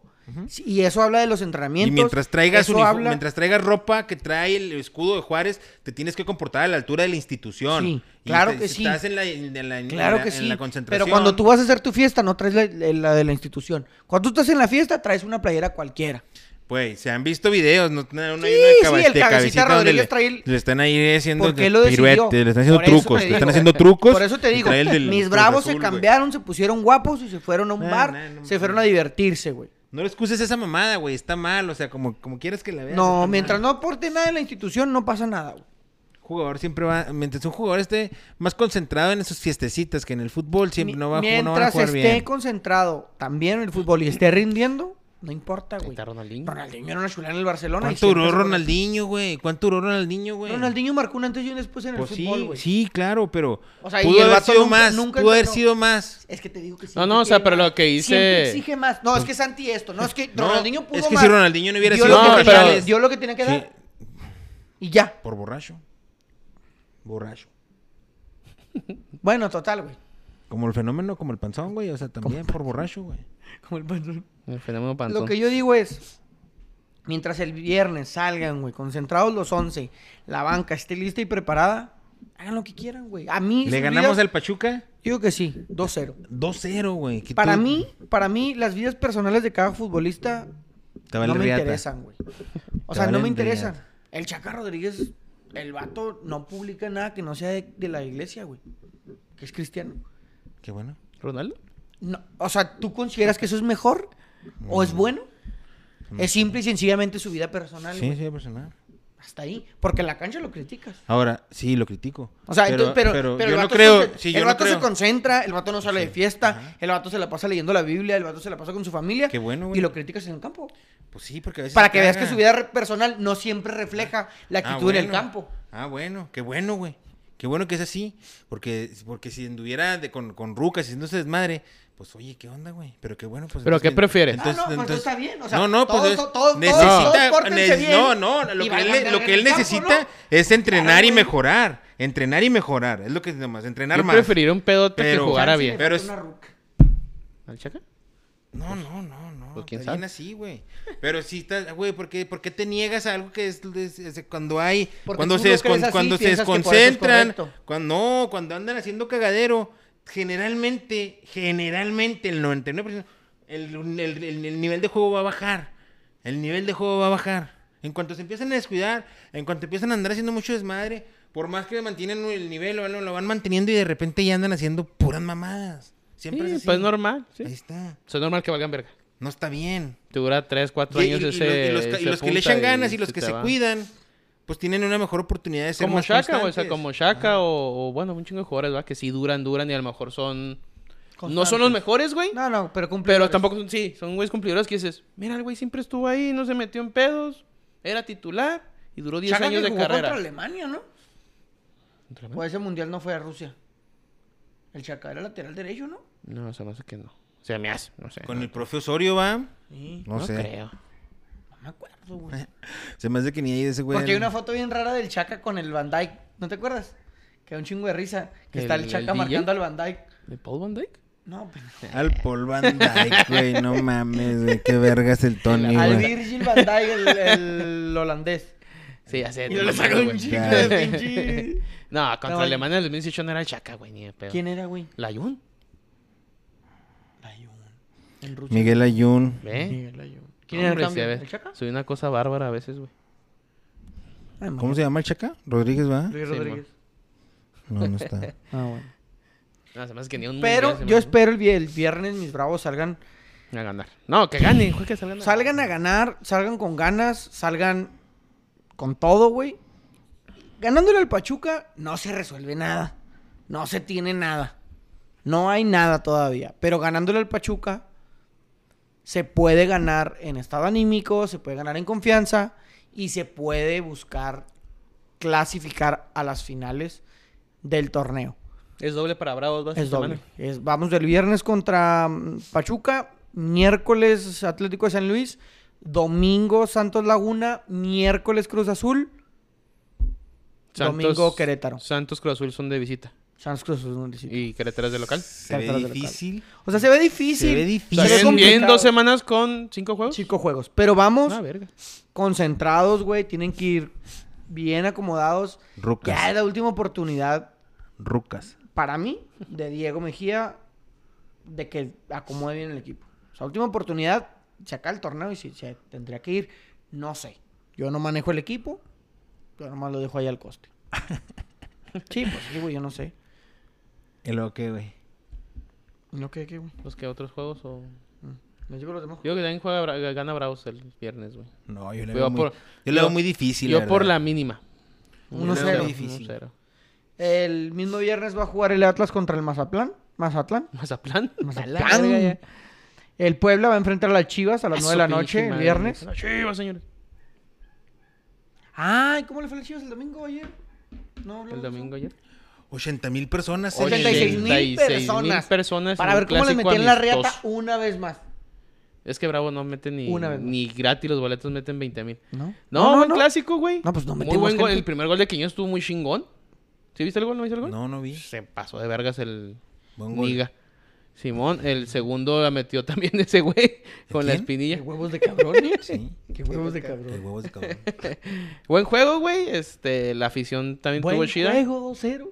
Speaker 3: y eso habla de los entrenamientos.
Speaker 1: Y mientras traigas,
Speaker 3: eso
Speaker 1: unifo-
Speaker 3: habla-
Speaker 1: mientras traigas ropa que trae el escudo de Juárez, te tienes que comportar a la altura de la institución.
Speaker 3: Sí,
Speaker 1: Y
Speaker 3: claro
Speaker 1: te-
Speaker 3: que
Speaker 1: si
Speaker 3: sí.
Speaker 1: Estás en la, en la- en
Speaker 3: Claro
Speaker 1: la-
Speaker 3: que
Speaker 1: en
Speaker 3: sí.
Speaker 1: la concentración.
Speaker 3: Pero cuando tú vas a hacer tu fiesta, no traes la, la de la institución. Cuando tú estás en la fiesta, traes una playera cualquiera.
Speaker 1: Pues se han visto videos, no Una- una-
Speaker 3: Sí,
Speaker 1: hay una
Speaker 3: sí,
Speaker 1: cabe-
Speaker 3: el
Speaker 1: este,
Speaker 3: Cabecita
Speaker 1: cabecita donde
Speaker 3: Rodríguez
Speaker 1: le,
Speaker 3: trae el-
Speaker 1: le están ahí haciendo
Speaker 3: ¿Por qué lo decidió?
Speaker 1: piruete, le están haciendo
Speaker 3: Por eso
Speaker 1: trucos,
Speaker 3: te
Speaker 1: le están
Speaker 3: digo.
Speaker 1: haciendo trucos.
Speaker 3: Por eso te
Speaker 1: y
Speaker 3: digo,
Speaker 1: trae el del
Speaker 3: mis
Speaker 1: Cruz
Speaker 3: bravos
Speaker 1: Azul,
Speaker 3: se
Speaker 1: güey.
Speaker 3: cambiaron, se pusieron guapos y se fueron a un
Speaker 1: Nah,
Speaker 3: bar,
Speaker 1: nah, no
Speaker 3: se
Speaker 1: mames.
Speaker 3: fueron a divertirse, güey.
Speaker 1: No le excuses esa mamada, güey, está mal, o sea, como, como quieres que la veas. está
Speaker 3: No,
Speaker 1: mal.
Speaker 3: mientras no aporte nada en la institución, no pasa nada, güey.
Speaker 1: Jugador siempre va, mientras un jugador esté más concentrado en sus fiestecitas que en el fútbol, siempre
Speaker 3: Mi-
Speaker 1: no va, a ju- no van a
Speaker 3: mientras
Speaker 1: jugar
Speaker 3: esté
Speaker 1: bien.
Speaker 3: concentrado también en el fútbol y esté rindiendo, no importa,
Speaker 2: Ahí
Speaker 3: güey.
Speaker 2: está Ronaldinho.
Speaker 3: Ronaldinho era una chulada en el Barcelona. y
Speaker 1: ¿Cuánto
Speaker 3: siempre
Speaker 1: duró
Speaker 3: se-
Speaker 1: Ronaldinho, güey? ¿Cuánto duró Ronaldinho, güey?
Speaker 3: Ronaldinho marcó un antes y un después en el
Speaker 1: Pues
Speaker 3: fútbol,
Speaker 1: sí,
Speaker 3: güey.
Speaker 1: sí, claro, pero
Speaker 3: O sea, y
Speaker 1: pudo
Speaker 3: el
Speaker 1: haber
Speaker 3: vato
Speaker 1: sido
Speaker 3: nunca-
Speaker 1: más,
Speaker 3: nunca
Speaker 1: pudo haber
Speaker 3: encontró-
Speaker 1: sido más.
Speaker 3: Es que te digo que sí.
Speaker 2: No, no, o sea, pero lo que
Speaker 3: Siempre
Speaker 2: hice.
Speaker 3: exige más. No, es que Santi esto. No, es que
Speaker 1: No,
Speaker 3: Ronaldinho pudo
Speaker 1: es que
Speaker 3: más.
Speaker 1: si Ronaldinho no hubiera
Speaker 3: Dio
Speaker 1: sido
Speaker 3: lo que
Speaker 2: No,
Speaker 3: tenía-
Speaker 2: pero-
Speaker 3: Dio lo que tenía que dar.
Speaker 1: Sí,
Speaker 3: Y ya.
Speaker 1: por borracho. Borracho.
Speaker 3: Bueno, total, güey.
Speaker 1: Como el fenómeno, como el panzón, güey. O sea, también por borracho, güey.
Speaker 3: Como el panzón.
Speaker 2: El fenómeno panzón.
Speaker 3: Lo que yo digo es, mientras el viernes salgan, güey, concentrados los 11, la banca esté lista y preparada, hagan lo que quieran, güey. A mí...
Speaker 1: Le
Speaker 3: sus
Speaker 1: ganamos
Speaker 3: vidas-
Speaker 1: al Pachuca
Speaker 3: Digo que sí, 2-0.
Speaker 1: 2-0, güey. que
Speaker 3: Para
Speaker 1: tú-
Speaker 3: mí, para mí, las vidas personales de cada futbolista
Speaker 1: Te vale
Speaker 3: no me
Speaker 1: riata.
Speaker 3: interesan, güey. O
Speaker 1: Te
Speaker 3: sea, no
Speaker 1: valen
Speaker 3: me interesan.
Speaker 1: riata.
Speaker 3: El Chaca Rodríguez, el vato no publica nada que no sea de, de la iglesia, güey. Que es cristiano.
Speaker 1: Qué bueno.
Speaker 2: ¿Ronaldo?
Speaker 3: No, o sea, ¿tú consideras que eso es mejor? ¿O
Speaker 1: Mm.
Speaker 3: es bueno? Es simple y sencillamente su vida personal,
Speaker 1: Sí,
Speaker 3: güey.
Speaker 1: sí, personal.
Speaker 3: Hasta ahí. Porque en la cancha lo criticas.
Speaker 1: Ahora, sí, lo critico.
Speaker 3: O sea,
Speaker 1: pero,
Speaker 3: entonces, pero, pero, el
Speaker 1: yo no
Speaker 3: vato,
Speaker 1: creo.
Speaker 3: se,
Speaker 1: sí,
Speaker 3: el
Speaker 1: yo no
Speaker 3: vato se
Speaker 1: creo.
Speaker 3: concentra, el vato no sale de fiesta,
Speaker 1: Ajá.
Speaker 3: el vato se la pasa leyendo la Biblia, el vato se la pasa con su familia.
Speaker 1: Qué bueno, güey.
Speaker 3: Y lo criticas en el campo.
Speaker 1: Pues sí, porque a veces
Speaker 3: Para
Speaker 1: se
Speaker 3: que veas que
Speaker 1: caga.
Speaker 3: su vida re- personal no siempre refleja la
Speaker 1: Ah,
Speaker 3: actitud en el
Speaker 1: bueno.
Speaker 3: campo.
Speaker 1: Ah, bueno, qué bueno, güey. Qué bueno que es así. Porque, porque si anduviera de- con, con rucas haciéndose desmadre, pues oye, ¿qué onda, güey? Pero qué bueno, pues.
Speaker 2: ¿Pero qué prefieres?
Speaker 3: Ah, no, pues, está bien, o sea,
Speaker 1: no, no, pues.
Speaker 3: todos-
Speaker 1: es-
Speaker 3: todos- todos-
Speaker 1: necesita.
Speaker 3: todos pórtense
Speaker 1: nes-
Speaker 3: bien
Speaker 1: no, no, lo
Speaker 3: y
Speaker 1: que él,
Speaker 3: vayan
Speaker 1: ne-
Speaker 3: a
Speaker 1: lo
Speaker 3: ganar
Speaker 1: que
Speaker 3: el
Speaker 1: él
Speaker 3: campo,
Speaker 1: necesita
Speaker 3: ¿no?
Speaker 1: es entrenar
Speaker 3: Claro,
Speaker 1: y
Speaker 3: güey.
Speaker 1: mejorar. Entrenar y mejorar. Es lo que es nomás, entrenar
Speaker 2: Yo
Speaker 1: más.
Speaker 2: preferiría un pedota que
Speaker 1: Pero-
Speaker 2: jugara
Speaker 1: Chance
Speaker 2: bien.
Speaker 1: Pero
Speaker 3: Pero
Speaker 1: es-
Speaker 2: ¿Al Chaca?
Speaker 1: No, no, no, no.
Speaker 2: Pues, ¿quién
Speaker 1: está bien
Speaker 2: sabe?
Speaker 1: así, güey. Pero sí está, güey, ¿por qué, por qué te niegas a algo que es, es- es- cuando hay,
Speaker 3: Porque
Speaker 1: cuando
Speaker 3: tú
Speaker 1: se,
Speaker 3: no
Speaker 1: descon-
Speaker 3: crees así,
Speaker 1: cuando se
Speaker 3: piensas que por eso es
Speaker 1: desconcentran,
Speaker 3: correcto.
Speaker 1: cuando no, cuando andan haciendo cagadero, generalmente, generalmente el 99% el, el, el- el nivel de juego va a bajar. El nivel de juego va a bajar. En cuanto se empiezan a descuidar, en cuanto empiezan a andar haciendo mucho desmadre, por más que mantienen el nivel, lo, lo van manteniendo y de repente ya andan haciendo puras mamadas. Siempre
Speaker 2: Sí,
Speaker 1: es así.
Speaker 2: pues normal. Sí.
Speaker 1: Ahí está.
Speaker 2: Es normal que valgan verga.
Speaker 1: No está bien.
Speaker 2: Te dura 3, 4
Speaker 1: Y, y-
Speaker 2: años
Speaker 1: y
Speaker 2: ese.
Speaker 1: los, y los ca- y
Speaker 2: ese
Speaker 1: los que le
Speaker 2: punta
Speaker 1: echan ganas y los
Speaker 2: se
Speaker 1: que
Speaker 2: te
Speaker 1: se
Speaker 2: va.
Speaker 1: cuidan, pues tienen una mejor oportunidad de ser
Speaker 2: Como
Speaker 1: más
Speaker 2: Shaka, güey, o sea,
Speaker 1: constantes.
Speaker 2: como Shaka o, o, bueno, un chingo de jugadores, ¿verdad? Que sí duran, duran y a lo mejor son. No son
Speaker 3: Constantes.
Speaker 2: los mejores, güey.
Speaker 3: No, no, pero cumple.
Speaker 2: Pero tampoco son, sí, son güeyes cumplidores que dices, mira, el güey siempre estuvo ahí, no se metió en pedos, era titular y duró 10
Speaker 3: Chaca
Speaker 2: años
Speaker 3: que
Speaker 2: de
Speaker 3: jugó
Speaker 2: carrera.
Speaker 3: contra Alemania, ¿no? O ese mundial no fue a Rusia. El Chaca era lateral derecho, ¿no?
Speaker 2: No, o sea, no sé qué no. O sea, me hace, no sé.
Speaker 1: Con
Speaker 2: no,
Speaker 1: el profe Osorio va.
Speaker 3: Sí.
Speaker 1: No, sé.
Speaker 2: creo.
Speaker 3: No me acuerdo, güey.
Speaker 1: Se me hace que ni ahí de ese güey.
Speaker 3: Porque hay
Speaker 1: era-
Speaker 3: una foto bien rara del Chaca con el Van Dyke. ¿No te acuerdas? Que da un chingo de risa. Que está el
Speaker 2: ¿El-
Speaker 3: Chaca
Speaker 2: el DJ?
Speaker 3: marcando al Van Dyke.
Speaker 2: ¿De Paul Van Dyke?
Speaker 3: No, pues, pero...
Speaker 1: Al Paul Van Dyke, güey. No mames, güey. Qué vergas el Tony,
Speaker 3: Al
Speaker 1: güey.
Speaker 3: Virgil Van Dyke, el, el holandés.
Speaker 2: Sí, ya sé.
Speaker 3: Y le
Speaker 2: saca
Speaker 3: sacó un chingo de pinche...
Speaker 2: No, contra
Speaker 3: No,
Speaker 2: Alemania en el 2018 no era el Chaca, güey, ni de pedo.
Speaker 3: ¿Quién era, güey?
Speaker 2: Layun,
Speaker 3: Layun. En Rusia.
Speaker 1: Miguel Ayun.
Speaker 2: ¿eh?
Speaker 3: ¿Quién era el
Speaker 2: Hombre,
Speaker 3: cambio?
Speaker 2: sí, a ver,
Speaker 3: ¿El Chaca?
Speaker 2: Soy una cosa bárbara a veces, güey.
Speaker 3: Ay,
Speaker 1: ¿Cómo se llama el chaca? ¿Rodríguez va?
Speaker 3: Luis
Speaker 2: Sí,
Speaker 3: Rodríguez.
Speaker 1: No, no está.
Speaker 3: Ah, bueno.
Speaker 2: No, se me hace que ni un mundial
Speaker 3: Pero
Speaker 2: se me
Speaker 3: yo
Speaker 2: hace,
Speaker 3: espero el, vie- el viernes mis bravos salgan.
Speaker 2: ¿no? A ganar. No, que gane, güey, que salgan.
Speaker 3: Salgan a ganar, salgan con ganas, salgan con todo, güey. Ganándole al Pachuca no se resuelve nada. No se tiene nada. No hay nada todavía. Pero ganándole al Pachuca se puede ganar en estado anímico, se puede ganar en confianza y se puede buscar clasificar a las finales del torneo.
Speaker 2: Es doble para Bravos, vas
Speaker 3: Es doble. Es- vamos del viernes contra mm, Pachuca, miércoles Atlético de San Luis, domingo Santos Laguna, miércoles Cruz Azul, domingo Querétaro.
Speaker 2: Santos Cruz Azul son de visita.
Speaker 3: Santos Cruz Azul. no necesita.
Speaker 2: Y Querétaro es de local.
Speaker 1: Se ve
Speaker 3: Cartas del
Speaker 1: difícil.
Speaker 3: O sea, se ve difícil.
Speaker 1: Se ve difícil.
Speaker 3: se ve
Speaker 2: También bien
Speaker 3: complicado. pues.
Speaker 2: dos semanas con cinco juegos.
Speaker 3: Cinco juegos. Pero vamos
Speaker 2: Ah, verga.
Speaker 3: concentrados, güey. Tienen que ir bien acomodados.
Speaker 1: Rucas.
Speaker 3: Ya es la última oportunidad
Speaker 1: Rucas.
Speaker 3: para mí, de Diego Mejía, de que acomode bien el equipo. O sea, última oportunidad se acaba el torneo y si se tendría que ir, no sé. Yo no manejo el equipo, yo nomás lo dejo ahí al coste. sí, pues sí, güey, yo no sé.
Speaker 1: ¿Y luego qué, güey?
Speaker 3: ¿No qué, qué, güey?
Speaker 2: Pues que otros juegos o...
Speaker 3: ¿Me llevo los demás?
Speaker 2: Yo creo que también juega, Bra- gana Bravos el viernes, güey.
Speaker 1: No, yo le
Speaker 2: Yo
Speaker 1: veo, muy,
Speaker 2: por-
Speaker 1: yo le
Speaker 2: yo-
Speaker 1: veo muy difícil.
Speaker 2: Yo
Speaker 1: la
Speaker 2: por
Speaker 1: verdad.
Speaker 2: la mínima.
Speaker 3: Uno
Speaker 2: Uno
Speaker 3: cero.
Speaker 2: cero,
Speaker 1: Difícil.
Speaker 2: uno cero.
Speaker 3: El mismo viernes va a jugar el Atlas contra el Mazatlán. Mazatlán.
Speaker 2: Mazatlán.
Speaker 3: Mazatlán. El Puebla va a enfrentar a las Chivas a las 9 de la
Speaker 2: Su pinche
Speaker 3: noche, el
Speaker 2: madre.
Speaker 3: viernes.
Speaker 2: Las Chivas, señores.
Speaker 3: Ay, ¿cómo le fue a las Chivas el domingo ayer? No, hablamos
Speaker 2: El
Speaker 3: de eso.
Speaker 2: domingo ayer.
Speaker 1: 80 mil personas.
Speaker 3: 76
Speaker 1: eh,
Speaker 3: mil
Speaker 2: 86,000
Speaker 3: personas.
Speaker 2: personas
Speaker 3: Para
Speaker 2: en un
Speaker 3: ver cómo le
Speaker 2: clásico
Speaker 3: metían la
Speaker 2: amistoso.
Speaker 3: reata una vez más.
Speaker 2: Es que Bravo no mete ni,
Speaker 3: Una vez más.
Speaker 2: ni gratis, los boletos meten 20 mil.
Speaker 3: ¿No?
Speaker 2: No, buen clásico, güey.
Speaker 3: No, pues no
Speaker 2: Muy
Speaker 3: metimos
Speaker 2: buen gol.
Speaker 3: gente.
Speaker 2: El primer gol de Quiñones estuvo muy chingón. ¿Sí viste el gol? ¿No viste el gol?
Speaker 1: No, no vi.
Speaker 2: Se pasó de vergas el
Speaker 1: Buen gol.
Speaker 2: Niga. Simón, el segundo la metió también ese güey con la
Speaker 1: quién?
Speaker 3: Qué
Speaker 2: espinilla.
Speaker 3: huevos de cabrón, ¿eh?
Speaker 1: Sí.
Speaker 3: Qué huevos de
Speaker 1: Qué
Speaker 3: cabrón.
Speaker 1: huevos de cabrón.
Speaker 2: Buen juego, güey. Este, la afición también
Speaker 3: Buen
Speaker 2: tuvo chida.
Speaker 3: juego, 2-0.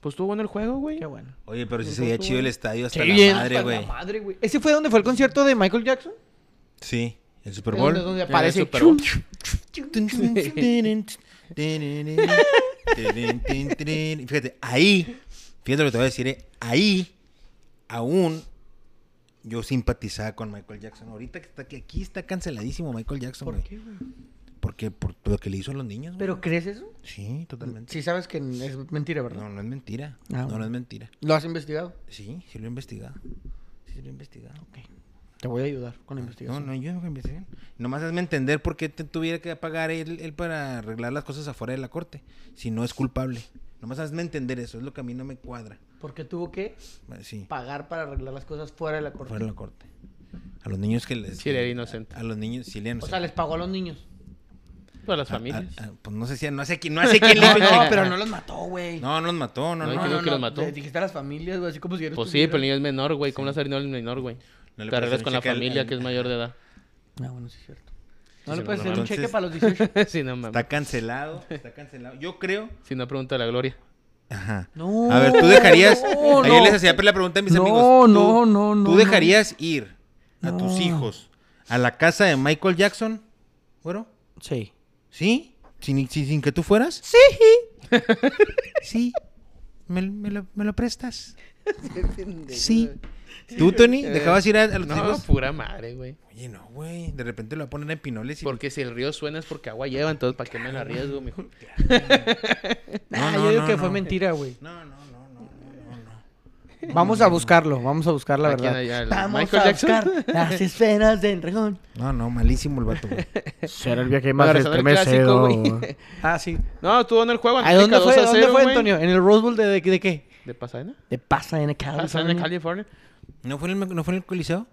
Speaker 2: Pues estuvo bueno el juego, güey.
Speaker 3: Qué bueno.
Speaker 1: Oye, pero sí se veía chido el estadio hasta
Speaker 3: Sí,
Speaker 1: la
Speaker 3: bien,
Speaker 1: madre,
Speaker 3: hasta la
Speaker 1: güey.
Speaker 3: madre, güey. ¿Ese fue donde fue el concierto de Michael Jackson?
Speaker 1: Sí, el Super
Speaker 3: Es
Speaker 1: Bowl.
Speaker 3: Donde, donde
Speaker 2: En el
Speaker 3: aparece.
Speaker 2: Super Bowl.
Speaker 3: chum, chum, chum, chum.
Speaker 1: Fíjate, ahí, fíjate lo que te voy a decir, eh, ahí aún yo simpatizaba con Michael Jackson. Ahorita que está aquí, aquí está canceladísimo Michael Jackson,
Speaker 3: ¿Por
Speaker 1: güey.
Speaker 3: qué, güey?
Speaker 1: Porque por lo que le hizo a los niños, güey.
Speaker 3: ¿Pero crees eso?
Speaker 1: Sí, totalmente.
Speaker 3: Sí sabes que es mentira, ¿verdad?
Speaker 1: No, no es mentira.
Speaker 3: Ah,
Speaker 1: no,
Speaker 3: bueno.
Speaker 1: no es mentira.
Speaker 3: ¿Lo has investigado?
Speaker 1: Sí, sí lo he investigado. Sí, sí lo he investigado.
Speaker 3: Te voy a ayudar con la
Speaker 1: No,
Speaker 3: investigación.
Speaker 1: no, yo no voy a investigar. Nomás hazme entender por qué te tuviera que pagar él, él para arreglar las cosas afuera de la corte, si no es culpable. Nomás hazme entender eso, es lo que a mí no me cuadra.
Speaker 3: Porque tuvo que
Speaker 1: Sí,
Speaker 3: pagar para arreglar las cosas fuera de la corte.
Speaker 1: afuera de la corte. A los niños que les...
Speaker 2: Sí, era inocente.
Speaker 1: A, los niños chilenos.
Speaker 3: O sea, les pagó a los niños.
Speaker 2: Para
Speaker 3: Ah,
Speaker 2: las familias.
Speaker 1: pues no sé si, no sé quién, no sé quién le
Speaker 3: No,
Speaker 1: hizo el-
Speaker 3: no, pero no los mató, güey.
Speaker 1: No, no los mató, no,
Speaker 2: No,
Speaker 1: no.
Speaker 2: hay
Speaker 1: No,
Speaker 2: que-
Speaker 1: no,
Speaker 2: creo los mató.
Speaker 3: le dijiste a las familias, güey, así como si eres
Speaker 2: Pues
Speaker 3: tu
Speaker 2: sí,
Speaker 3: libro.
Speaker 2: pero el niño es menor, güey. ¿Cómo le vas a arreglar al menor, güey?
Speaker 1: le
Speaker 2: Te
Speaker 1: puedes
Speaker 2: arreglas
Speaker 1: hacer
Speaker 2: con la
Speaker 1: cheque al-
Speaker 2: familia
Speaker 1: al-
Speaker 2: que es mayor de edad.
Speaker 3: Ah, bueno, sí es cierto.
Speaker 2: Sí,
Speaker 3: No le
Speaker 2: sí,
Speaker 3: puedes
Speaker 2: no,
Speaker 3: hacer un
Speaker 1: entonces-
Speaker 3: cheque para los 18.
Speaker 2: sí, no mames.
Speaker 1: Está cancelado, está cancelado. Yo creo...
Speaker 2: Si no, pregunta a la Gloria.
Speaker 1: Ajá.
Speaker 3: No,
Speaker 1: a ver, tú dejarías...
Speaker 3: no,
Speaker 1: ayer
Speaker 3: no.
Speaker 1: les hacía la pregunta a mis
Speaker 3: No,
Speaker 1: amigos. ¿tú-
Speaker 3: no, no, no,
Speaker 1: ¿Tú
Speaker 3: no.
Speaker 1: dejarías ir a
Speaker 3: No.
Speaker 1: tus hijos a la casa de Michael Jackson, güero?
Speaker 3: Sí.
Speaker 1: ¿Sí? ¿Sin, sin, sin que tú fueras? Sí. Sí. ¿Me, me lo, me lo prestas? Sí. ¿Tú, Tony,
Speaker 3: Eh,
Speaker 1: dejabas ir a, a los
Speaker 2: No,
Speaker 1: hijos?
Speaker 3: pues,
Speaker 2: pura madre, güey.
Speaker 1: Oye, no, güey. De repente lo ponen en pinoles y...
Speaker 2: Porque si el río suena es porque agua lleva, entonces ¿para qué me la arriesgo, mijo?
Speaker 3: Ah,
Speaker 1: no,
Speaker 3: yo digo
Speaker 1: no,
Speaker 3: que
Speaker 1: no.
Speaker 3: fue mentira, güey.
Speaker 1: No, no, no, no, no, no, no.
Speaker 3: Vamos a buscarlo, vamos a buscar la
Speaker 2: ¿A quién
Speaker 3: verdad.
Speaker 2: hay? ¿Al
Speaker 3: Vamos
Speaker 2: Michael
Speaker 3: a
Speaker 2: Jackson?
Speaker 3: buscar las esferas del regón.
Speaker 1: No, no, malísimo el vato, güey.
Speaker 4: Será el viaje
Speaker 2: Para
Speaker 4: más
Speaker 2: regresar al
Speaker 4: estremecedor.
Speaker 2: clásico, güey.
Speaker 3: Ah, sí.
Speaker 2: No, estuvo en el juego.
Speaker 3: ¿A dónde
Speaker 2: América
Speaker 3: fue,
Speaker 2: 2 a
Speaker 3: dónde
Speaker 2: 0,
Speaker 3: fue,
Speaker 2: güey.
Speaker 3: Antonio? ¿En el Rose Bowl de, de, de qué?
Speaker 2: ¿De Pasadena?
Speaker 3: De Pasadena, California.
Speaker 2: Pasadena, Ah, California.
Speaker 1: ¿No fue en el, no fue en el Coliseo?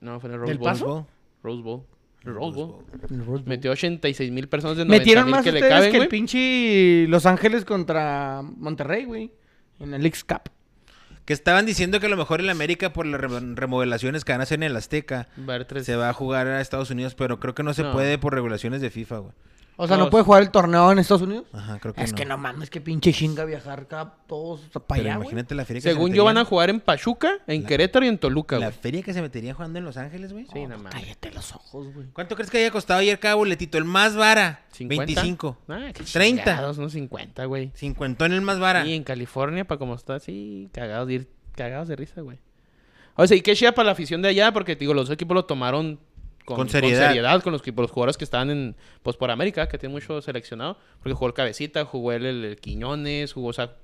Speaker 2: No, fue en el Rose
Speaker 3: ¿Del
Speaker 2: Bowl.
Speaker 3: Paso?
Speaker 2: Rose Bowl. Rose Bowl.
Speaker 3: En el Rose Bowl.
Speaker 2: Metió 86 mil personas de 90
Speaker 3: Metieron
Speaker 2: mil
Speaker 3: más
Speaker 2: que le
Speaker 3: ustedes
Speaker 2: caben,
Speaker 3: que
Speaker 2: güey.
Speaker 3: el pinche Los Ángeles contra Monterrey, güey. En el Leagues Cup.
Speaker 1: Que estaban diciendo que a lo mejor el América por las re- remodelaciones que van a hacer en el Azteca...
Speaker 2: Va a haber tres.
Speaker 1: Se va a jugar a Estados Unidos, pero creo que no se
Speaker 2: Pues No.
Speaker 1: puede por regulaciones de FIFA, güey.
Speaker 3: O sea, ¿no,
Speaker 2: No,
Speaker 3: puede jugar el torneo en Estados Unidos?
Speaker 1: Ajá, Ah, creo que
Speaker 3: es
Speaker 1: no.
Speaker 3: que no mames, que pinche chinga viajar acá todos para
Speaker 1: Pero
Speaker 3: allá, güey.
Speaker 1: imagínate la feria que se
Speaker 2: Según
Speaker 1: metería-
Speaker 2: yo, van a jugar en Pachuca, en
Speaker 1: La-
Speaker 2: Querétaro y en Toluca,
Speaker 1: La
Speaker 2: güey.
Speaker 1: feria que se metería jugando en Los Ángeles, güey.
Speaker 2: Sí, nada más.
Speaker 3: Cállate los ojos, güey.
Speaker 1: ¿Cuánto crees que haya costado ayer cada boletito? El más vara.
Speaker 2: 50.
Speaker 1: 25.
Speaker 2: Ah, qué
Speaker 1: 30.
Speaker 2: chingados, no 50, güey.
Speaker 1: 50 en el más vara.
Speaker 2: Y en California, para como está, sí, cagados de, ir- cagados de risa, güey. O sea, y qué chida para la afición de allá, porque te digo, los equipos lo tomaron con,
Speaker 1: Con
Speaker 2: con
Speaker 1: seriedad.
Speaker 2: seriedad. con los, que- por los jugadores que estaban en, pues por América, que tiene mucho seleccionado, porque jugó el Cabecita, jugó el, el Quiñones, jugó, o sea,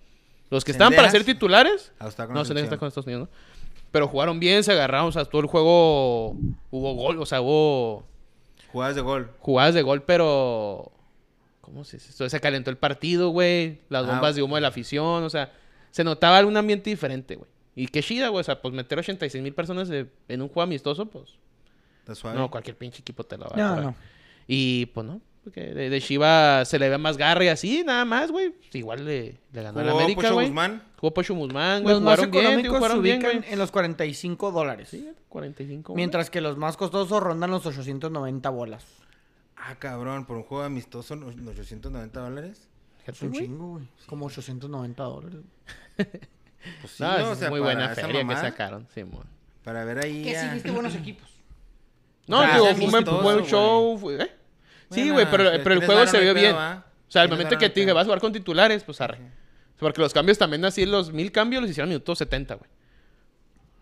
Speaker 2: los que estaban para ser
Speaker 1: Sendejas.
Speaker 2: titulares,
Speaker 1: Ah, está con la
Speaker 2: no, Sendejas
Speaker 1: selección.
Speaker 2: está con Estados Unidos, ¿no? Pero jugaron bien, se agarraron, o sea, todo el juego hubo gol, o sea, hubo
Speaker 1: Jugadas de gol.
Speaker 2: jugadas de gol, pero. ¿Cómo se dice esto? Se calentó el partido, güey. Las
Speaker 1: Ah,
Speaker 2: bombas de humo de la afición, o sea, se notaba un ambiente diferente, güey. Y qué chida, güey. O sea, pues meter 86 mil personas eh, en un juego amistoso, pues.
Speaker 1: Está suave.
Speaker 2: No, cualquier pinche equipo te la va a
Speaker 3: No,
Speaker 2: parar.
Speaker 3: no.
Speaker 2: Y pues no. Porque de, de Shiva se le ve más garra y así, nada más, güey. Pues, Igual le, le ganó el
Speaker 1: Jugó
Speaker 2: América,
Speaker 1: Pocho
Speaker 2: güey.
Speaker 1: Guzmán.
Speaker 2: Jugó Pocho Guzmán, güey.
Speaker 3: Los más
Speaker 2: Jugaron bien, tío,
Speaker 3: económicos se
Speaker 2: jugaron bien,
Speaker 3: ubican
Speaker 2: güey.
Speaker 3: en los 45 dólares.
Speaker 2: Sí, 45. güey.
Speaker 3: Mientras que los más costosos rondan los 890 bolas.
Speaker 1: Ah, cabrón, por un juego amistoso, los 890 dólares.
Speaker 3: Es un
Speaker 2: Fíjate, güey.
Speaker 3: chingo, güey. Como 890 dólares.
Speaker 1: Pues sí,
Speaker 2: No,
Speaker 1: ¿no?
Speaker 2: es
Speaker 1: O sea,
Speaker 2: muy
Speaker 1: para
Speaker 2: buena
Speaker 1: esa
Speaker 2: feria que
Speaker 1: mamada,
Speaker 2: sacaron, Simón.
Speaker 1: Para ver ahí.
Speaker 3: Que sí
Speaker 1: a-
Speaker 3: viste buenos equipos.
Speaker 2: No,
Speaker 1: Ah,
Speaker 2: digo,
Speaker 1: está
Speaker 2: fue un buen-
Speaker 1: amistoso,
Speaker 2: buen
Speaker 1: güey.
Speaker 2: show. fue- ¿eh? sí,
Speaker 1: Bueno,
Speaker 2: güey,
Speaker 1: pues,
Speaker 2: pero, pero el
Speaker 1: tienes
Speaker 2: juego
Speaker 1: varo,
Speaker 2: se
Speaker 1: no hay
Speaker 2: vio
Speaker 1: pedo,
Speaker 2: bien.
Speaker 1: ¿va?
Speaker 2: O sea, el
Speaker 1: Tienes
Speaker 2: momento
Speaker 1: varo, no
Speaker 2: que
Speaker 1: hay
Speaker 2: te dije,
Speaker 1: pedo.
Speaker 2: vas a jugar con titulares, pues arre. Porque los cambios también así, los mil cambios los hicieron minutos 70, güey.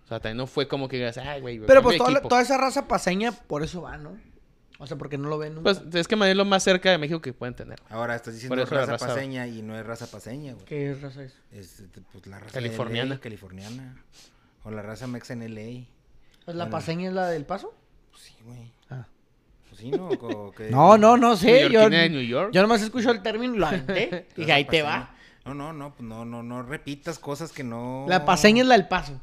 Speaker 2: O sea, también no fue como que digas, ay, güey.
Speaker 3: Pero
Speaker 2: cambio de
Speaker 3: pues toda, la-
Speaker 2: equipo".
Speaker 3: toda esa raza paseña por eso va, ¿no? O sea, porque no lo ven nunca.
Speaker 2: Pues es que Madrid es lo más cerca de México que pueden tener.
Speaker 1: Ahora estás diciendo
Speaker 2: Por eso la
Speaker 1: raza
Speaker 2: raza-
Speaker 1: paseña y no es raza paseña, güey.
Speaker 3: ¿Qué raza es?
Speaker 1: Es este, pues, la raza
Speaker 2: Californiana.
Speaker 1: de LA, californiana. O la raza mexa en LA.
Speaker 3: Pues, ¿La
Speaker 1: Bueno.
Speaker 3: paseña es la del paso?
Speaker 1: Pues sí, güey.
Speaker 3: Ah.
Speaker 1: Pues sí, ¿no? O que-
Speaker 3: No, no, no sé. Yo,
Speaker 2: Neoyorquina de New York.
Speaker 3: yo nomás escucho el término, la aventé.
Speaker 1: raza
Speaker 3: y ahí te
Speaker 1: paseña.
Speaker 3: va.
Speaker 1: No, no, no, pues no, no, no repitas cosas que no.
Speaker 3: La paseña es la del paso.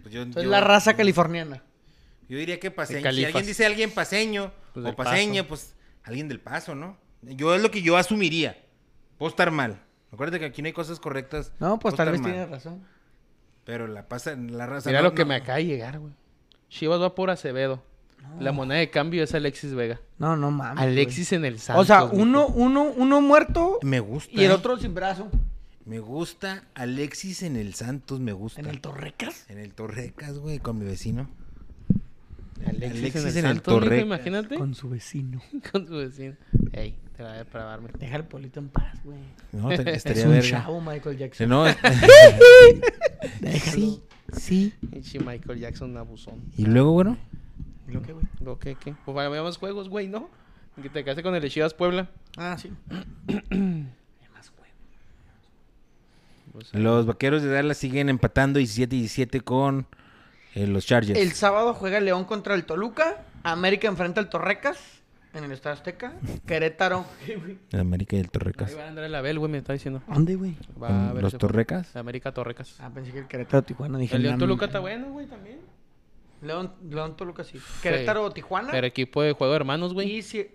Speaker 1: Pues yo-
Speaker 3: Entonces
Speaker 1: yo-
Speaker 3: la raza californiana.
Speaker 1: Yo diría que paseño. Si
Speaker 2: Califas.
Speaker 1: alguien dice alguien paseño
Speaker 2: Pues
Speaker 1: o
Speaker 2: del
Speaker 1: paseña,
Speaker 2: Paso.
Speaker 1: pues alguien del paso, ¿no? Yo es lo que yo asumiría. Puedo estar mal. Acuérdate que aquí no hay cosas correctas.
Speaker 3: No, pues
Speaker 1: Puedo
Speaker 3: tal
Speaker 1: estar
Speaker 3: vez
Speaker 1: mal.
Speaker 3: tienes razón.
Speaker 1: Pero la pasa, la raza.
Speaker 2: Mira
Speaker 1: no,
Speaker 2: lo que
Speaker 1: no.
Speaker 2: me acaba de llegar, güey. Chivas va por Acevedo. La moneda de cambio es Alexis Vega.
Speaker 3: No, no mames. Ah, güey.
Speaker 2: Alexis en el Santos.
Speaker 3: O sea,
Speaker 2: mijo.
Speaker 3: uno, uno, uno muerto
Speaker 1: Me gusta.
Speaker 3: y el
Speaker 1: eh.
Speaker 3: otro sin brazo.
Speaker 1: Me gusta Alexis en el Santos, me gusta.
Speaker 3: ¿En el Torrecas?
Speaker 1: En el Torrecas, güey, con mi vecino.
Speaker 2: Alexis,
Speaker 1: Alexis
Speaker 2: en el,
Speaker 1: en el
Speaker 2: Santos, mijo,
Speaker 1: Torrecas.
Speaker 2: imagínate. Con...
Speaker 3: Con su vecino.
Speaker 2: su vecino. Ey, te la voy a probar, mijo.
Speaker 3: Deja al Polito en paz, güey.
Speaker 1: No, te-
Speaker 3: Es
Speaker 1: estaría
Speaker 3: un
Speaker 1: verga.
Speaker 3: chavo, Michael
Speaker 1: Si
Speaker 3: Jackson.
Speaker 1: no, es-
Speaker 3: Déjalo.
Speaker 1: sí, sí.
Speaker 2: Pinche Michael Jackson abusón.
Speaker 1: Y luego, bueno,
Speaker 3: ¿Lo qué, güey?
Speaker 2: ¿Lo qué, qué? Pues vaya, veamos juegos, güey, ¿no? Que te case con el de Chivas Puebla.
Speaker 3: Ah, sí. Además, güey.
Speaker 2: Pues,
Speaker 1: los vaqueros de Dallas siguen empatando 17 y 17 con eh, los Chargers.
Speaker 3: El sábado juega León contra el Toluca. América enfrenta al Torrecas. En el Estadio Azteca. Querétaro.
Speaker 1: De América y el Torrecas.
Speaker 2: Ahí va a andar el Abel, güey, me está diciendo.
Speaker 3: ¿Dónde, güey?
Speaker 2: Va
Speaker 1: ¿Con
Speaker 2: a ver
Speaker 1: los
Speaker 2: ese
Speaker 1: Torrecas?
Speaker 2: juego. América Torrecas.
Speaker 3: Mm, Ah, pensé que el Querétaro Tijuana. Dije,
Speaker 2: el León
Speaker 3: "Nam".
Speaker 2: Toluca está bueno, güey, también.
Speaker 3: León, León Toluca, sí. Querétaro Tijuana.
Speaker 2: Pero equipo de juego de hermanos, güey.
Speaker 3: Y si...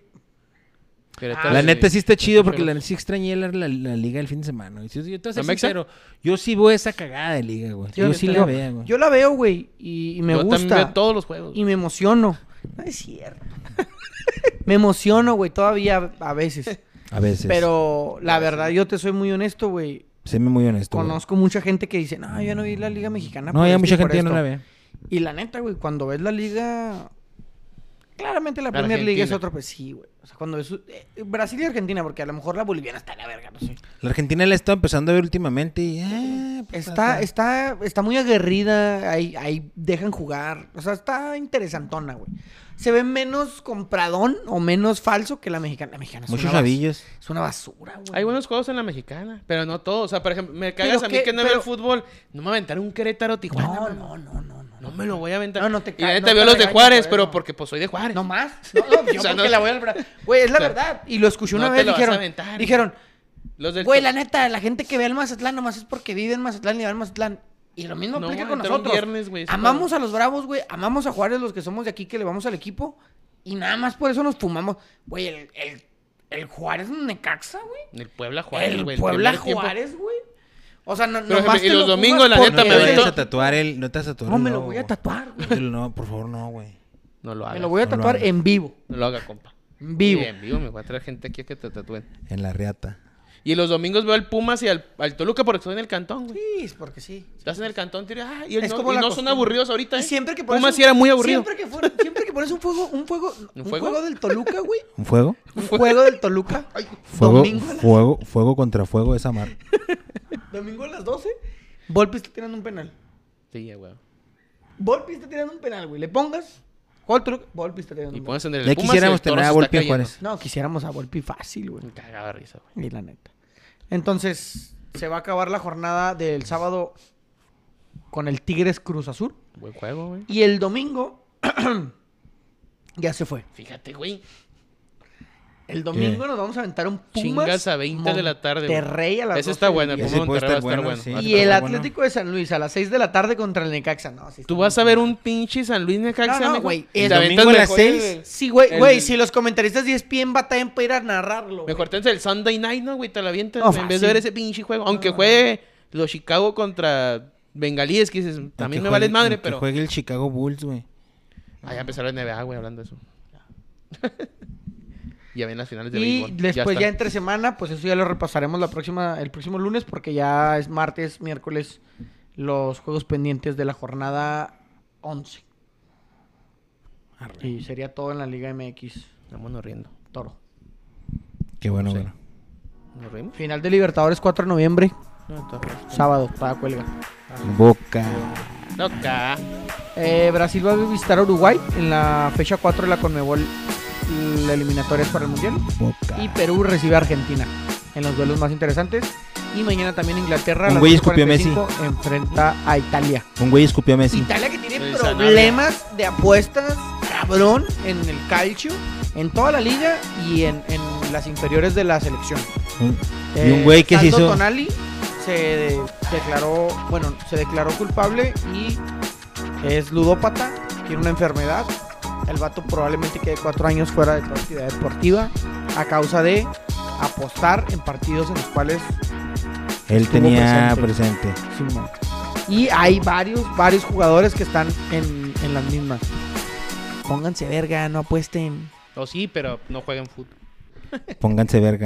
Speaker 2: Querétaro,
Speaker 3: Ah,
Speaker 1: La
Speaker 3: sí.
Speaker 1: neta sí está chido porque la
Speaker 2: Pero-
Speaker 1: neta sí extrañé la, la- la liga el fin de semana. Y si- Yo, te voy a ser
Speaker 2: ¿La Mexa?
Speaker 1: sincero, yo sí veo esa cagada de liga, güey. Yo, sí la veo, güey.
Speaker 3: Yo la veo, güey. Y, y me
Speaker 2: Yo también
Speaker 3: gusta.
Speaker 2: veo todos los juegos.
Speaker 3: Y me emociono. No es cierto. me emociono, güey, todavía a veces.
Speaker 1: A veces.
Speaker 3: Pero la verdad, yo te soy muy honesto, güey.
Speaker 1: Se me muy honesto. güey.
Speaker 3: Conozco mucha gente que dice, no, yo no vi la Liga Mexicana.
Speaker 1: No,
Speaker 3: por
Speaker 1: ya
Speaker 3: esto y
Speaker 1: mucha
Speaker 3: por
Speaker 1: gente ya no
Speaker 3: esto".
Speaker 1: la ve.
Speaker 3: Y la neta, güey, cuando ves la Liga. Claramente la Premier
Speaker 2: Argentina.
Speaker 3: League es otro, pues sí, güey. O sea, cuando ves. eh, Brasil y Argentina, porque a lo mejor la boliviana está a la verga, no sé.
Speaker 1: La Argentina la está empezando a ver últimamente y. eh, pues,
Speaker 3: Está, está, está muy aguerrida, ahí, ahí dejan jugar. O sea, está interesantona, güey. Se ve menos compradón o menos falso que la mexicana. La mexicana es,
Speaker 1: Muchos
Speaker 3: una, bas-
Speaker 1: chavillos.
Speaker 3: es una basura, güey.
Speaker 2: Hay buenos juegos en la mexicana, pero no todos. O sea, por ejemplo, me cagas
Speaker 3: Pero
Speaker 2: a mí
Speaker 3: qué-
Speaker 2: que no
Speaker 3: pero-
Speaker 2: veo el fútbol. No me aventaré un Querétaro Tijuana.
Speaker 3: No,
Speaker 2: mamá.
Speaker 3: no, no, no, no.
Speaker 2: No me lo voy a aventar.
Speaker 3: No, no te
Speaker 2: Y la
Speaker 3: ca-
Speaker 2: neta
Speaker 3: no
Speaker 2: veo
Speaker 3: te
Speaker 2: los de
Speaker 3: regañes
Speaker 2: Juárez,
Speaker 3: por
Speaker 2: pero
Speaker 3: eso.
Speaker 2: porque pues soy de Juárez.
Speaker 3: No más. No, no, yo
Speaker 2: O sea,
Speaker 3: porque
Speaker 2: no-
Speaker 3: la voy a albrar. Güey, es la
Speaker 2: O sea,
Speaker 3: verdad. Y lo escuché
Speaker 2: no
Speaker 3: una
Speaker 2: te
Speaker 3: vez
Speaker 2: lo vas a
Speaker 3: dijeron.
Speaker 2: aventar.
Speaker 3: dijeron,
Speaker 2: Los del
Speaker 3: güey, la neta, la gente que ve al Mazatlán nomás es porque vive en Mazatlán y va al Mazatlán. Y lo mismo
Speaker 2: No,
Speaker 3: aplica
Speaker 2: güey,
Speaker 3: con
Speaker 2: entra un
Speaker 3: nosotros.
Speaker 2: viernes, güey, es
Speaker 3: amamos
Speaker 2: una-
Speaker 3: a los bravos, güey. Amamos a Juárez los que somos de aquí, que le vamos al equipo. Y nada más por eso nos fumamos. Güey, el, el, el Juárez Necaxa, güey.
Speaker 2: El Puebla Juárez,
Speaker 3: el
Speaker 2: güey. el
Speaker 3: Puebla
Speaker 2: primer tiempo.
Speaker 3: Juárez, güey. O sea, no,
Speaker 2: Pero,
Speaker 3: nomás
Speaker 2: y
Speaker 3: te
Speaker 2: los
Speaker 3: lo fumas
Speaker 2: domingos, la neta,
Speaker 1: No te
Speaker 3: porque
Speaker 2: me
Speaker 3: es el-
Speaker 1: vayas
Speaker 2: aventó-
Speaker 1: a tatuar el. No te vas a tatuar
Speaker 3: No,
Speaker 1: el
Speaker 3: me lo
Speaker 1: logo,
Speaker 3: voy a
Speaker 1: güey.
Speaker 3: tatuar, güey.
Speaker 1: No, te lo- no, por favor, no, güey.
Speaker 2: No lo
Speaker 3: Me
Speaker 2: hagas.
Speaker 3: lo voy a
Speaker 1: No lo
Speaker 3: tatuar
Speaker 1: hagas.
Speaker 3: en vivo.
Speaker 2: No lo haga, compa.
Speaker 3: En vivo.
Speaker 2: Sí, en vivo me voy a traer gente aquí a que te tatúen.
Speaker 1: En la reata.
Speaker 2: Y los domingos veo al Pumas y al, al Toluca porque estoy en el cantón, güey.
Speaker 3: Sí, es porque sí.
Speaker 2: Estás en el cantón, tira, ah, y, el
Speaker 3: Es
Speaker 2: no,
Speaker 3: como
Speaker 2: y
Speaker 3: la
Speaker 2: no son
Speaker 3: costumbre.
Speaker 2: aburridos ahorita.
Speaker 3: Y
Speaker 2: ¿eh?
Speaker 3: siempre que
Speaker 2: Pumas
Speaker 3: un-
Speaker 2: sí era muy aburrido.
Speaker 3: Siempre que, fuera- siempre que pones un fuego, un fuego, un,
Speaker 2: fuego?
Speaker 3: juego del Toluca, güey.
Speaker 1: ¿Un fuego?
Speaker 3: Un juego del Toluca.
Speaker 1: Fuego,
Speaker 3: Domingo, a la-
Speaker 1: fuego, fuego contra fuego esa mar.
Speaker 3: domingo a las 12. Volpi está tirando un penal.
Speaker 2: Sí, güey.
Speaker 3: Volpi está tirando un penal, güey. Le pongas. Juega el Toluca. Volpi está tirando
Speaker 2: Y pues,
Speaker 3: un
Speaker 2: pones
Speaker 3: penal.
Speaker 2: en
Speaker 1: Ya
Speaker 2: el Pumas y el
Speaker 1: quisiéramos
Speaker 2: Toro
Speaker 1: tener
Speaker 2: se
Speaker 1: a
Speaker 2: está
Speaker 1: Volpi en
Speaker 2: cayendo.
Speaker 1: Juárez.
Speaker 3: No, quisiéramos a Volpi fácil, güey.
Speaker 2: Me cagaba de risa, güey.
Speaker 3: Y la neta. Entonces, se va a acabar la jornada del sábado con el Tigres Cruz Azul.
Speaker 2: Buen juego, güey.
Speaker 3: Y el domingo. ya se fue.
Speaker 2: Fíjate, güey.
Speaker 3: El domingo
Speaker 1: ¿Qué?
Speaker 3: nos vamos a aventar un Pumas.
Speaker 2: Chingas a 20 de la tarde, güey.
Speaker 3: Monterrey a las
Speaker 2: Ese
Speaker 3: 12
Speaker 2: está
Speaker 3: del
Speaker 2: bueno, el
Speaker 3: día.
Speaker 1: Ese
Speaker 2: Pumas
Speaker 1: puede
Speaker 2: Monterrey va a
Speaker 1: estar bueno,
Speaker 2: estar bueno.
Speaker 1: sí.
Speaker 2: Va a
Speaker 3: Y
Speaker 1: está
Speaker 2: estar-
Speaker 3: el
Speaker 1: bueno.
Speaker 3: Atlético de San Luis a las 6 de la tarde contra el Necaxa. No, sí está
Speaker 2: Tú
Speaker 3: muy
Speaker 2: vas a
Speaker 3: bueno.
Speaker 2: ver un pinche San Luis Necaxa,
Speaker 3: No, no,
Speaker 2: mijo,
Speaker 3: güey.
Speaker 2: y
Speaker 3: El
Speaker 2: te aventas
Speaker 1: domingo a las
Speaker 2: mejor el-
Speaker 1: seis.
Speaker 3: Sí, güey,
Speaker 2: el-
Speaker 3: güey, si los comentaristas de E ESPN batallan para ir a narrarlo. güey.
Speaker 2: Mejor te haces el Sunday night, ¿no, güey? Te la avientas
Speaker 3: No,
Speaker 2: güey, en vez de ver
Speaker 3: fácil.
Speaker 2: ese pinche juego. Aunque juegue los Chicago contra bengalíes, que dices, también
Speaker 1: Que
Speaker 2: me
Speaker 1: juegue-
Speaker 2: vales madre,
Speaker 1: que
Speaker 2: pero.
Speaker 1: juegue el Chicago Bulls, güey.
Speaker 2: Ah, ya empezó la NBA, güey, hablando de eso. ya ven las finales de
Speaker 3: Y
Speaker 2: béisbol.
Speaker 3: después ya,
Speaker 2: está.
Speaker 3: entre semana, pues eso ya lo repasaremos la próxima, el próximo lunes, porque ya es martes, miércoles, los juegos pendientes de la jornada 11.
Speaker 1: Arre.
Speaker 3: Y sería todo en la Liga MX.
Speaker 2: Estamos nos riendo.
Speaker 3: Toro.
Speaker 1: Qué bueno,
Speaker 2: Sí.
Speaker 1: bueno.
Speaker 2: ¿Nos rimos?
Speaker 3: Final de Libertadores 4 de noviembre,
Speaker 2: No, entonces.
Speaker 3: sábado, para cuelga.
Speaker 1: Boca.
Speaker 2: Loca.
Speaker 3: Eh, Brasil va a visitar a Uruguay en la fecha 4 de la Conmebol, la eliminatoria es para el Mundial.
Speaker 1: Boca.
Speaker 3: Y Perú recibe a Argentina en los duelos más interesantes. Y mañana también Inglaterra a
Speaker 1: Un
Speaker 3: las
Speaker 1: güey escupió a
Speaker 3: 2:45, enfrenta a Italia.
Speaker 1: Un güey escupió a Messi.
Speaker 3: Italia que tiene
Speaker 2: El
Speaker 3: problemas de apuestas, cabrón, en el calcio, en toda la liga y en, en las inferiores de la selección.
Speaker 1: Y un güey que se
Speaker 3: Aldo
Speaker 1: hizo-
Speaker 3: Eh, Tonali se de- declaró, bueno, se declaró culpable y es ludópata, tiene una enfermedad. El vato probablemente quede cuatro años fuera de toda actividad deportiva a causa de apostar en partidos en los cuales
Speaker 1: Él
Speaker 3: Estuvo
Speaker 1: tenía
Speaker 3: presente.
Speaker 1: presente.
Speaker 3: Simón. Y hay varios, varios jugadores que están en, en las mismas. Pónganse verga, no apuesten.
Speaker 2: O sí, pero no jueguen fútbol.
Speaker 1: Pónganse verga.